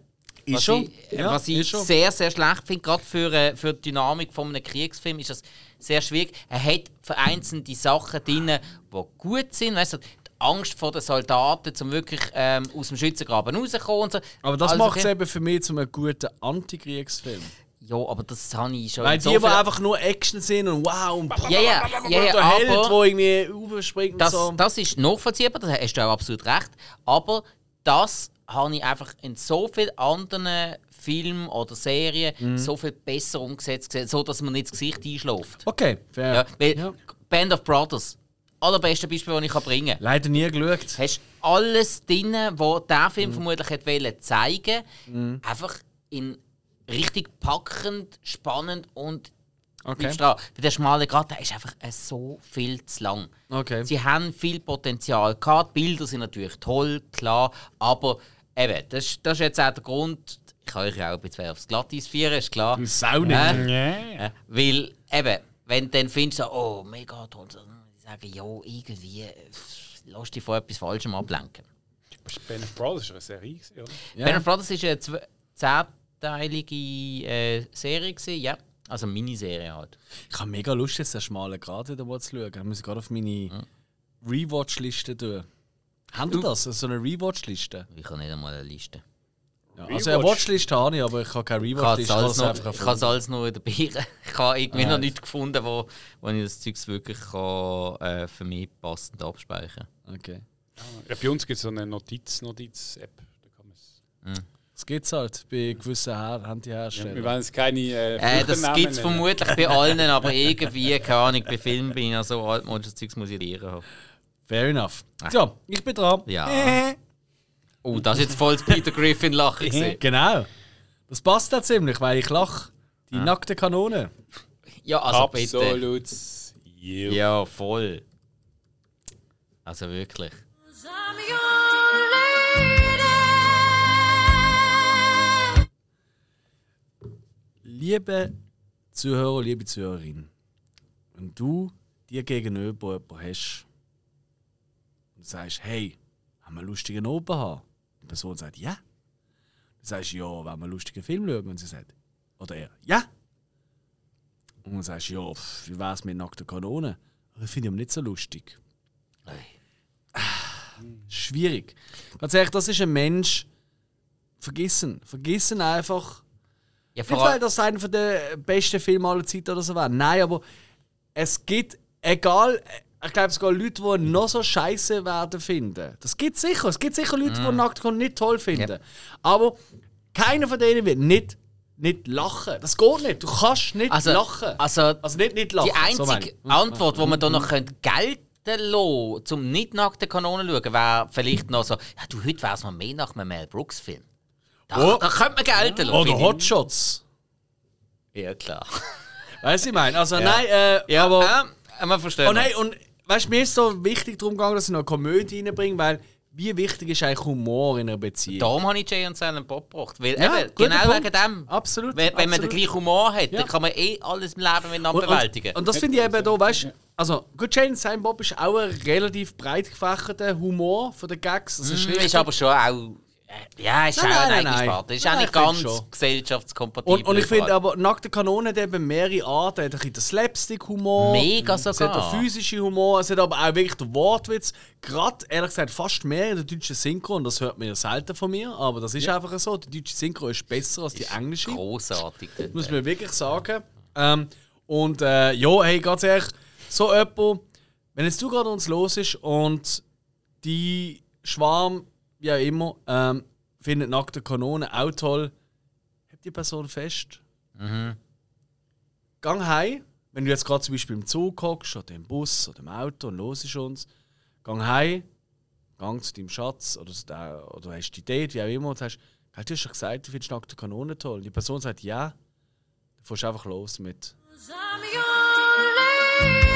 A: was
B: schon.
A: ich, äh,
B: Ja,
A: was ich
B: ist schon.
A: sehr, sehr schlecht finde, gerade für, äh, für die Dynamik von einem Kriegsfilm ist das sehr schwierig. Er hat vereinzelte Sachen drin, die gut sind. Weißt du, die Angst vor den Soldaten, um wirklich ähm, aus dem Schützengraben rauszukommen. Und so.
B: Aber das
A: Alles
B: macht es
A: Also, okay.
B: eben für mich zu einem guten Antikriegsfilm.
A: Ja, aber das habe ich schon.
B: Weil
A: in
B: die,
A: so
B: die
A: viel-
B: einfach nur Action sind und wow und
A: ja, ja, ja, ja,
B: der Held,
A: aber
B: der irgendwie überspringt
A: das,
B: und so.
A: das ist nachvollziehbar, da hast du auch absolut recht. Aber das habe ich einfach in so vielen anderen Filmen oder Serien
B: Mhm.
A: so viel besser umgesetzt, gesehen, so dass man nicht das Gesicht einschläft.
B: Okay, fair.
A: Ja, weil
B: Ja.
A: Band of Brothers, allerbeste Beispiel, das ich kann bringen kann.
B: Leider nie geschaut.
A: Du hast alles drin, was dieser
B: Mhm.
A: Film vermutlich hat wollen zeigen einfach in richtig packend, spannend und
B: Okay.
A: bleibst dran. Weil der schmale Grat, der ist einfach äh, so viel zu lang.
B: Okay.
A: Sie haben viel Potenzial gehabt. Die Bilder sind natürlich toll, klar. Aber eben, das, ist- das ist jetzt auch der Grund. Ich kann euch ja auch ein bisschen aufs Glatteis führen, ist klar.
B: Sau nicht.
A: Äh, äh, weil eben, wenn du dann findest, so, oh, mega toll, so, die sagen, ja, irgendwie, äh, lass dich von etwas Falschem ablenken.
C: Ben of Brothers ist eine Serie, gewesen, oder?
B: Ja.
A: Band of Brothers ist eine zw- zehnteilige äh, Serie, gewesen, ja. Also Miniserie halt.
B: Ich habe mega Lust, jetzt den schmalen Grad wieder mal zu schauen. Ich muss gerade auf meine Rewatch-Liste tun. Haben ihr das? So eine Rewatch-Liste?
A: Ich habe nicht einmal eine Liste.
B: Ja. Also eine
C: Rewatch?
B: Watchliste habe ich, aber ich habe keine
A: Ich habe es
B: Rewatch-Liste.
A: alles
B: also
A: noch,
B: einfach
A: ich habe alles noch in der Beere. Ich habe irgendwie
B: Ah.
A: noch nichts gefunden, wo, wo ich das Zeug wirklich kann, äh, für mich passend abspeichern
B: Okay.
C: Ja, bei uns gibt es so eine Notiz-Notiz-App. Da kann man's-
B: Das gibt's halt bei gewissen Her
C: Wir
B: Handyherstellern.
C: wollen jetzt keine. Äh,
A: Äh, das
C: Früchte
A: gibt es
C: nennen.
A: vermutlich bei allen, aber irgendwie, keine Ahnung, bei Filmen bin ich ja so alt, manches Zeug muss ich lernen. haben.
B: Fair enough. So, ich bin dran.
A: Ah.
B: Äh,
A: Ja. Oh, das war jetzt voll das Peter Griffin-Lachen. gewesen.
B: Genau. Das passt da ziemlich, weil ich lache. Die nackte Kanone.
A: Ja, also bitte.
C: Absolut. Yeah.
A: Ja, voll. Also wirklich.
D: I'm your lady.
B: Liebe Zuhörer, liebe Zuhörerin, wenn du dir gegenüber jemanden hast und sagst, hey, haben wir einen lustigen Oben haben? Die Person sagt, ja. Du sagst, ja, wollen wir einen lustigen Film schauen? Und sie sagt, oder er, ja. Und du sagst, ja, pff, wie wär's mit nackter Kanone? Aber ich finde ihn nicht so lustig. Ah, Schwierig. Ganz ehrlich, das ist ein Mensch. Vergessen. Vergessen einfach.
A: Ja,
B: Nicht,
A: vor
B: weil
A: allem,
B: das einer der besten Filme aller Zeiten oder so wäre. Nein, aber es gibt, egal, äh, ich glaube sogar Leute, die ihn noch so scheiße werden finden. Das gibt es sicher. Es gibt sicher Leute,
A: Mm.
B: die Nacktkorn nicht toll finden. Aber keiner von denen wird nicht, nicht lachen. Das geht nicht. Du kannst nicht
A: also,
B: lachen.
A: also
B: Also nicht nicht lachen.
A: Die einzige
B: Hm,
A: Antwort, die man da noch könnte gelten lassen zum nicht nackten Kanonen schauen, wäre vielleicht noch so: Ja, du, heute wär's noch mehr nach einem Mel Brooks-Film. Da,
B: Oh.
A: da könnte man gelten lassen.
B: Oder
A: finde ich.
B: Hotshots.
A: Ja, klar.
B: Weißt du, ich meine? Also nein, äh, aber...
A: äh, man versteht.
B: Oh nein, und weißt du, mir ist so wichtig darum gegangen, dass ich noch Komödie reinbringe, weil wie wichtig ist eigentlich Humor in einer Beziehung?
A: Darum habe ich Jay und Silent Bob gebracht. Weil
B: Ja,
A: eben,
B: guter
A: genau
B: Punkt.
A: wegen dem.
B: Absolut.
A: Wenn, wenn man den
B: absolut.
A: gleichen Humor hat,
B: Ja.
A: dann kann man eh alles im Leben miteinander
B: und,
A: bewältigen.
B: und, und das finde ich eben da, weißt du, also Good Jane Sam Bob ist auch ein relativ breit gefächerter Humor von den Gags. Das ist
A: Hm,
B: richtig.
A: ist aber schon auch äh, Ja, ist
B: Nein,
A: auch eine
B: nein,
A: eigene
B: nein.
A: Sparte. Ist
B: Nein,
A: auch
B: ich
A: nicht
B: find
A: ganz
B: schon.
A: gesellschaftskompatibel.
B: Und, und ich finde
A: überall.
B: aber, nackte Kanone hat eben mehrere Arten. Er hat ein bisschen den Slapstick-Humor.
A: Mega
B: Es hat
A: sogar.
B: den physischen Humor. Es hat aber auch wirklich den Wortwitz. Gerade, ehrlich gesagt, fast mehr in der deutschen Synchro. Und das hört man ja selten von mir. Aber das ist einfach so. Die deutsche Synchro ist besser als die englische.
A: Grossartig. dort.
B: Muss man wirklich sagen. Ähm, und äh, ja, hey, ganz ehrlich, so jemand, wenn jetzt du gerade uns los ist und die Schwarm, wie auch immer, ähm, findet nackte Kanone auch toll, habt die Person fest. Gang heim, wenn du jetzt gerade zum Beispiel im Zug hockst oder im Bus oder im Auto und los ist uns, gang heim, gang zu deinem Schatz oder, zu der, oder hast die Date, wie auch immer, und hast, «Gell, du hast schon gesagt, du findest nackte Kanone toll. Und die Person sagt ja, dann fährst du einfach los mit.
D: I'm your lady.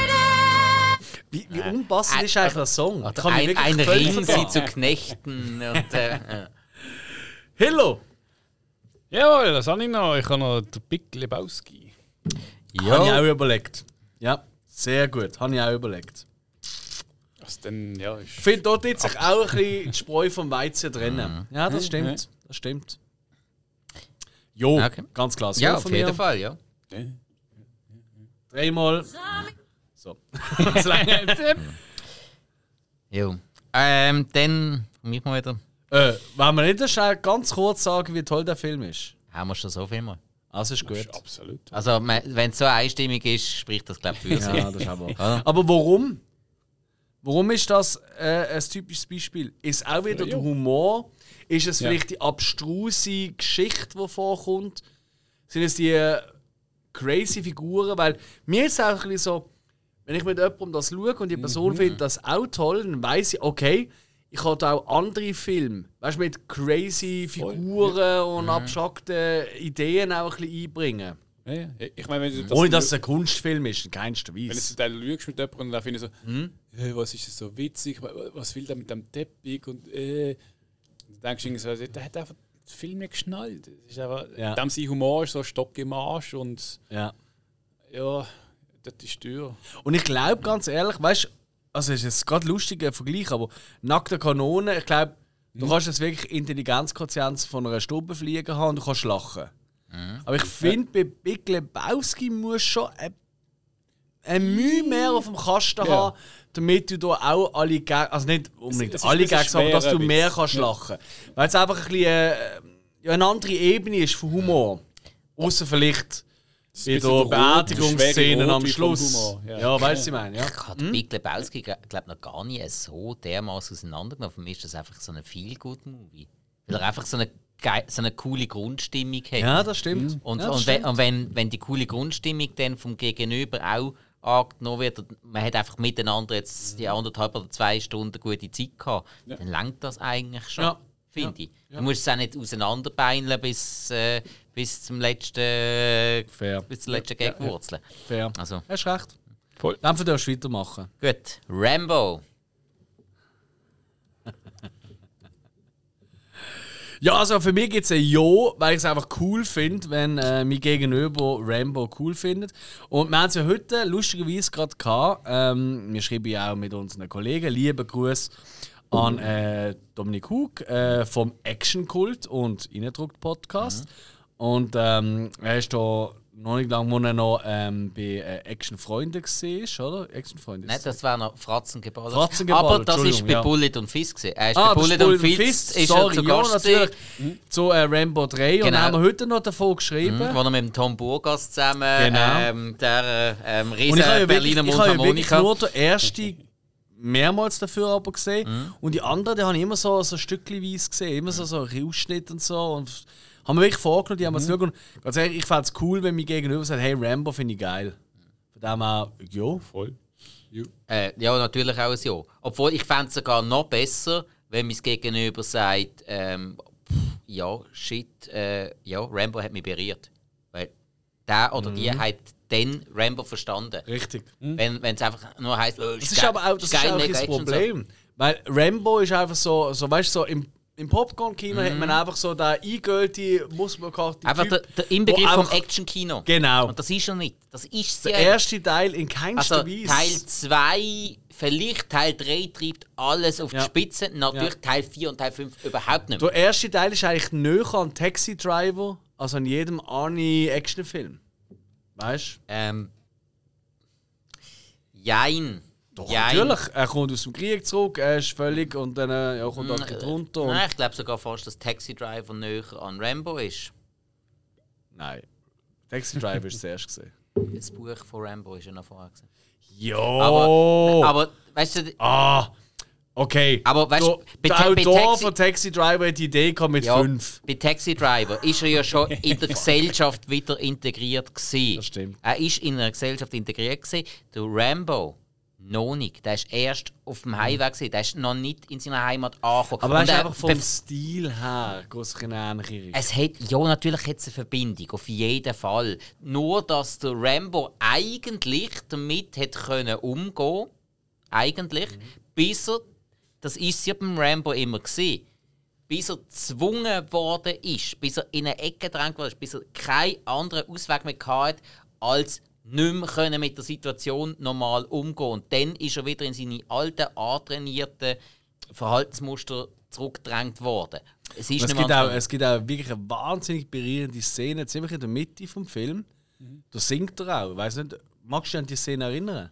B: Wie, wie unpassend
A: Äh,
B: ist eigentlich der Song? Ich
A: Oder
B: kann mich
A: ein,
B: wirklich
A: ein
B: völlig
A: Ring sie
B: verfahren.
A: zu knechten. Und, äh,
B: Hello!
C: Jawohl, das habe ich noch. Ich habe noch den Big Lebowski.
B: Habe ich
A: ja.
B: auch überlegt. Ja, sehr gut. Habe ich auch überlegt.
C: Also dann, ja, ist...
B: Ich finde, dort jetzt sich auch ein bisschen die Spreu vom Weizen trennen.
A: Mhm.
B: Mhm. Ja, das stimmt. Das stimmt. Jo,
A: Okay.
B: ganz klar. So
A: ja,
B: von
A: auf
B: mir.
A: jeden Fall, ja.
B: Dreimal. So.
C: Das lange
A: Jo. Ähm, dann, mich mal wieder.
B: äh, wollen wir nicht so schnell ganz kurz sagen, wie toll der Film ist?
A: Haben wir schon so viel mal.
B: Also ist gut.
C: Absolut.
A: Also, wenn es so einstimmig ist, spricht das, glaube ich, für sich.
B: Ja, das ist aber. aber warum? Warum ist das äh, ein typisches Beispiel? Ist auch wieder der Humor? Ist es
C: Ja.
B: vielleicht die abstruse Geschichte, die vorkommt? Sind es die äh, crazy Figuren? Weil mir ist es auch ein bisschen so, wenn ich mit jemandem das schaue und die Person findet das auch toll, dann weiß ich, okay, ich habe auch andere Filme, weißt du, mit crazy Figuren und abstrakten Ideen auch ein bisschen einbringen.
C: Ja, ja. Ich meine, wenn du das...
B: Ohne dass es ein Kunstfilm ist, in keinster Weise.
C: Wenn du dann lügst mit jemandem und dann finde ich so, «Hey, was ist das so witzig, Wa- wa- was will der mit dem Teppich und äh. Dann denkst du irgendwie so, also, der hat einfach den Film nicht geschnallt. Das ist einfach,
B: Ja.
C: Dem sein Humor ist so Stock im Arsch und
B: Ja.
C: ja, das ist teuer.
B: Und ich glaube, ganz ehrlich, weißt du, also es ist jetzt gerade lustig ein Vergleich, aber nackte Kanone, ich glaube,
C: Mhm.
B: du kannst jetzt wirklich Intelligenzquotienz von einer Stube fliegen haben und du kannst lachen.
C: Mhm.
B: Aber ich finde, bei Big Lebowski muss schon ein, ein Mühe mehr auf dem Kasten
C: Ja.
B: haben, damit du da auch alle Gags, also nicht unbedingt
C: es ist-
B: alle
C: es ist
B: Gags, aber dass du
C: schwerer
B: mehr
C: Witz.
B: kannst
C: Ja.
B: lachen. Weil es einfach ein bisschen, äh, ja, eine andere Ebene ist von Humor. Außer vielleicht
C: bisschen
B: wieder
C: der rote, schwere
B: Beerdigungsszenen
C: rote
B: am
C: vom
B: Schluss.
C: Humor,
B: Ja,
C: ja.
B: weißt du, ich meine, ja.
A: Ich habe den Big Lebowski, glaube noch gar nie so dermaßen auseinandergenommen. Für mich ist das einfach so ein Feel-Good-Movie. Weil er einfach so eine, gei- so eine coole Grundstimmung hat.
B: Ja, das stimmt.
A: Und,
B: Mhm. ja, das
A: und, wenn,
B: stimmt.
A: und wenn, wenn die coole Grundstimmung dann vom Gegenüber auch angenommen wird, und man hat einfach miteinander jetzt die anderthalb oder zwei Stunden gute Zeit gehabt, dann langt das eigentlich schon,
B: Ja.
A: finde ich. Du musst es auch nicht auseinanderbeineln bis, äh, bis zum letzten,
B: Fair.
A: bis zum letzten Gag wurzeln.
B: Fair.
A: Also.
B: Hast recht.
C: Voll.
B: Dann darfst du weitermachen.
A: Gut, Rambo.
B: Ja, also für mich gibt es ein Ja, weil ich es einfach cool finde, wenn äh, mein Gegenüber Rambo cool findet. Und wir haben es ja heute lustigerweise gerade gehabt. Ähm, wir schreiben ja auch mit unseren Kollegen. Lieben Gruß an äh, Dominik Hug äh, vom Action Kult und Innendruckt Podcast.
A: Mhm.
B: Und ähm, er ist da noch nicht lange, wo er noch ähm, bei äh, Action Freunde war, oder? Action Freunde.
A: Nein, das war noch Fratzengeball.
B: Fratzengeballer,
A: Aber das ist
B: Entschuldigung,
A: bei
B: ja.
A: Bullet und Fist gesehen. Er ist
B: Ah,
A: bei
B: das
A: Bullet
B: ist
A: und
B: Bullet
A: Fist, ist er zu
B: ja,
A: Gast
B: natürlich.
A: gewesen,
B: Zu äh, Rambo 3. Und
A: Genau.
B: dann haben wir heute noch davon geschrieben.
A: wo er mit dem Tom Burgas zusammen
B: Hm? Genau.
A: ähm, der äh, ähm, riesen
B: Und ich habe ja wirklich,
A: Berliner
B: ich habe ja wirklich
A: Mundharmonika.
B: nur den ersten mehrmals dafür aber gesehen.
A: Mhm.
B: Und die anderen, die habe ich immer so, so stückchenweise gesehen. Immer so, so ein bisschen Ausschnitt und so. Und haben mir wirklich vorgenommen, die haben wir mhm. Und ganz ehrlich, ich fände es cool, wenn mir gegenüber sagt, hey, Rambo finde ich geil. Von dem her, ja.
C: Voll. Ja.
A: Äh, ja, natürlich auch ein Ja. Obwohl, ich fände es sogar noch besser, wenn mein Gegenüber sagt, ähm, pff, ja, shit, äh, ja, Rambo hat mich berührt. Weil der oder die
B: Mhm.
A: hat dann Rambo verstanden.
B: Richtig.
A: Wenn es einfach nur heisst, äh,
B: Das
A: geil-
B: ist aber auch das, ist
A: geil,
B: auch ein
A: mega
B: bisschen das
A: Action und so.
B: Problem. Weil Rambo ist einfach so, so weißt du, so im im Popcorn-Kino hat man einfach so den eingeölte muskelkartigen
A: Mhm. Einfach der,
B: Typ,
A: der Inbegriff
B: wo
A: vom
B: einfach-
A: Action-Kino.
B: Genau.
A: Und das ist er nicht. Das ist
B: Der
A: sehr.
B: erste Teil in keinster
A: also
B: Weise.
A: Teil 2, vielleicht Teil 3 treibt alles auf
B: Ja.
A: die Spitze. Natürlich Teil 4 und Teil 5 überhaupt nicht.
B: Der erste Teil ist eigentlich näher an Taxi Driver als an jedem Arnie-Actionfilm. Weißt du?
A: Ähm, jein. Jein.
B: Natürlich, er kommt aus dem Krieg zurück, er ist völlig und dann äh, ja, kommt auch drunter. Und,
A: Nein, ich glaube sogar fast, dass Taxi Driver näher an Rambo ist.
B: Nein. Taxi Driver ist zuerst gesehen.
A: Das Buch von Rambo ist ja noch vorher. gewesen.
B: Jo! Oh.
A: Aber, aber weißt du,
B: ah! Okay.
A: Aber weißt
B: du,
A: du, bei
B: der
A: Ta- bei
B: Autor
A: Taxi-
B: von Taxi Driver hat die Idee gehabt mit
A: ja,
B: fünf.
A: bei Taxi Driver ist er ja schon in der Gesellschaft wieder integriert gewesen.
B: Das stimmt.
A: Er ist in einer Gesellschaft integriert gewesen. Der Rambo noch nicht. Der ist erst auf dem Highway gewesen. Der ist noch nicht in seiner Heimat angekommen.
B: Aber weißt
A: Und
B: du,
A: er-
B: einfach vom
A: beim-
B: Stil her geht es in eine ähnliche Richtung.
A: Es hat, ja, natürlich hat es eine Verbindung, auf jeden Fall. Nur, dass der Rambo eigentlich damit hat können umgehen eigentlich,
B: Mhm.
A: bis er, das ist ja beim Rambo immer gewesen, bis er gezwungen worden ist, bis er in eine Ecke gedrängt worden ist, bis er keinen anderen Ausweg mehr hatte, als nicht mehr können mit der Situation normal umgehen. Und dann ist er wieder in seine alten, antrainierten Verhaltensmuster zurückgedrängt worden. Es ist
B: Es
A: nicht
B: gibt,
A: mehr
B: auch, es gibt auch wirklich eine wahnsinnig berührende Szene, ziemlich in der Mitte vom Film. Da singt er auch. Weiß nicht, magst du dich an die Szene erinnern?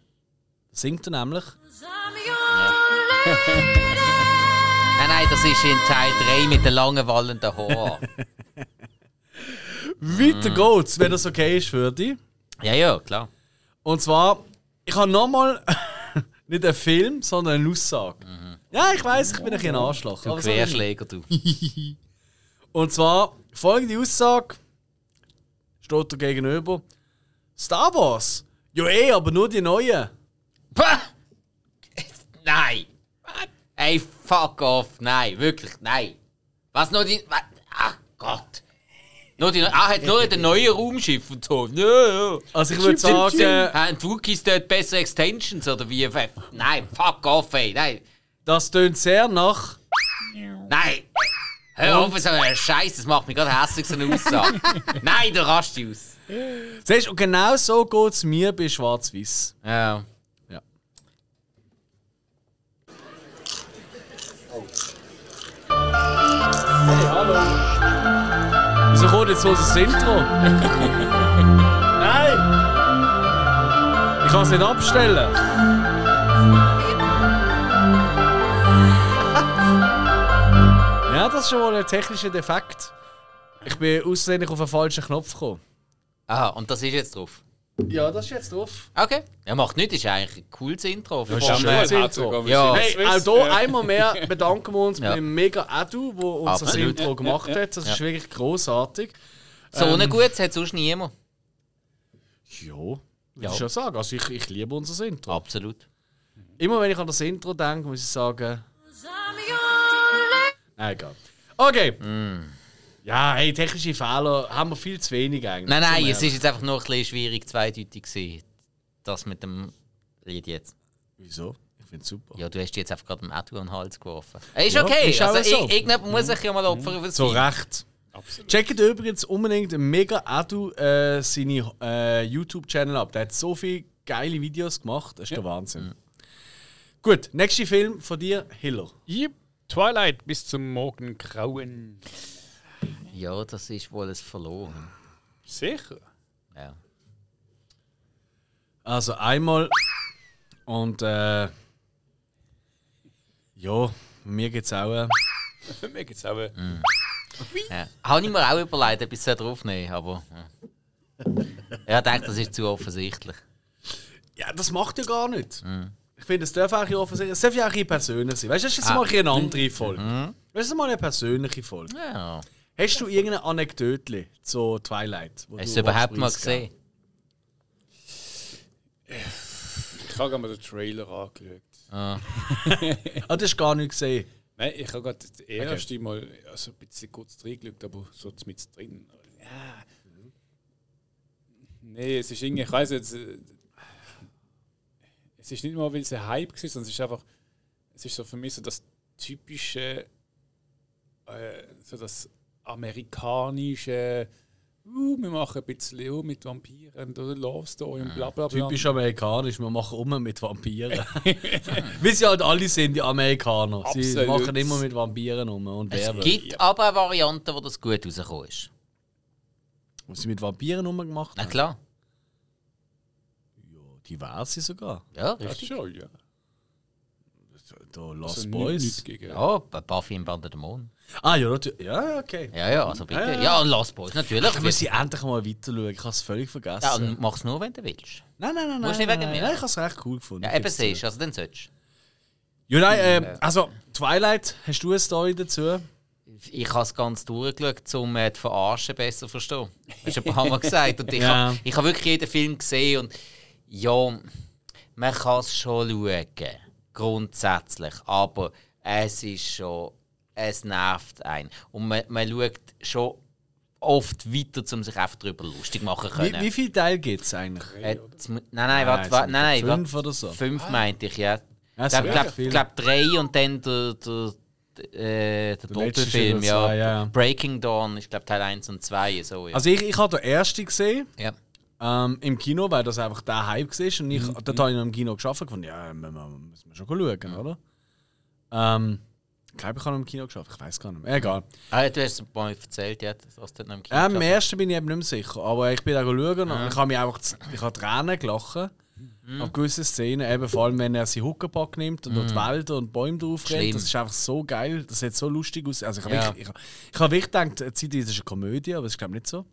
B: Da singt er nämlich.
D: I'm your lady.
A: Nein, nein, das ist in Teil 3 mit den langen wallenden Haaren. Mhm.
B: Weiter geht's, wenn das okay ist für dich.
A: ja, ja, klar.
B: Und zwar, ich habe nochmal nicht einen Film, sondern eine Aussage. Ja, ich weiß, ich bin ein bisschen ein Arschloch.
A: Mhm. Du
B: aber so bin ich.
A: Querschläger, du.
B: Und zwar folgende Aussage steht da gegenüber. Star Wars? Ja eh, aber nur die neuen.
A: Pah! nein! Ey, fuck off. Nein, wirklich, nein. Was nur die... wa- Ach Gott. Nur die, ah, hat nur den neuen Raumschiff und so. Ja, ja.
B: Also ich würde sagen,
A: äh, Haben die Wookies dort bessere Extensions oder wie? Nein, fuck off, ey. Nein,
B: das tönt sehr nach.
A: nein. Hör auf, so ein Scheiß, das macht mich gerade hässlich, so eine Aussage. nein, du rast dich aus.
B: Siehst du, und genau so geht es mir bei Schwarz-Weiß.
A: Ja.
B: Ja. Wieso kommt jetzt so das Intro? Nein! Ich kann es nicht abstellen. Ja, das ist schon wohl ein technischer Defekt. Ich bin aussehentlich auf den falschen Knopf gekommen.
A: Aha, und das ist jetzt drauf.
B: Ja, das ist jetzt drauf.
A: Okay. Ja, macht nichts, ist eigentlich ein cooles Intro.
B: ist ja
A: Voll.
B: schön.
A: Ja.
B: Hey, auch hier einmal mehr bedanken wir uns
A: Ja.
B: beim Mega Edu, der uns das
A: Absolut.
B: Intro gemacht hat. Das ist wirklich großartig.
A: so
B: Ähm,
A: ein gutes hat sonst niemand.
B: Ja, würde ich schon sagen. Also ich, ich liebe unser Intro.
A: Absolut.
B: Immer wenn ich an das Intro denke, muss ich sagen,
D: I'm your lady.
B: nein, egal. Okay.
A: Mm.
B: Ja, hey, technische Fehler haben wir viel zu wenig eigentlich.
A: Nein, nein,
B: Zum äh,
A: es
B: Ehrlich.
A: ist jetzt einfach nur ein bisschen schwierig zweideutig gewesen. Das mit dem Lied jetzt.
B: Wieso? Ich finde es super.
A: Ja, du hast jetzt einfach gerade dem Edu an den Hals geworfen. Äh, Ist
B: Ja,
A: okay.
B: ist auch
A: also,
B: so. Mhm.
A: ir- irgendjemand muss sich ja mal opfern für das
B: So
A: Team.
B: recht. Checkt übrigens unbedingt Mega Edu äh, seine äh, YouTube-Channel ab. Der hat so viele geile Videos gemacht. Das ist der Wahnsinn. Gut, nächster Film von dir, Hiller.
C: Yep. Twilight bis zum Morgengrauen.
A: Ja, das ist wohl ein Verloren.
C: Sicher.
A: Ja.
B: Also einmal und äh, ja, mir geht's auch. Äh,
C: Mir geht's aber.
A: ja. Habe ich mir auch überlegt, etwas draufnehmen, aber. Ja. Ich denke, das ist zu offensichtlich.
B: ja, das macht ja gar nicht. Ich finde, es darf auch ein bisschen offensichtlich, es darf ja auch ein bisschen persönlich sein. Weißt du, das ist jetzt mal ein bisschen eine andere Folge. Das ist mal eine persönliche Folge.
A: Ja.
B: Hast du irgendeine Anekdote zu Twilight? wo du
A: Hast du überhaupt
B: willst
A: mal
B: preisgeben?
A: gesehen?
C: Ich habe mir den Trailer angeschaut.
B: Ah, das hast du gar nicht gesehen.
C: Nein, ich habe gerade das erste Mal also ein bisschen kurz reingeschaut, aber so mit drin. Ja. Nein, es ist irgendwie, ich weiß jetzt. äh, Es ist nicht mal, weil es ein Hype war, sondern es ist einfach. Es ist so für mich so das typische äh, so das amerikanische, uh, wir machen ein bisschen oh, mit Vampiren und oder Love Story und bla bla bla.
B: Typisch amerikanisch, wir machen immer mit Vampiren. Wie sie halt alle sind, die Amerikaner. Sie
C: Absolut.
B: machen immer mit Vampiren um und
A: Es
B: Werwölfen.
A: gibt aber eine Variante, wo das gut rausgekommen ist.
B: Was sie mit Vampiren umgemacht
A: Na
B: haben?
A: klar.
B: Ja, diverse sogar.
A: Ja,
C: Das
A: richtig.
C: schon, ja.
B: Da Lost
C: Also nichts-
B: Boys.
C: nichts gegen.
A: Ja, Buffy im Band der Dämonen.
B: Ah, ja, natürlich. Ja, okay.
A: Ja, ja, also bitte.
B: Ja, ja.
A: Ja, und Lost Boys,
B: Ach, da muss
A: natürlich.
B: ich endlich mal weiter schauen. Ich habe es völlig vergessen.
A: Ja, und mach's nur, wenn du willst.
B: nein, nein, nein.
A: Musst
B: nein,
A: nicht wegen
B: nein,
A: mir.
B: Nein, ich habe es recht cool gefunden.
A: Ja,
B: Ich
A: eben
B: find's
A: siehst du, also dann sollst
B: Ja, nein, ähm, also Twilight, hast du eine Story dazu?
A: du. Ich habe es ganz durchgeschaut, um äh, die Verarschen besser zu verstehen. Hast du ein paar Mal gesagt. Und ich
B: Ja.
A: habe ich hab wirklich jeden Film gesehen und ja, man kann es schon schauen. Grundsätzlich. Aber es ist schon, es nervt einen. Und man, man schaut schon oft weiter, um sich einfach darüber lustig machen zu
B: Wie,
A: können.
B: wie viele Teile gibt es eigentlich?
A: Äh, jetzt mu- nein, nein,
B: es
A: warte, warte,
B: sind
A: nein, nein,
B: fünf
A: warte.
B: oder so.
A: Fünf meinte ich, ja.
B: Ja,
A: Ich
B: es sind
A: glaube,
B: wirklich
A: glaub,
B: viele.
A: glaub drei und dann der, der, äh, der
B: letzte ist
A: Doppelfilm,
B: oder
A: ja.
B: zwei, ja.
A: Breaking Dawn ist, glaube Teil 1 und 2, so, ja.
B: Also ich, ich habe den ersten gesehen
A: ja.
B: ähm, im Kino, weil das einfach der Hype war. Und ich,
A: Mhm.
B: dort habe ich noch im Kino geschafft und gefunden, ja, müssen wir, müssen wir schon schauen,
A: Mhm.
B: oder? Ähm, ich glaube, ich habe noch im Kino geschafft. Ich weiß gar nicht mehr. Egal.
A: Ah, du hast es mal erzählt, ja, das hast du dort noch im Kino
B: Ähm, Im
A: geschaut.
B: ersten bin ich eben nicht mehr sicher, aber ich bin da schauen und ich habe mich einfach z- ich habe Tränen gelachen.
A: Mhm.
B: Auf gewisse Szenen, eben vor allem wenn er seinen Huckepack nimmt und durch die Wälder und Bäume drauf rennt,
A: Schlimm.
B: das ist einfach so geil, das sieht so lustig aus. Also ich habe
A: Ja.
B: wirklich, ich, habe- ich habe wirklich gedacht, äh, zeitweise ist eine Komödie, aber das ist glaube ich nicht so.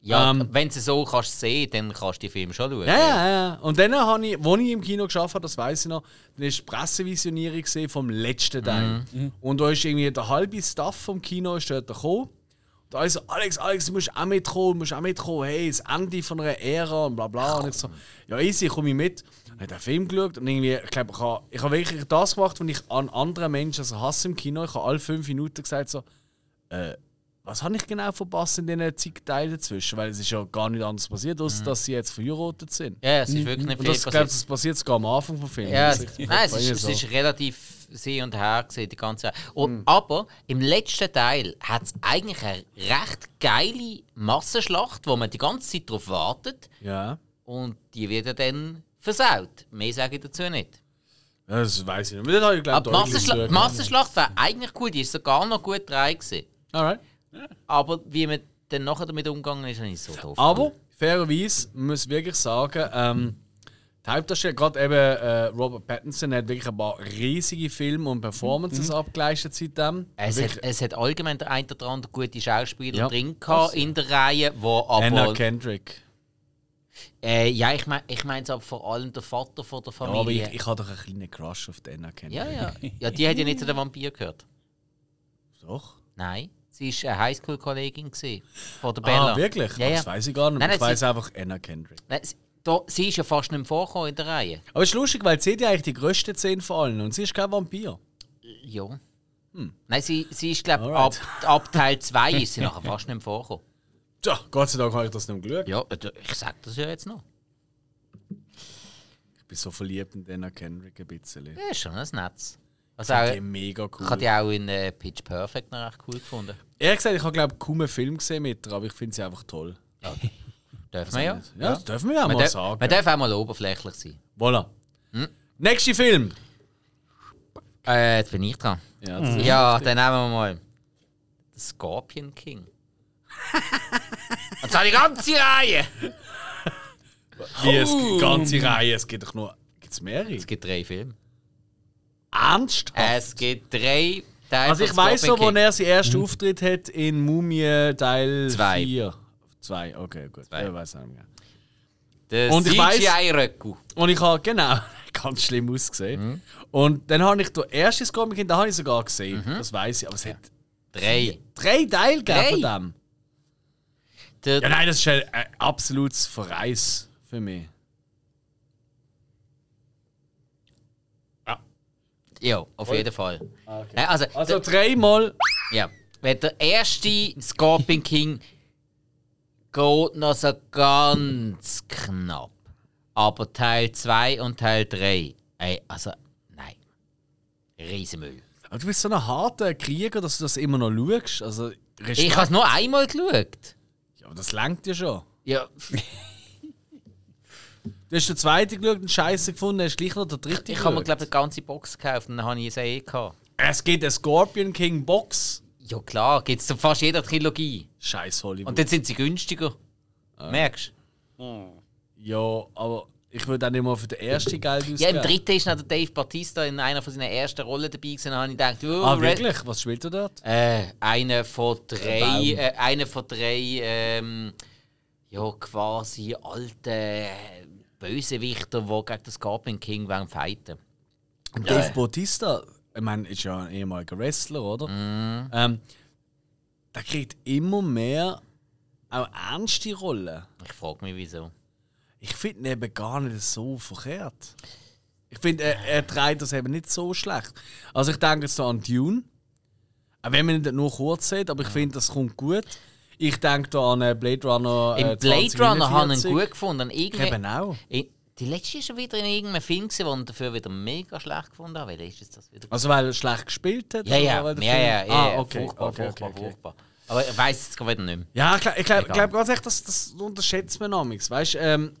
A: Ja,
B: ähm,
A: wenn du es so kannst sehen, dann kannst du den Film schon schauen.
B: Ja, ja, ja. Und dann habe ich, als ich im Kino geschafft habe, das weiß ich noch, dann war die Pressevisionierung gesehen vom letzten Teil. Und da ist irgendwie der halbe Staff vom Kino ist dort gekommen. Und da ist so, Alex, Alex, du musst auch mitkommen, du musst auch mitkommen, hey, das Ende von einer Ära und bla bla. Und ich so, ja easy, komme ich mit. Und habe den Film geschaut und irgendwie, ich glaube, ich habe, ich habe wirklich das gemacht, was ich an anderen Menschen also hasse im Kino. Ich habe alle fünf Minuten gesagt so, was habe ich genau verpasst in diesen Zeitteilen dazwischen? Weil es ist ja gar nicht anders passiert, außer dass sie jetzt verheiratet sind.
A: Ja, es ist wirklich nicht
B: Und
A: viel
B: das, glaub,
A: passiert.
B: das passiert sogar am Anfang vom Film.
A: Ja,
B: Das
A: es,
B: ist-
A: nein, es ist, es
B: so. Hm.
A: ist relativ sie und her gewesen, die ganze und, Aber im letzten Teil hat es eigentlich eine recht geile Massenschlacht, wo man die ganze Zeit darauf wartet
B: Ja.
A: und die wird ja dann versaut. Mehr sage ich dazu nicht.
B: Ja, Das weiß ich nicht. Das habe ich
A: Aber
B: glaube
A: die Massenschla die Massenschlacht war eigentlich cool, die ist sogar noch gut drei gewesen.
B: Alright.
A: Aber wie man dann nachher damit umgegangen ist, ist nicht so doof.
B: Aber fairerweise man muss wirklich sagen, ähm, die Hauptdarsteller, gerade eben äh, Robert Pattinson, hat wirklich ein paar riesige Filme und
A: Mhm.
B: Performances abgeleistet seitdem.
A: es hat, es hat allgemein der ein oder andere gute Schauspieler
B: Ja.
A: drin gehabt in der Reihe, wo aber
B: Anna Kendrick.
A: Äh, ja, ich meine ich mein's aber vor allem der Vater von der
B: Ja, aber ich,
A: Familie.
B: ich habe doch einen kleinen Crush auf die Anna Kendrick.
A: Ja, ja, ja. die hat ja nicht zu den Vampir gehört.
B: Doch.
A: Nein, sie war eine Highschool-Kollegin gewesen von der Bella.
B: Ah, wirklich?
A: Ja, ja.
B: Das weiß ich gar nicht.
A: Nein,
B: ich
A: nein,
B: weiß
A: sie-
B: einfach Anna Kendrick.
A: Nein, sie, da, sie ist ja fast nicht mehr vorgekommen in der Reihe.
B: Aber es ist lustig, weil sie hat ja eigentlich die größte Szene von allen und sie ist kein Vampir.
A: Ja. Nein, sie, sie ist, glaube ich, ab,
B: Alright.
A: ab Teil 2 ist sie nachher fast nicht mehr vorgekommen.
B: Tja, Gott sei Dank habe ich das nicht geschaut.
A: Ja, äh, ich sag das ja jetzt noch.
B: Ich bin so verliebt in Anna Kendrick ein bisschen.
A: Ja, ist schon ein Netz. Also auch,
B: Die ist
A: ich
B: mega cool.
A: habe die auch in äh, Pitch Perfect noch recht cool gefunden.
B: Ehrlich gesagt, ich habe glaube kaum einen Film gesehen mit ihr, aber ich finde sie einfach toll.
A: Dürfen wir ja?
B: Ja, das dürfen wir ja
A: Man,
B: mal
A: darf-
B: sagen.
A: man darf auch mal oberflächlich sein.
B: Voilà.
A: Hm?
B: Nächster Film.
A: Äh, jetzt bin ich dran.
B: Ja, das ist
A: Ja, dann nehmen wir mal. The Scorpion King. Und zwar die ganze Reihe!
B: wie es gibt ganze Reihe. Es gibt doch nur. Gibt es mehrere?
A: Oh. Es gibt Äh, drei Filme.
B: Ernst?
A: Es gibt drei Teile.
B: Also ich
A: von
B: weiß so, wo
A: Scorpion King.
B: er seinen ersten Auftritt hat in Mumie Teil
A: Hm. Zwei.
B: 4. Zwei, okay, gut.
A: Zwei.
B: Ich weiß nicht mehr.
A: Der
B: Und ich weiss-
A: CGI-Röcku.
B: Und ich habe, genau, ganz schlimm ausgesehen.
A: Hm.
B: Und dann habe ich den ersten Comic, den habe ich sogar gesehen.
A: Mhm.
B: Das weiß ich, aber es hat
A: Drei.
B: drei Teile gegeben
A: Drei?
B: von dem.
A: Der,
B: Ja, nein, das ist ein, ein absolutes Verreis für mich.
A: ja, auf jeden Fall. Nein, also,
B: Also
A: der,
B: dreimal.
A: ja. Wenn der erste Scorpion King geht noch so ganz knapp. Aber Teil 2 und Teil 3, ey, also, nein. Riesenmüll.
B: Aber du bist so ein harter Krieger, dass du das immer noch schaust. Also, Respekt.
A: Ich habe es nur einmal geschaut.
B: Ja, aber das lenkt ja schon.
A: Ja,
B: Du hast den zweiten geschaut und Scheiße gefunden, hast gleich noch den dritten
A: ich habe mir,
B: geschaut.
A: glaube ich, die ganze Box gekauft und dann habe ich es eh gehabt.
B: Es gibt eine Scorpion King Box.
A: Ja, klar, gibt es zu fast jeder Trilogie.
B: Scheiß Hollywood.
A: Und dann sind sie günstiger.
B: Ah.
A: Merkst du?
B: ja, aber ich würde auch nicht mal für den ersten Geld ausgeben.
A: Ja, im dritten ist noch der Dave Batista in einer von seinen ersten Rollen dabei gewesen. Da habe ich gedacht, oh,
B: Ah,
A: Red-
B: wirklich? Was spielt er dort?
A: Äh, einer von drei,
B: Baum.
A: äh, einer von drei, ähm, ja, quasi alten Bösewichter, die gegen den Scorpion King wollen fighten
B: Dave Bautista, ich meine, ist ja ein ehemaliger Wrestler, oder?
A: Mhm.
B: Ähm, der kriegt immer mehr auch ernste Rollen.
A: Ich frage mich, wieso.
B: Ich finde ihn eben gar nicht so verkehrt. Ich finde, er, er trägt das eben nicht so schlecht. Also ich denke jetzt da an Dune. Auch wenn man ihn dort nur kurz sieht, aber ich finde, das kommt gut. Ich denke da an äh, Blade Runner
A: Im
B: äh,
A: Blade Runner habe ich
B: 2049.
A: ihn gut gefunden.
B: Ich eben
A: Irgendwie,
B: auch.
A: in, die letzte ist schon wieder in irgendeinem Film, gewesen, den ich dafür wieder mega schlecht gefunden habe. Welcher ist das wieder?
B: Also weil er schlecht gespielt hat?
A: Ja,
B: oder
A: ja,
B: weil
A: ja,
B: der
A: ja,
B: Film-
A: ja, ja,
B: ah, okay,
A: furchtbar,
B: okay,
A: furchtbar,
B: okay, okay.
A: furchtbar. Aber ich weiß es gerade wieder nicht mehr.
B: Ja, ich glaube glaub,
A: Egal.
B: glaub ganz echt, das, das unterschätzt man amigs. Weißt ähm,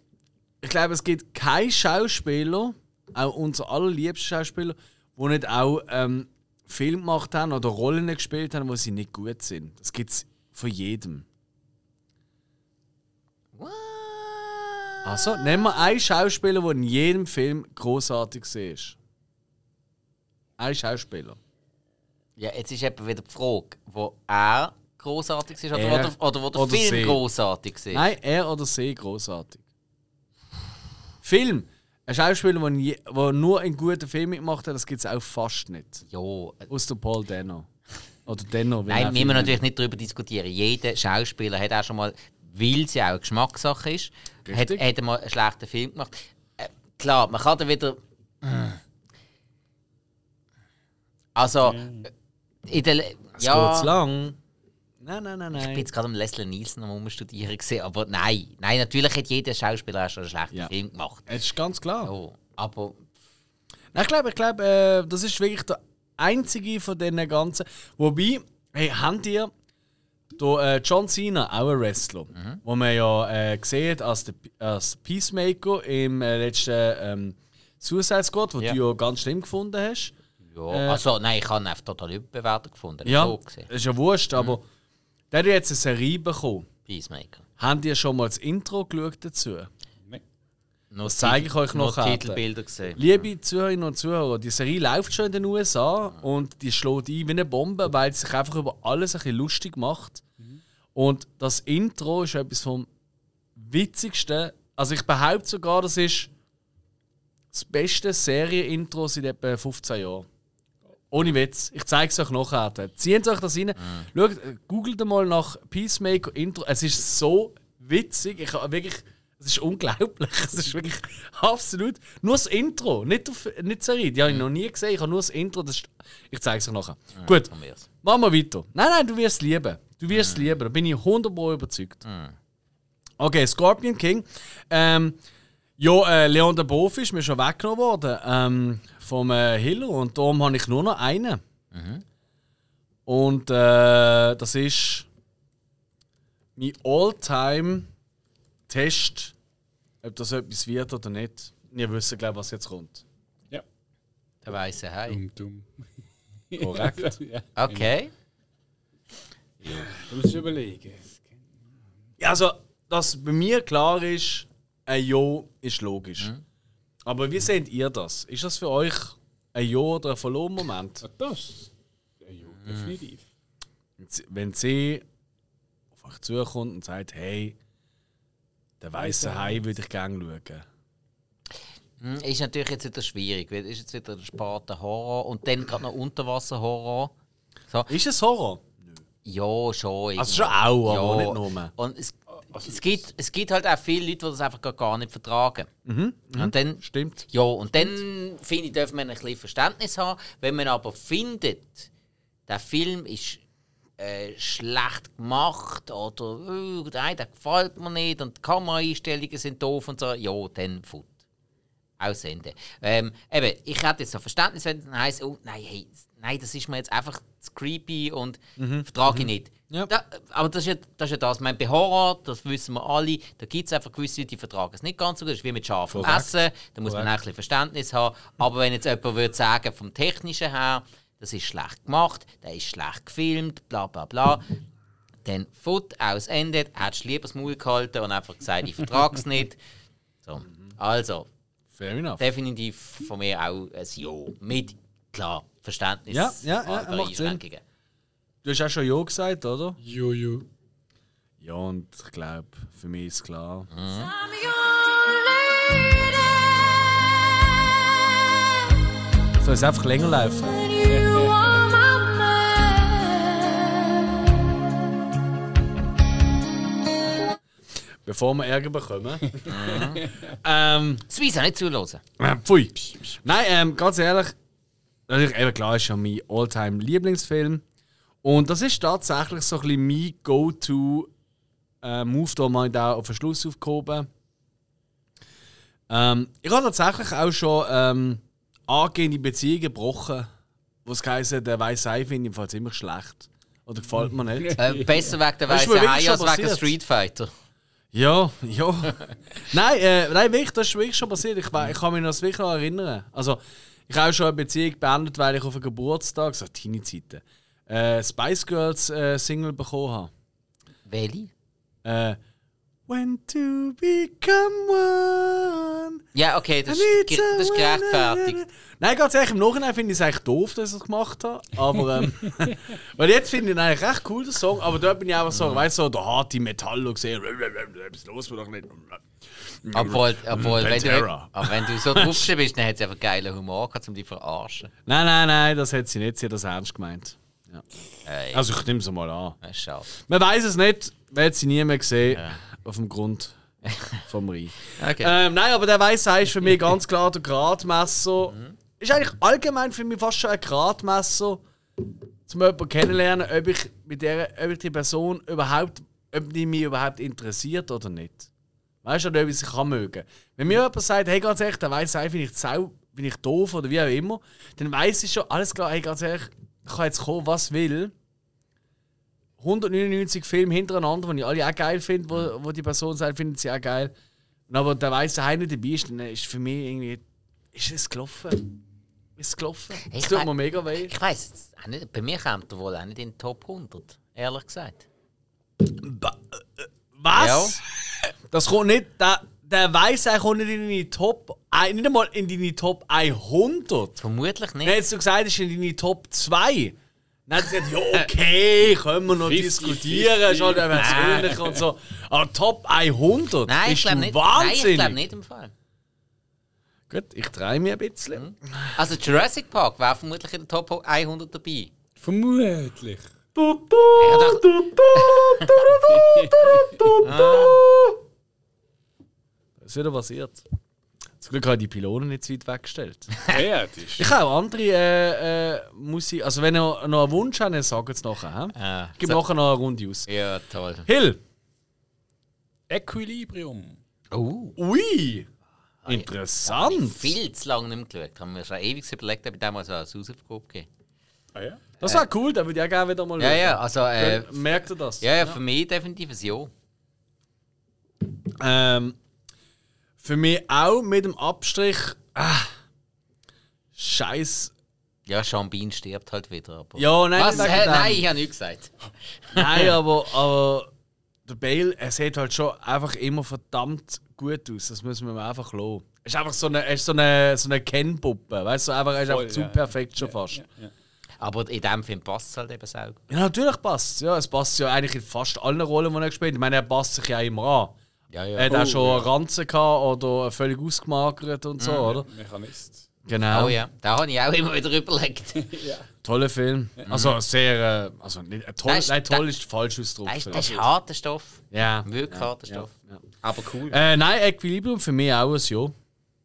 B: ich glaube, es gibt keinen Schauspieler, auch unser allerliebster Schauspieler, wo nicht auch ähm, Filme gemacht haben oder Rollen gespielt haben, wo sie nicht gut sind. Das gibt es von jedem. Also, nehmen wir einen Schauspieler, der in jedem Film großartig war. Ein Schauspieler.
A: Ja, jetzt ist eben wieder die Frage, wo er grossartig ist oder,
B: Er
A: oder, oder wo der
B: oder
A: Film
B: sie.
A: grossartig ist.
B: Nein, er oder sie großartig. Film. Ein Schauspieler, der je- der nur einen guten Film mitgemacht hat, das gibt es auch fast nicht.
A: Ja, äh,
B: Außer Paul Denno. Oder Denno. wie er
A: nein, müssen
B: ihn
A: wir
B: nennt.
A: natürlich nicht darüber diskutieren. Jeder Schauspieler hat auch schon mal, weil sie auch eine Geschmackssache ist, hat,
B: Richtig.
A: hat er mal einen schlechten Film gemacht. Äh, klar, man kann dann wieder...
B: Mm.
A: Also, äh, in der... Le-
B: Es ja.
A: Ja,
B: geht lang. Nein, nein, nein,
A: Ich
B: nein.
A: bin jetzt gerade am Leslie Nielsen am Umstudieren gesehen, aber nein, nein, natürlich hat jeder Schauspieler auch schon einen schlechten
B: Ja.
A: Film gemacht.
B: Es ist ganz klar.
A: Ja, aber
B: Nein, ich glaube, ich glaube, äh, das ist wirklich der einzige von diesen ganzen. Wobei, hey, habt ihr da, äh, John Cena, auch ein Wrestler,
A: Mhm.
B: wo man ja äh, gesehen hat als, der, P- als Peacemaker im äh, letzten ähm, Suicide Squad, wo
A: Ja.
B: du ja ganz schlimm gefunden hast.
A: Ja,
B: Äh,
A: also nein, ich habe ihn total überbewertet gefunden.
B: Ja,
A: So
B: das
A: gesehen. Mhm.
B: ist ja wurscht, aber der hat jetzt eine Serie bekommen.
A: Peacemaker.
B: Habt ihr schon mal das Intro geschaut dazu?
A: Nur
B: Das zeige ich euch noch.
A: Nur
B: nachher.
A: Titelbilder gesehen.
B: Liebe Zuhörerinnen und Zuhörer, die Serie läuft schon in den USA und die schlägt ein wie eine Bombe, weil sie sich einfach über alles ein bisschen lustig macht. Und das Intro ist etwas vom witzigsten. Also ich behaupte sogar, das ist das beste Serienintro seit etwa 15 Jahren. Ohne Witz. Ich zeige es euch nachher. Zieht euch das rein. Schaut, äh, googelt mal nach Peacemaker Intro. Es ist so witzig. Ich habe wirklich. Es ist unglaublich. Es ist wirklich absolut. Nur das Intro, nicht, auf, nicht die Serie. Die habe ich noch nie gesehen. Ich habe nur das Intro. Das ist, ich zeige es euch nachher. Gut,
A: Von mir aus.
B: machen wir weiter. Nein, nein, du wirst es lieben. Du wirst es lieben. Da bin ich 100% überzeugt. Okay, Scorpion King. Ähm, ja, äh, Leon der Boff ist mir schon weggenommen worden ähm, vom äh, Hiller und darum habe ich nur noch einen. Und äh, das ist mein All-Time Test, ob das etwas wird oder nicht. Wir wissen, glaube ich, was jetzt kommt.
C: Ja.
A: Der weiße
B: Mhm.
A: Hai.
C: Dumm, dumm.
B: Korrekt.
C: ja.
A: Okay.
C: Du musst überlegen.
B: Ja, also, dass bei mir klar ist, ein Ja ist logisch. Aber wie seht ihr das? Ist das für euch ein Ja oder ein Verloren-Moment?
C: Ah, das? Ja, jo, definitiv.
B: Wenn sie- Wenn sie auf euch zukommt und sagt, hey, der weiße Hai würde ich gerne schauen.
A: Hm, Ist natürlich jetzt wieder schwierig, weil ist jetzt wieder ein Spaten Horror und dann gerade noch Unterwasser-Horror. So.
B: Ist es Horror?
A: Ja, schon.
B: Also schon
A: irgendwie.
B: auch, aber nicht nur. Ah,
A: Und es, es, gibt, es gibt halt auch viele Leute, die das einfach gar nicht vertragen.
B: Mhm.
A: Und dann
B: Stimmt.
A: Ja, und dann finde ich, darf man ein bisschen Verständnis haben. Wenn man aber findet, der Film ist äh, schlecht gemacht oder äh, nein, der gefällt mir nicht und die Kameraeinstellungen sind doof und so, ja, dann fut. Aussenden. Ähm, eben, ich hätte jetzt noch Verständnis, wenn es heisst, oh nein, hey, nein, das ist mir jetzt einfach zu creepy und vertrage ich nicht.
B: Mhm. Ja.
A: Da, aber das ist, ja, das ist ja das. Ich meine, bei Horror, das wissen wir alle, da gibt es einfach gewisse Leute, die vertragen es nicht ganz so gut. Das ist wie mit scharfem
B: Korrekt.
A: Essen, da muss man auch ein bisschen Verständnis haben. Aber wenn jetzt jemand würde sagen, vom Technischen her, das ist schlecht gemacht, der ist schlecht gefilmt, bla bla bla, dann Foot aus Ende, hättest du lieber das Maul gehalten und einfach gesagt, ich vertrage es nicht. So. Also,
B: Fair enough.
A: definitiv von mir auch ein Ja. Mit, klar, Verständnis.
B: Ja, ja, ja,
A: aller
B: macht Sinn.
A: Einschränkungen.
B: Du hast auch schon Ja gesagt, oder?
C: Jojo.
B: Ja, und ich glaube, für mich ist klar.
D: I'm your lady.
B: Soll es einfach länger laufen?
D: And you are my man.
B: Bevor wir Ärger bekommen. ähm,
A: Suiza nicht zulassen.
B: äh, pfui. Nein, ähm, ganz ehrlich, natürlich eben klar ist schon mein Alltime Lieblingsfilm. Und das ist tatsächlich so ein bisschen mein Go-To äh, Move, da mal da auf den Schluss aufgehoben. Ähm, ich habe tatsächlich auch schon ähm, angehende Beziehungen gebrochen, wo es geheißen, der weiß finde ich im Fall ziemlich schlecht. Oder gefällt mir nicht.
A: Äh, besser wegen der
B: Das ist mir
A: weißen
B: wirklich
A: Hai
B: schon
A: als wegen der
B: passiert.
A: Street Fighter.
B: Ja, ja. nein, äh, nein, wirklich, das ist wirklich schon passiert. Ich, we- ich kann mich noch das wirklich noch erinnern. Also, ich habe auch schon eine Beziehung beendet, weil ich auf einen Geburtstag, so Teenie-Zeiten, äh, Spice Girls äh, Single bekommen
A: Welche?
B: habe. Äh, When to become one.
A: Ja, okay, das,
B: I
A: ist,
B: need
A: ge- das ist
B: someone-
A: gerechtfertigt.
B: Nein, ganz ehrlich, im Nachhinein finde ich es eigentlich doof, dass ich es gemacht habe. Aber ähm, weil jetzt finde ich ihn eigentlich recht cool, den Song. Aber dort bin ich einfach so, weißt du, so, der harte Metallo gesehen, etwas los, wir doch nicht.
A: Obwohl, obwohl wenn, du,
B: Pantera.
A: aber wenn du so draufgeschrieben bist, dann hat es einfach geilen Humor gehabt, um dich zu verarschen.
B: Nein, nein, nein, das hat sie nicht. Sie hat das ernst gemeint. Ja.
A: Ey.
B: Also ich nehme sie mal an.
A: Das ist schade.
B: Man weiß es nicht, man hat sie nie mehr gesehen. Auf dem Grund vom Rhein.
A: Okay.
B: Ähm, nein, aber der weiß ist für mich ganz klar der Gradmesser. Ist eigentlich allgemein für mich fast schon ein Gradmesser, um jemanden kennenlernen, ob ich mit der, ob ich die Person überhaupt, ob die mich überhaupt interessiert oder nicht. Weißt du, oder ob ich sie kann mögen. Wenn mir jemand sagt, hey, ganz ehrlich, der weiß finde ich zau, bin ich doof oder wie auch immer, dann weiß ich schon, alles klar, hey, ganz ehrlich, ich kann jetzt kommen, was will. 199 Filme hintereinander, die ich alle auch geil finde, wo, wo die Person sagt, findet sie auch geil. Und aber der weiße Hai nicht dabei ist, dann ist für mich irgendwie. Ist es gelaufen? Ist es gelaufen?
A: Ich
B: Es tut
A: wei-
B: mir mega weh.
A: Ich weiß jetzt auch nicht, bei mir kommt er wohl auch nicht in den Top 100, ehrlich gesagt.
B: Was? Das kommt nicht. Der, der weiße Hai kommt nicht in deine Top. ein- Nicht einmal in deine Top 100.
A: Vermutlich nicht.
B: Dann hättest du gesagt, ist in deine Top 2. Dann hat sie gesagt, ja, okay, können wir noch
C: 50,
B: diskutieren, ist halt persönlich und so. Aber Top 100?
A: Nein, ich
B: Bist du
A: glaube nicht. Nein,
B: Wahnsinnig.
A: ich glaube nicht im Fall.
B: Gut, ich drehe mich ein bisschen.
A: Also Jurassic Park wäre vermutlich in der Top 100 dabei.
C: Vermutlich.
A: Ja, da- Ah.
B: Es ist wieder passiert. Zum Glück habe ich die Pylonen nicht zu weit weggestellt.
C: Ja, das ist.
B: Ich habe auch andere äh, äh, Musik. Also, wenn ihr noch einen Wunsch habt, dann sagt es nachher. hä?
A: Ah,
B: Ich gebe
A: so-
B: nachher noch eine Runde aus.
A: Ja, toll.
B: Hill!
C: Equilibrium.
A: Oh.
B: Ui! Interessant!
A: Viel zu lange nicht mehr geschaut. Haben wir schon ewig überlegt, ob ich damals eine Hausaufgabe geben
C: Ah ja?
B: Das war cool, da würde ich auch gerne wieder mal
A: Ja,
B: schauen.
A: ja, also äh,
B: Dann Merkt ihr das?
A: ja, ja, für mich definitiv ein Ja.
B: Ähm, für mich auch mit dem Abstrich. Ah, Scheiß.
A: Ja, Sean Bean stirbt halt wieder. Aber
B: Ja, nein,
A: Was?
B: nicht wegen
A: Hä?
B: dem.
A: nein, ich habe nichts gesagt.
B: Nein, aber, aber der Bale, er sieht halt schon einfach immer verdammt gut aus. Das müssen wir ihm einfach loben. Er ist einfach so eine, er ist so eine, so eine Kennpuppe. Weißt du, einfach, er ist
C: Voll,
B: einfach zu
C: ja.
B: perfekt schon fast. Ja,
A: Aber in dem Film passt es halt eben auch.
B: natürlich passt es. Ja, es passt ja eigentlich in fast allen Rollen, die er gespielt hat. Ich meine, er passt sich ja immer an.
A: Ja,
B: Er
A: ja.
B: hat auch schon einen Ranzen gehabt oder völlig ausgemagert und so, oder?
C: Mechanist.
B: Genau.
A: Mhm. Oh ja, da habe ich auch immer wieder überlegt.
B: Toller Film.
A: Mhm.
B: Also sehr, äh, also nicht, äh, toll,
A: Das ist-
B: nein, toll
A: das-
B: ist falsch ausgedrückt.
A: Das ist, das
B: vielleicht.
A: ist harter Stoff.
B: Ja.
A: Wirklich harter
B: ja,
A: Stoff. Aber cool.
B: Äh, nein, Equilibrium für mich auch ein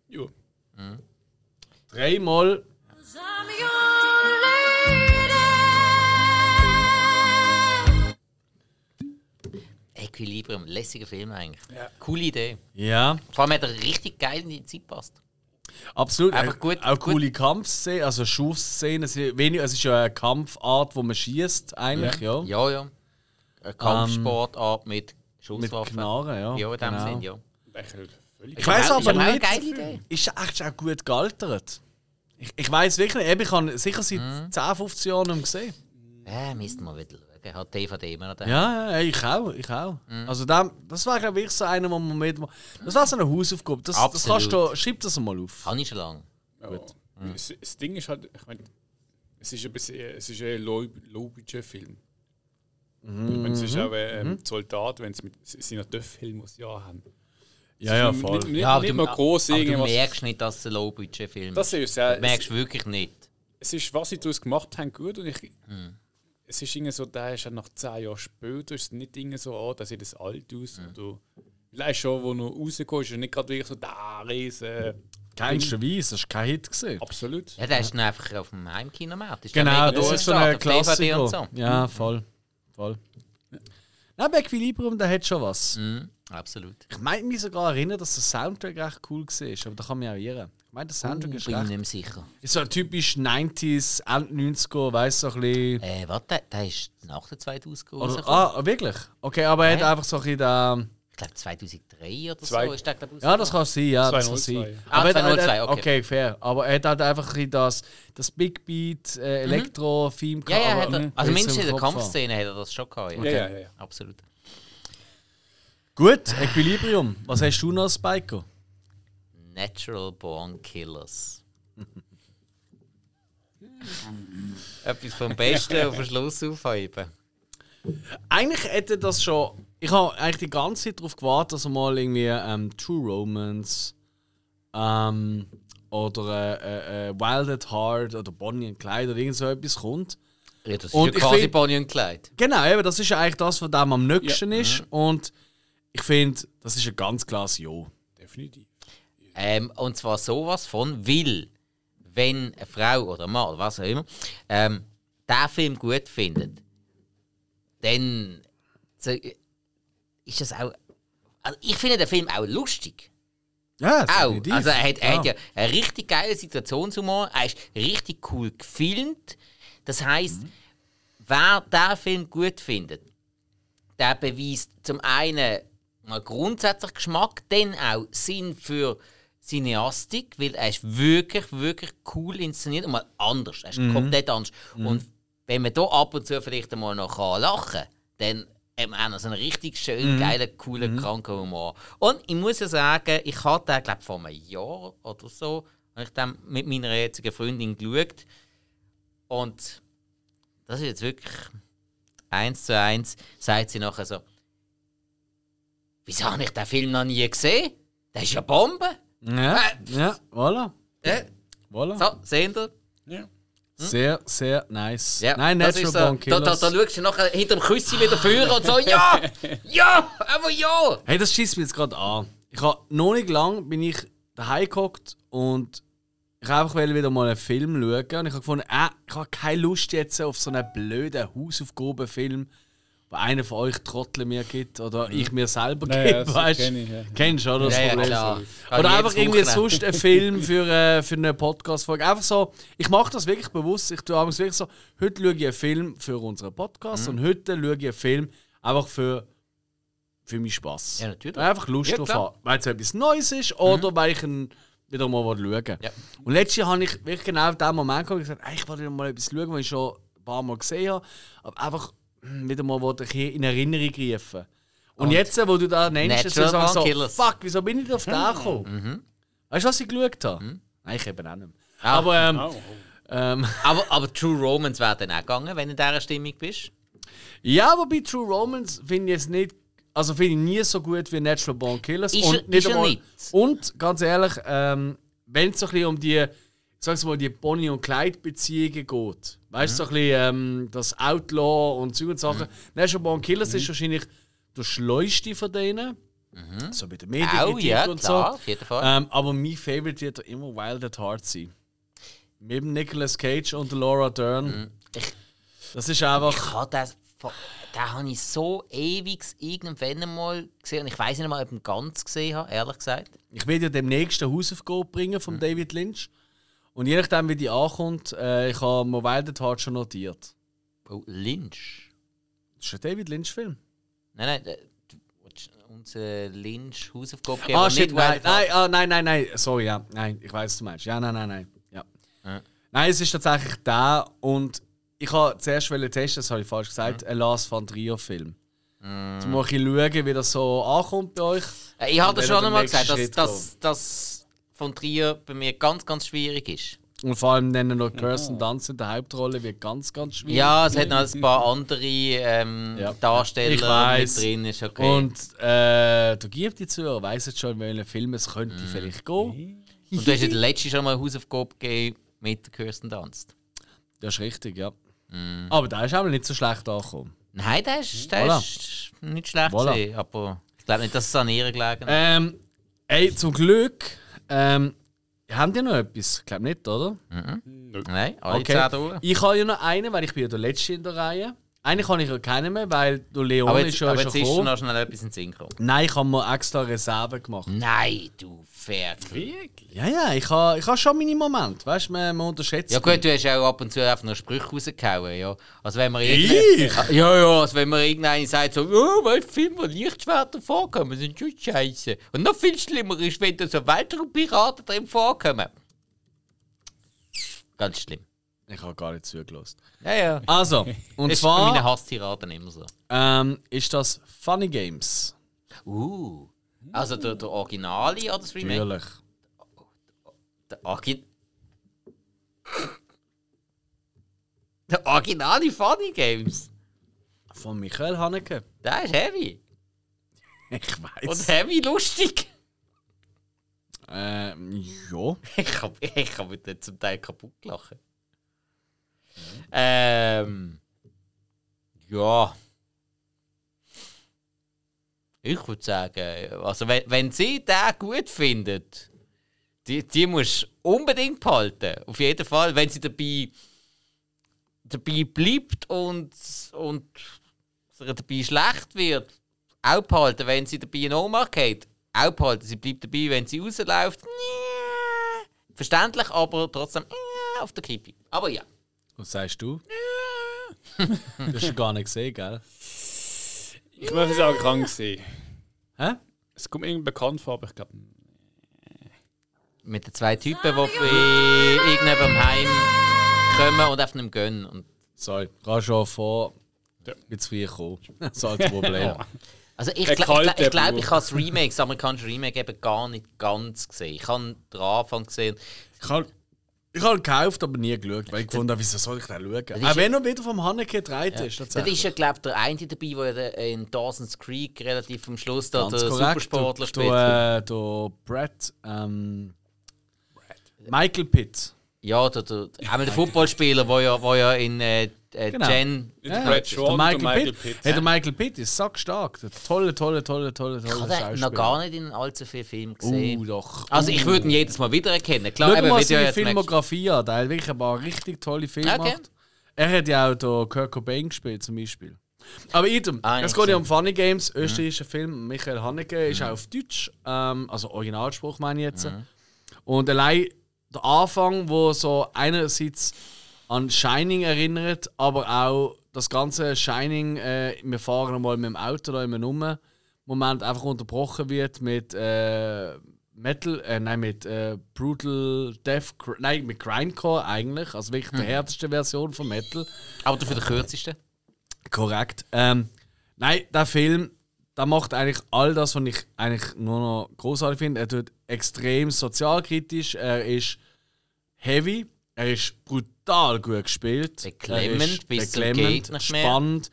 B: Ja.
C: Ja.
B: Dreimal.
D: 'Cause I'm your lady.
A: Equilibrium, lässiger Film eigentlich. Coole Idee.
B: Ja.
A: Vor allem hat er richtig geil in die Zeit passt.
B: Absolut.
A: Einfach
B: Äh,
A: gut-
B: Auch
A: gut-
B: coole Kampfszenen, also Schussszenen. Es ist, wenig, es ist ja eine Kampfart, wo man schießt eigentlich, ja. Ähm,
A: Ja, ja. Eine Kampfsportart
B: Mit
A: mit Schusswaffen.
B: Knarren, ja.
A: ja, in dem
B: genau.
A: Sinn, ja.
C: Eigentlich völlig.
B: Ich weiß
A: Ist aber
B: aber
A: auch eine
B: nicht.
A: geile Idee.
B: Ist er echt auch gut gealtert? Ich, ich weiß wirklich nicht. Eben, Ich habe sicher seit
A: Mhm.
B: 10, 15 Jahren nicht mehr gesehen.
A: Äh, müssten wir wieder schauen. Hat DVD immer noch den.
B: Ja, ja, ich auch. Ich auch.
A: Mhm.
B: Also, dem, das wäre wirklich so einer, wo man mit. Das wäre so eine Hausaufgabe. Das, das
A: Absolut.
B: kannst du. Schreib das mal auf.
A: Habe ich schon lange.
C: Ja. Das, das Ding ist halt, ich meine, es ist ein bisschen, es ist ein Low- Low-Budget-Film. Ich meine, Es ist auch ein ähm, Soldat, wenn es mit es sind ja Töff-Filme, die sie ja haben.
B: Ja,
C: Nicht- Nicht, nicht,
A: aber
C: nicht
A: du-
C: mal groß
A: aber du
C: irgendwas.
A: merkst nicht, dass es ein Low-Budget-Film ist.
C: das ist ja,
A: Du
C: es,
A: merkst wirklich nicht.
C: es ist, was sie daraus gemacht haben, gut. Und ich,
B: Hm.
C: Es ist irgendwie so, da ist ja nach zehn Jahren später, ist es nicht irgendwie so, oh, da sieht es alt aus.
B: Hm.
C: Oder, vielleicht schon, wo noch rausgekommen ist, ist nicht gerade wirklich so, da, riesen.
B: Keinsterweise. Das ist kein Hit gesehen.
C: Absolut.
A: Ja, der ist dann einfach auf dem Heimkinomarkt. Ist der
B: Genau,
A: mega
B: das ist so
A: durchgestartet
B: ein
A: auf DVD
B: Klassiker.
A: und so. Mhm.
B: Ja, voll. voll. Nein, bei Equilibrium, der hat schon was.
A: Mhm, absolut.
B: Ich meine mich sogar erinnern, dass der Soundtrack echt cool war, aber da kann mich auch irren. Ich meine, der Soundtrack
A: Ich
B: ist
A: Oh, bin
B: recht
A: nicht mehr sicher.
B: Ist so ein typisch 90s, End 90er, weißt du, so ein bisschen.
A: Äh, also- warte, der, der ist nach der 2000
B: Oder,
A: rausgekommen.
B: ah, wirklich? Okay, aber er hat
A: Nein.
B: einfach so ein bisschen. Den,
A: Ich glaube 2003 oder
C: Zwei-
A: so ist der, glaube ich,
B: ja, das kann sein, ja, das kann
C: 202,
B: sein.
C: ja.
A: Ah,
B: Aber er hat-
A: 202,
B: er hat-
A: okay.
B: okay, fair. Aber er hat halt einfach ein bisschen das, das Big Beat äh, Elektro-Theme
A: Mhm. Ja, ja,
B: aber-
A: hat er, also
B: Mhm.
A: mindestens in der
B: Im Kopf
A: Kampfszene hat er das schon gehabt. Ja,
C: Ja, ja, ja.
A: Absolut.
B: Gut, Equilibrium. Was hast du noch, Spiker?
A: Natural Born Killers. Etwas vom Besten auf den Schluss aufheben.
B: Eigentlich hätte das schon. Ich habe eigentlich die ganze Zeit darauf gewartet, dass er mal irgendwie ähm, True Romance ähm, oder äh, äh, äh, Wild at Heart oder Bonnie and Clyde oder irgend so etwas kommt.
A: Ja, das ist
B: Und
A: ja
B: ich
A: quasi
B: find-
A: Bonnie und Clyde.
B: Genau, eben, das ist ja eigentlich das, was dem am nächsten ist.
A: Mhm.
B: Und ich finde, das ist ein ganz klares Jo.
C: Definitiv.
A: Ähm, und zwar sowas von will, wenn eine Frau oder ein Mann, oder was auch immer, ähm, den Film gut findet, dann so- ist das auch. Also ich finde den Film auch lustig.
B: Ja,
A: Auch. Also er hat, er hat ja einen richtig geilen Situationshumor, er ist richtig cool gefilmt. Das heisst, wer diesen Film gut findet, der beweist zum einen mal grundsätzlich Geschmack, dann auch Sinn für Cineastik, weil er ist wirklich, wirklich cool inszeniert und mal anders. Er ist komplett anders. Und wenn man da ab und zu vielleicht einmal noch kann lachen kann, dann hat man auch noch so einen richtig schönen, geilen, coolen, kranken Humor. Und ich muss ja sagen, ich hatte den, glaube vor einem Jahr oder so, habe ich dann mit meiner jetzigen Freundin geschaut. Und das ist jetzt wirklich eins zu eins, sagt sie nachher so, wieso habe ich den Film noch nie gesehen? Das ist ja Bombe.
B: Ja, ja, voilà.
A: Äh,
B: voilà.
A: so, seht ihr?
C: Ja.
B: Sehr, sehr nice.
A: Ja,
B: Nein,
A: das
B: Natural
A: ist
B: Born
A: so, da, da,
B: Killers.
A: da schaust du nachher hinter dem Küssi wieder vor und so, ja, ja, aber ja.
B: Hey, das schießt mich jetzt gerade an. Ich habe noch nicht lang bin ich daheim gehockt und ich wollte einfach wieder mal einen Film schauen und ich habe gefunden, äh, ich habe keine Lust jetzt auf so einen blöden Hausaufgabenfilm, wo einer von euch Trottel mir gibt oder ich mir selber
C: Nein,
B: gebe,
C: ja, das
B: weißt
C: also kenn ich, ja.
B: Kennst du, oder? Das
A: Ja, ja,
B: Problem.
A: klar. Kann
B: Oder
A: ich
B: einfach
A: jedes
B: irgendwie
A: Wochenende.
B: sonst einen Film für, äh, für eine Podcast-Folge. Einfach so, ich mache das wirklich bewusst. Ich tue abends wirklich so, heute schaue ich einen Film für unseren Podcast
A: Mhm.
B: und heute schaue ich einen Film einfach für, für meinen Spaß.
A: Ja, natürlich.
B: Weil ich einfach Lust
A: Ja,
B: drauf
A: klar. Mhm.
B: habe. Weil es etwas Neues ist oder weil ich ihn wieder mal schauen will.
A: Ja.
B: Und letztes Jahr habe ich wirklich genau auf diesen Moment gekommen und gesagt, «Ey, ich wollte mal etwas schauen, was ich schon ein paar Mal gesehen habe. Aber einfach hm, wieder mal wollte ich hier in Erinnerung rufen. Und, jetzt, wo du da nennst, jetzt
A: Natural Hm.
B: sagen
A: Born
B: so,
A: Killers.
B: fuck, wieso bin ich nicht auf den gekommen? Weißt du, was ich geschaut habe? Nein, ich eben auch nicht mehr.
A: Mhm. Ah.
B: Aber ähm,
C: Oh,
B: ähm,
A: Aber, aber True Romans wäre dann auch gegangen, wenn du in dieser Stimmung bist.
B: ja, wobei True Romans finde ich jetzt nicht, also finde ich nie so gut wie Natural Born Killers.
A: Ist
B: und
A: er- ist er
B: einmal-
A: nicht.
B: Und ganz ehrlich, ähm, wenn es so ein bisschen um die, sag's mal, die Bonnie und Clyde Beziehungen geht,
A: Mhm.
B: weißt du, so ein bisschen ähm, das Outlaw und Zeug und Sachen. Natural Born Killers
A: Mhm.
B: ist wahrscheinlich der schleuste von denen. So mit der
A: Auch,
B: Medienkritik
A: Mhm. Oh, ja,
B: und
A: klar,
B: so.
A: auf jeden Fall.
B: Ähm, aber mein Favorite wird doch immer Wild at Heart sein. Mit dem Nicolas Cage und der Laura Dern.
A: Mhm. Ich-
B: Das ist einfach.
A: Ich habe das. ver- Den habe ich so ewig irgendwann mal gesehen. Und ich weiß nicht mal, ob ich ihn ganz gesehen habe, ehrlich gesagt.
B: Ich will ja demnächst eine Hausaufgabe bringen von David Lynch. Und je nachdem, wie die ankommt, äh, ich habe mir Wild at Heart schon notiert.
A: Oh, Lynch.
B: Das ist ein David Lynch-Film.
A: Nein, nein, äh, du willst uns äh, Lynch Hausaufgabe geben.
B: ah,
A: aber
B: shit,
A: nicht
B: nein,
A: Wild
B: nein, ah, nein, nein, nein, sorry, ja, nein, ich weiß, was du meinst. Ja, nein, nein, nein, ja.
A: Ja.
B: Nein, es ist tatsächlich der und ich wollte zuerst wollen testen, das habe ich falsch gesagt, ein Lars van Trier Film.
A: Mm.
B: Jetzt muss ich schauen, wie das so ankommt bei euch.
A: Äh, Ich habe
B: Wenn
A: das
B: er
A: schon
B: den
A: einmal
B: nächsten
A: gesagt, dass,
B: Schritt
A: dass, dass von Trier bei mir ganz, ganz schwierig ist.
B: Und vor allem dann noch Kirsten Dunst in der Hauptrolle wird ganz, ganz schwierig.
A: Ja, es hat noch ein paar andere ähm,
B: Mhm. Ja.
A: Darsteller
B: Ich weiss.
A: mit drin. Ist okay. Und,
B: Und äh, du gibst die Zuhörer, weiss jetzt schon, in welchen Film es könnte
A: Mhm.
B: vielleicht gehen.
A: du hast ja den letzten schon mal Hausaufgabe gegeben mit Kirsten Dunst.
B: Das ist richtig, ja.
A: Mhm.
B: Aber da ist auch mal nicht so schlecht angekommen.
A: Nein, der ist, der
B: Voilà.
A: ist nicht schlecht
B: Voilà.
A: gewesen, aber ich glaube nicht, dass es an ihr gelegen hat.
B: Ähm, ey, zum Glück, ähm, haben die noch etwas? Ich glaube nicht, oder? Äh,
A: Nein, alle okay. 10 Dollar.
B: Ich habe ja noch einen, weil ich bin ja der Letzte in der Reihe. Eigentlich kann ich ja keinen mehr, weil der Leon
A: Aber
B: ist
A: jetzt,
B: ja
A: aber
B: schon
A: jetzt ist schon
B: gekommen.
A: noch schnell etwas in den Sinn gekommen.
B: Nein, ich habe mir extra Reserve gemacht.
A: Nein, du Ferkel.
C: Wirklich?
B: Ja, ja, ich habe, ich habe schon meine Momente, weißt du, man, man unterschätzt
A: Ja
B: mich.
A: gut, du hast auch ab und zu einfach noch Sprüche rausgehauen, ja. Also wenn man
B: Ich?
A: Ja, ja, also wenn man irgendeinen sagt, so, oh, weil Filme, wo Lichtschwerter vorkommen, sind schon scheiße. Und noch viel schlimmer ist, wenn da so Weltraumpiraten drin vorkommen. Ganz schlimm.
B: Ich habe gar nicht zugelassen.
A: Ja, ja.
B: Also, und
A: das ist bei meinen
B: zwar
A: Hasstiraden immer so.
B: ähm, ist das Funny Games.
A: Uh. Also der, der Originale oder das Remake?
B: Natürlich.
A: Der, Orgi der Originale Funny Games.
B: Von Michael Haneke.
A: Der ist heavy.
B: Ich weiß.
A: Und heavy lustig.
B: Ähm, ja.
A: Ich habe ich hab mich dort zum Teil kaputt gelachen. Ähm. Ja. Ich würde sagen, also wenn, wenn sie den gut findet, die, die musst du unbedingt behalten. Auf jeden Fall, wenn sie dabei, dabei bleibt und, und es ihr dabei schlecht wird, auch behalten. Wenn sie dabei in Ohnmacht geht, auch behalten. Sie bleibt dabei, wenn sie rausläuft. Nee. Verständlich, aber trotzdem nee, auf der Kippe. Aber ja.
B: Was sagst du? du hast ihn gar nicht gesehen, gell?
C: Ich möchte sagen, krank sein.
B: Hä?
C: Es kommt irgendwie bekannt vor, aber ich glaube.
A: Mit den zwei Typen, die bei irgendjemandem Heim kommen und auf einem gönnen. Und
B: Sorry, kannst schon vor.
C: Ja.
B: Jetzt früher kommen. Das ist halt das Problem.
A: also ich
C: Der
A: glaube, ich, gla-
C: kalte
A: ich, glaub,
C: Bauer.
A: ich habe das Remake, das amerikanische Remake eben gar nicht ganz gesehen. Ich habe den Anfang gesehen.
B: ich habe ich hab ihn gekauft, aber nie geschaut, weil ich gefunden habe, wieso soll ich den schauen? Auch wenn er wieder vom Haneke gedreht ist.
A: Das
B: tatsächlich.
A: ist ja, glaube ich, der eine dabei, der ja in Dawson's Creek relativ am Schluss da
B: Ganz
A: der
B: korrekt.
A: Supersportler
B: Du,
A: spielt.
B: du, äh, du Brad, ähm, Michael Pitt.
A: Ja, der, der, einmal der Footballspieler, der ja, wo ja in äh, äh,
B: Genau.
A: Gen.
C: Ja.
B: Der
C: Brad Schwartz und
B: Michael,
C: Michael
B: Pitt.
C: Pitt.
B: Hey, der Michael Pitt ist sackstark. Der tolle, tolle, tolle, tolle, tolle
A: Ich habe den noch
B: Schauspieler.
A: gar nicht in allzu vielen Filmen gesehen.
B: Uh, doch.
A: also, ich würde ihn jedes Mal wiedererkennen. Klar,
B: Schau
A: eben,
B: mal
A: wie du ja
B: seine
A: jetzt merkst.
B: Filmografie an. Der hat wirklich ein paar richtig tolle Filme
A: Okay.
B: gemacht. Er hat ja auch da Kurt Cobain gespielt, zum Beispiel. Aber item,
A: Ah,
B: es
A: nicht
B: geht ja
A: gesehen.
B: um Funny Games, österreichischer Film. Michael Haneke ist auch auf Deutsch, ähm, also Originalspruch meine ich jetzt. Und allein der Anfang, wo so einerseits an Shining erinnert, aber auch das ganze Shining, äh, wir fahren mal mit dem Auto da immer rum, Moment einfach unterbrochen wird mit äh, Metal, äh, nein, mit äh, Brutal Death, Gr- nein, mit Grindcore eigentlich, also wirklich die härteste Version von Metal.
A: Aber dafür der kürzeste.
B: Korrekt. Ähm, nein, der Film, der macht eigentlich all das, was ich eigentlich nur noch großartig finde. Er tut extrem sozialkritisch, er ist heavy, er ist brutal gut gespielt.
A: Beklemmend
B: er ist
A: bis zum geht nicht mehr.
B: spannend.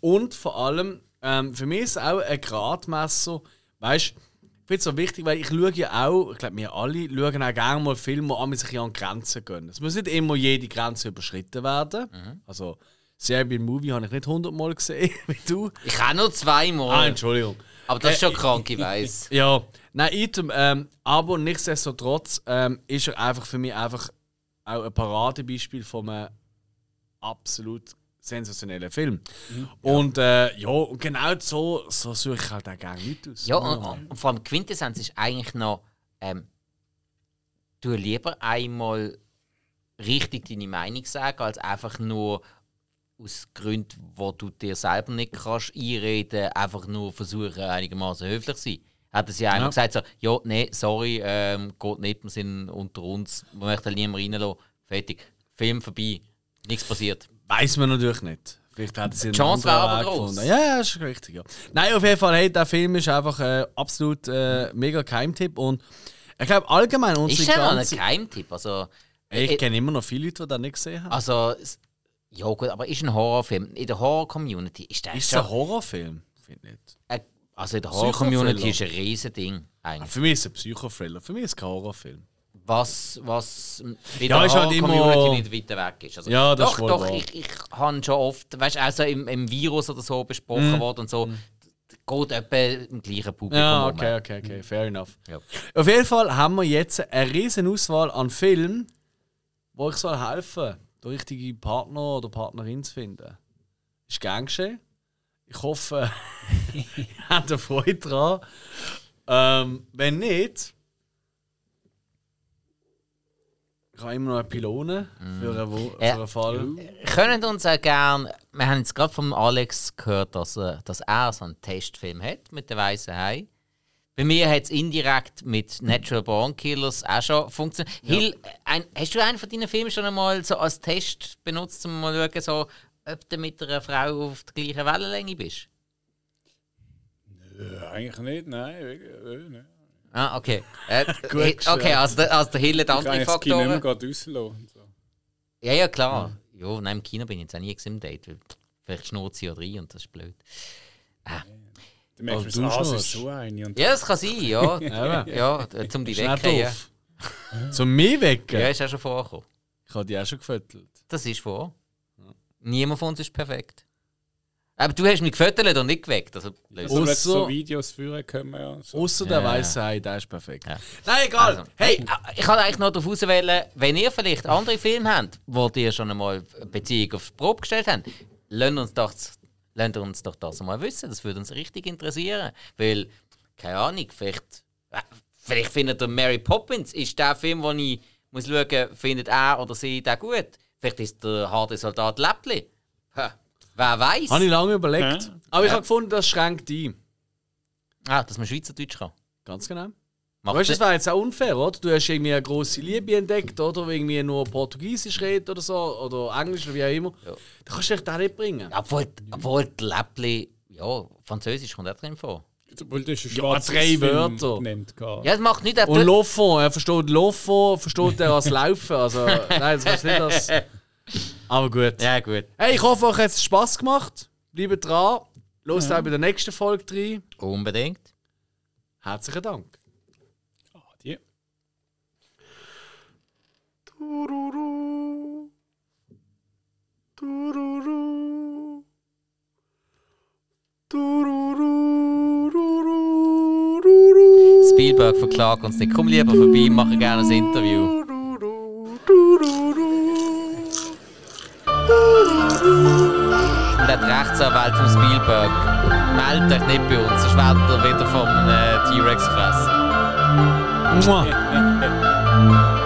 B: Und vor allem, ähm, für mich ist es auch ein Gradmesser, weißt du, ich finde es so wichtig, weil ich schaue ja auch, ich glaube, wir alle schauen auch gerne mal Filme, die sich an Grenzen gehen. Es muss nicht immer jede Grenze überschritten werden. Also, Serbian Movie habe ich nicht 100 Mal gesehen, wie du.
A: Ich auch nur
B: Ah, äh,
A: zweimal.
B: Entschuldigung.
A: aber das ist schon krank, ich weiß.
B: Ja, nein, Item, ähm, aber nichtsdestotrotz ähm, ist er einfach für mich einfach auch ein Paradebeispiel von einem absolut sensationeller Film. Und äh, ja, und genau so, so suche ich halt auch gerne Leute aus.
A: Ja, und, und vor allem Quintessenz ist eigentlich noch, ähm, du lieber einmal richtig deine Meinung sagen, als einfach nur aus Gründen, wo du dir selber nicht kannst einreden, einfach nur versuchen, einigermaßen höflich zu sein. Hat er sie einmal gesagt, so, ja, nee, sorry, ähm, geht nicht, wir sind unter uns, wir möchten niemand reinlassen. Fertig. Film vorbei, nichts passiert.
B: Weiß man natürlich nicht. Vielleicht hat sie einen
A: Chance wäre
B: anderen
A: aber
B: Weg
A: groß.
B: gefunden. Ja, ja, ist richtig. Ja. Nein, auf jeden Fall, hey, der Film ist einfach äh, absolut äh, mega Geheimtipp. Und ich glaube, allgemein unsere
A: Ist ja noch ein
B: ganze-
A: Geheimtipp. Also,
B: Ey, Ich kenne immer noch viele Leute, die das nicht gesehen haben.
A: Also, s- ja gut, aber ist ein Horrorfilm. In der Horror-Community ist das
B: ist es
A: schon...
B: ein Horrorfilm? Finde ich nicht.
A: Ein, also in der Horror-Community ist ein riesen Ding eigentlich.
B: Für mich ist es ein Psychothriller. Für mich ist es kein Horrorfilm.
A: Was, was in
B: Ja,
A: der
B: ist halt immer-
A: Horror-Community nicht weiter weg ist. Also,
B: Ja, das
A: doch,
B: ist wohl
A: doch,
B: wahr.
A: ich, ich habe schon oft, weißt du, auch so im, im Virus oder so besprochen
B: Mhm.
A: worden und so, geht etwa im gleichen Publikum
B: Ja,
A: rum.
B: okay, okay, okay, fair enough.
A: Ja.
B: Auf jeden Fall haben wir jetzt eine riesen Auswahl an Filmen, wo ich soll helfen, den richtigen Partner oder Partnerin zu finden. Ist gern geschehen. Ich hoffe, ihr habt eine Freude dran. Ähm, wenn nicht, ich habe immer noch eine Pylone für, einen, Wo- für
A: Mhm. Ja. Äh,
B: einen Fall.
A: Können uns auch gerne, wir haben jetzt gerade vom Alex gehört, dass er, dass er so einen Testfilm hat mit der weißen Hai. Bei mir hat es indirekt mit Natural Born Killers auch schon funktioniert. Hill, ein, hast du einen von deinen Filmen schon einmal so als Test benutzt, um mal zu schauen, so, ob du mit einer Frau auf der gleichen Wellenlänge bist?
C: Ja, eigentlich nicht, nein. wirklich, äh, nein.
A: Ah, okay. Äh,
B: Gut
A: Hill- okay, also, der- also der Hill hat
C: Ich kann
A: andere
C: eigentlich das Kino nicht mehr
A: Faktoren.
C: gerade rauslassen. und So.
A: Ja, ja, klar. Ja, nein, im Kino bin ich jetzt auch nie gewesen im Date, weil vielleicht schnurrt sie ja rein und das ist blöd.
C: Dann merkst
B: Oh,
C: du,
B: du
C: ah, es ist
B: schnurrst.
C: so eine. Und
A: Ja, das kann sein, ja.
B: Eben.
A: Ja, d- zum die
B: Ist nicht
A: wecken. Ja.
B: doof. Zum mich wecken?
A: ja, ist auch schon vorgekommen.
B: Ich habe die auch schon gefüttelt.
A: Das ist vor. Niemand von uns ist perfekt. Aber du hast mich gefüttert und nicht geweckt. Also, blöd.
C: Also, wenn jetzt so
B: Ausser- Oh.
C: Videos führen können, ja. und So.
B: Außer der
A: Ja.
B: weiße Hai, der ist perfekt.
A: Ja.
B: Nein, egal.
A: Also,
B: hey,
A: Ah, Ich kann eigentlich noch darauf auswählen, wenn ihr vielleicht andere Filme habt, wo ihr schon einmal eine Beziehung auf die Probe gestellt habt, lasst uns doch, lasst uns doch das mal wissen. Das würde uns richtig interessieren. Weil, keine Ahnung, vielleicht, äh, vielleicht findet ihr Mary Poppins, ist der Film, den ich muss schauen muss, findet er oder sie den gut. Vielleicht ist der harte Soldat Läppli. Ha, Wer weiß?
B: habe ich lange überlegt.
C: Ja.
B: Aber ich habe gefunden, das schränkt ein.
A: Ah, dass man Schweizerdeutsch kann.
B: Ganz genau.
A: Macht
B: weißt du, das
A: Sinn.
B: wäre jetzt auch unfair, oder? Du hast irgendwie eine grosse Liebe entdeckt, oder? Wo irgendwie nur Portugiesisch redet oder so, oder Englisch oder wie auch immer.
A: Ja.
B: Da kannst du dich da nicht bringen.
A: obwohl, obwohl die Läppli, ja, Französisch kommt auch drin vor.
C: Obwohl, das ist ein
B: Ja,
C: schwarzes
B: drei
C: Film
B: Wörter.
C: genannt, gehabt.
A: Ja, das macht nicht
B: Und Lofon, er versteht Lofon, versteht er als Laufen. Also, nein, das kannst du nicht als. Aber gut.
A: Ja, gut.
B: Hey, ich hoffe, euch hat es Spass gemacht. Bleibt dran. Los auch bei der nächsten Folge rein.
A: Unbedingt.
B: Herzlichen Dank.
C: Ah, die.
B: Tururu. Tururu. Tururu.
A: Spielberg verklagt uns nicht. Komm lieber vorbei, machen gerne ein Interview. Und der Rechtsanwalt von Spielberg meldet euch nicht bei uns, sonst werdet ihr wieder vom äh, T-Rex gefressen.
B: Mua.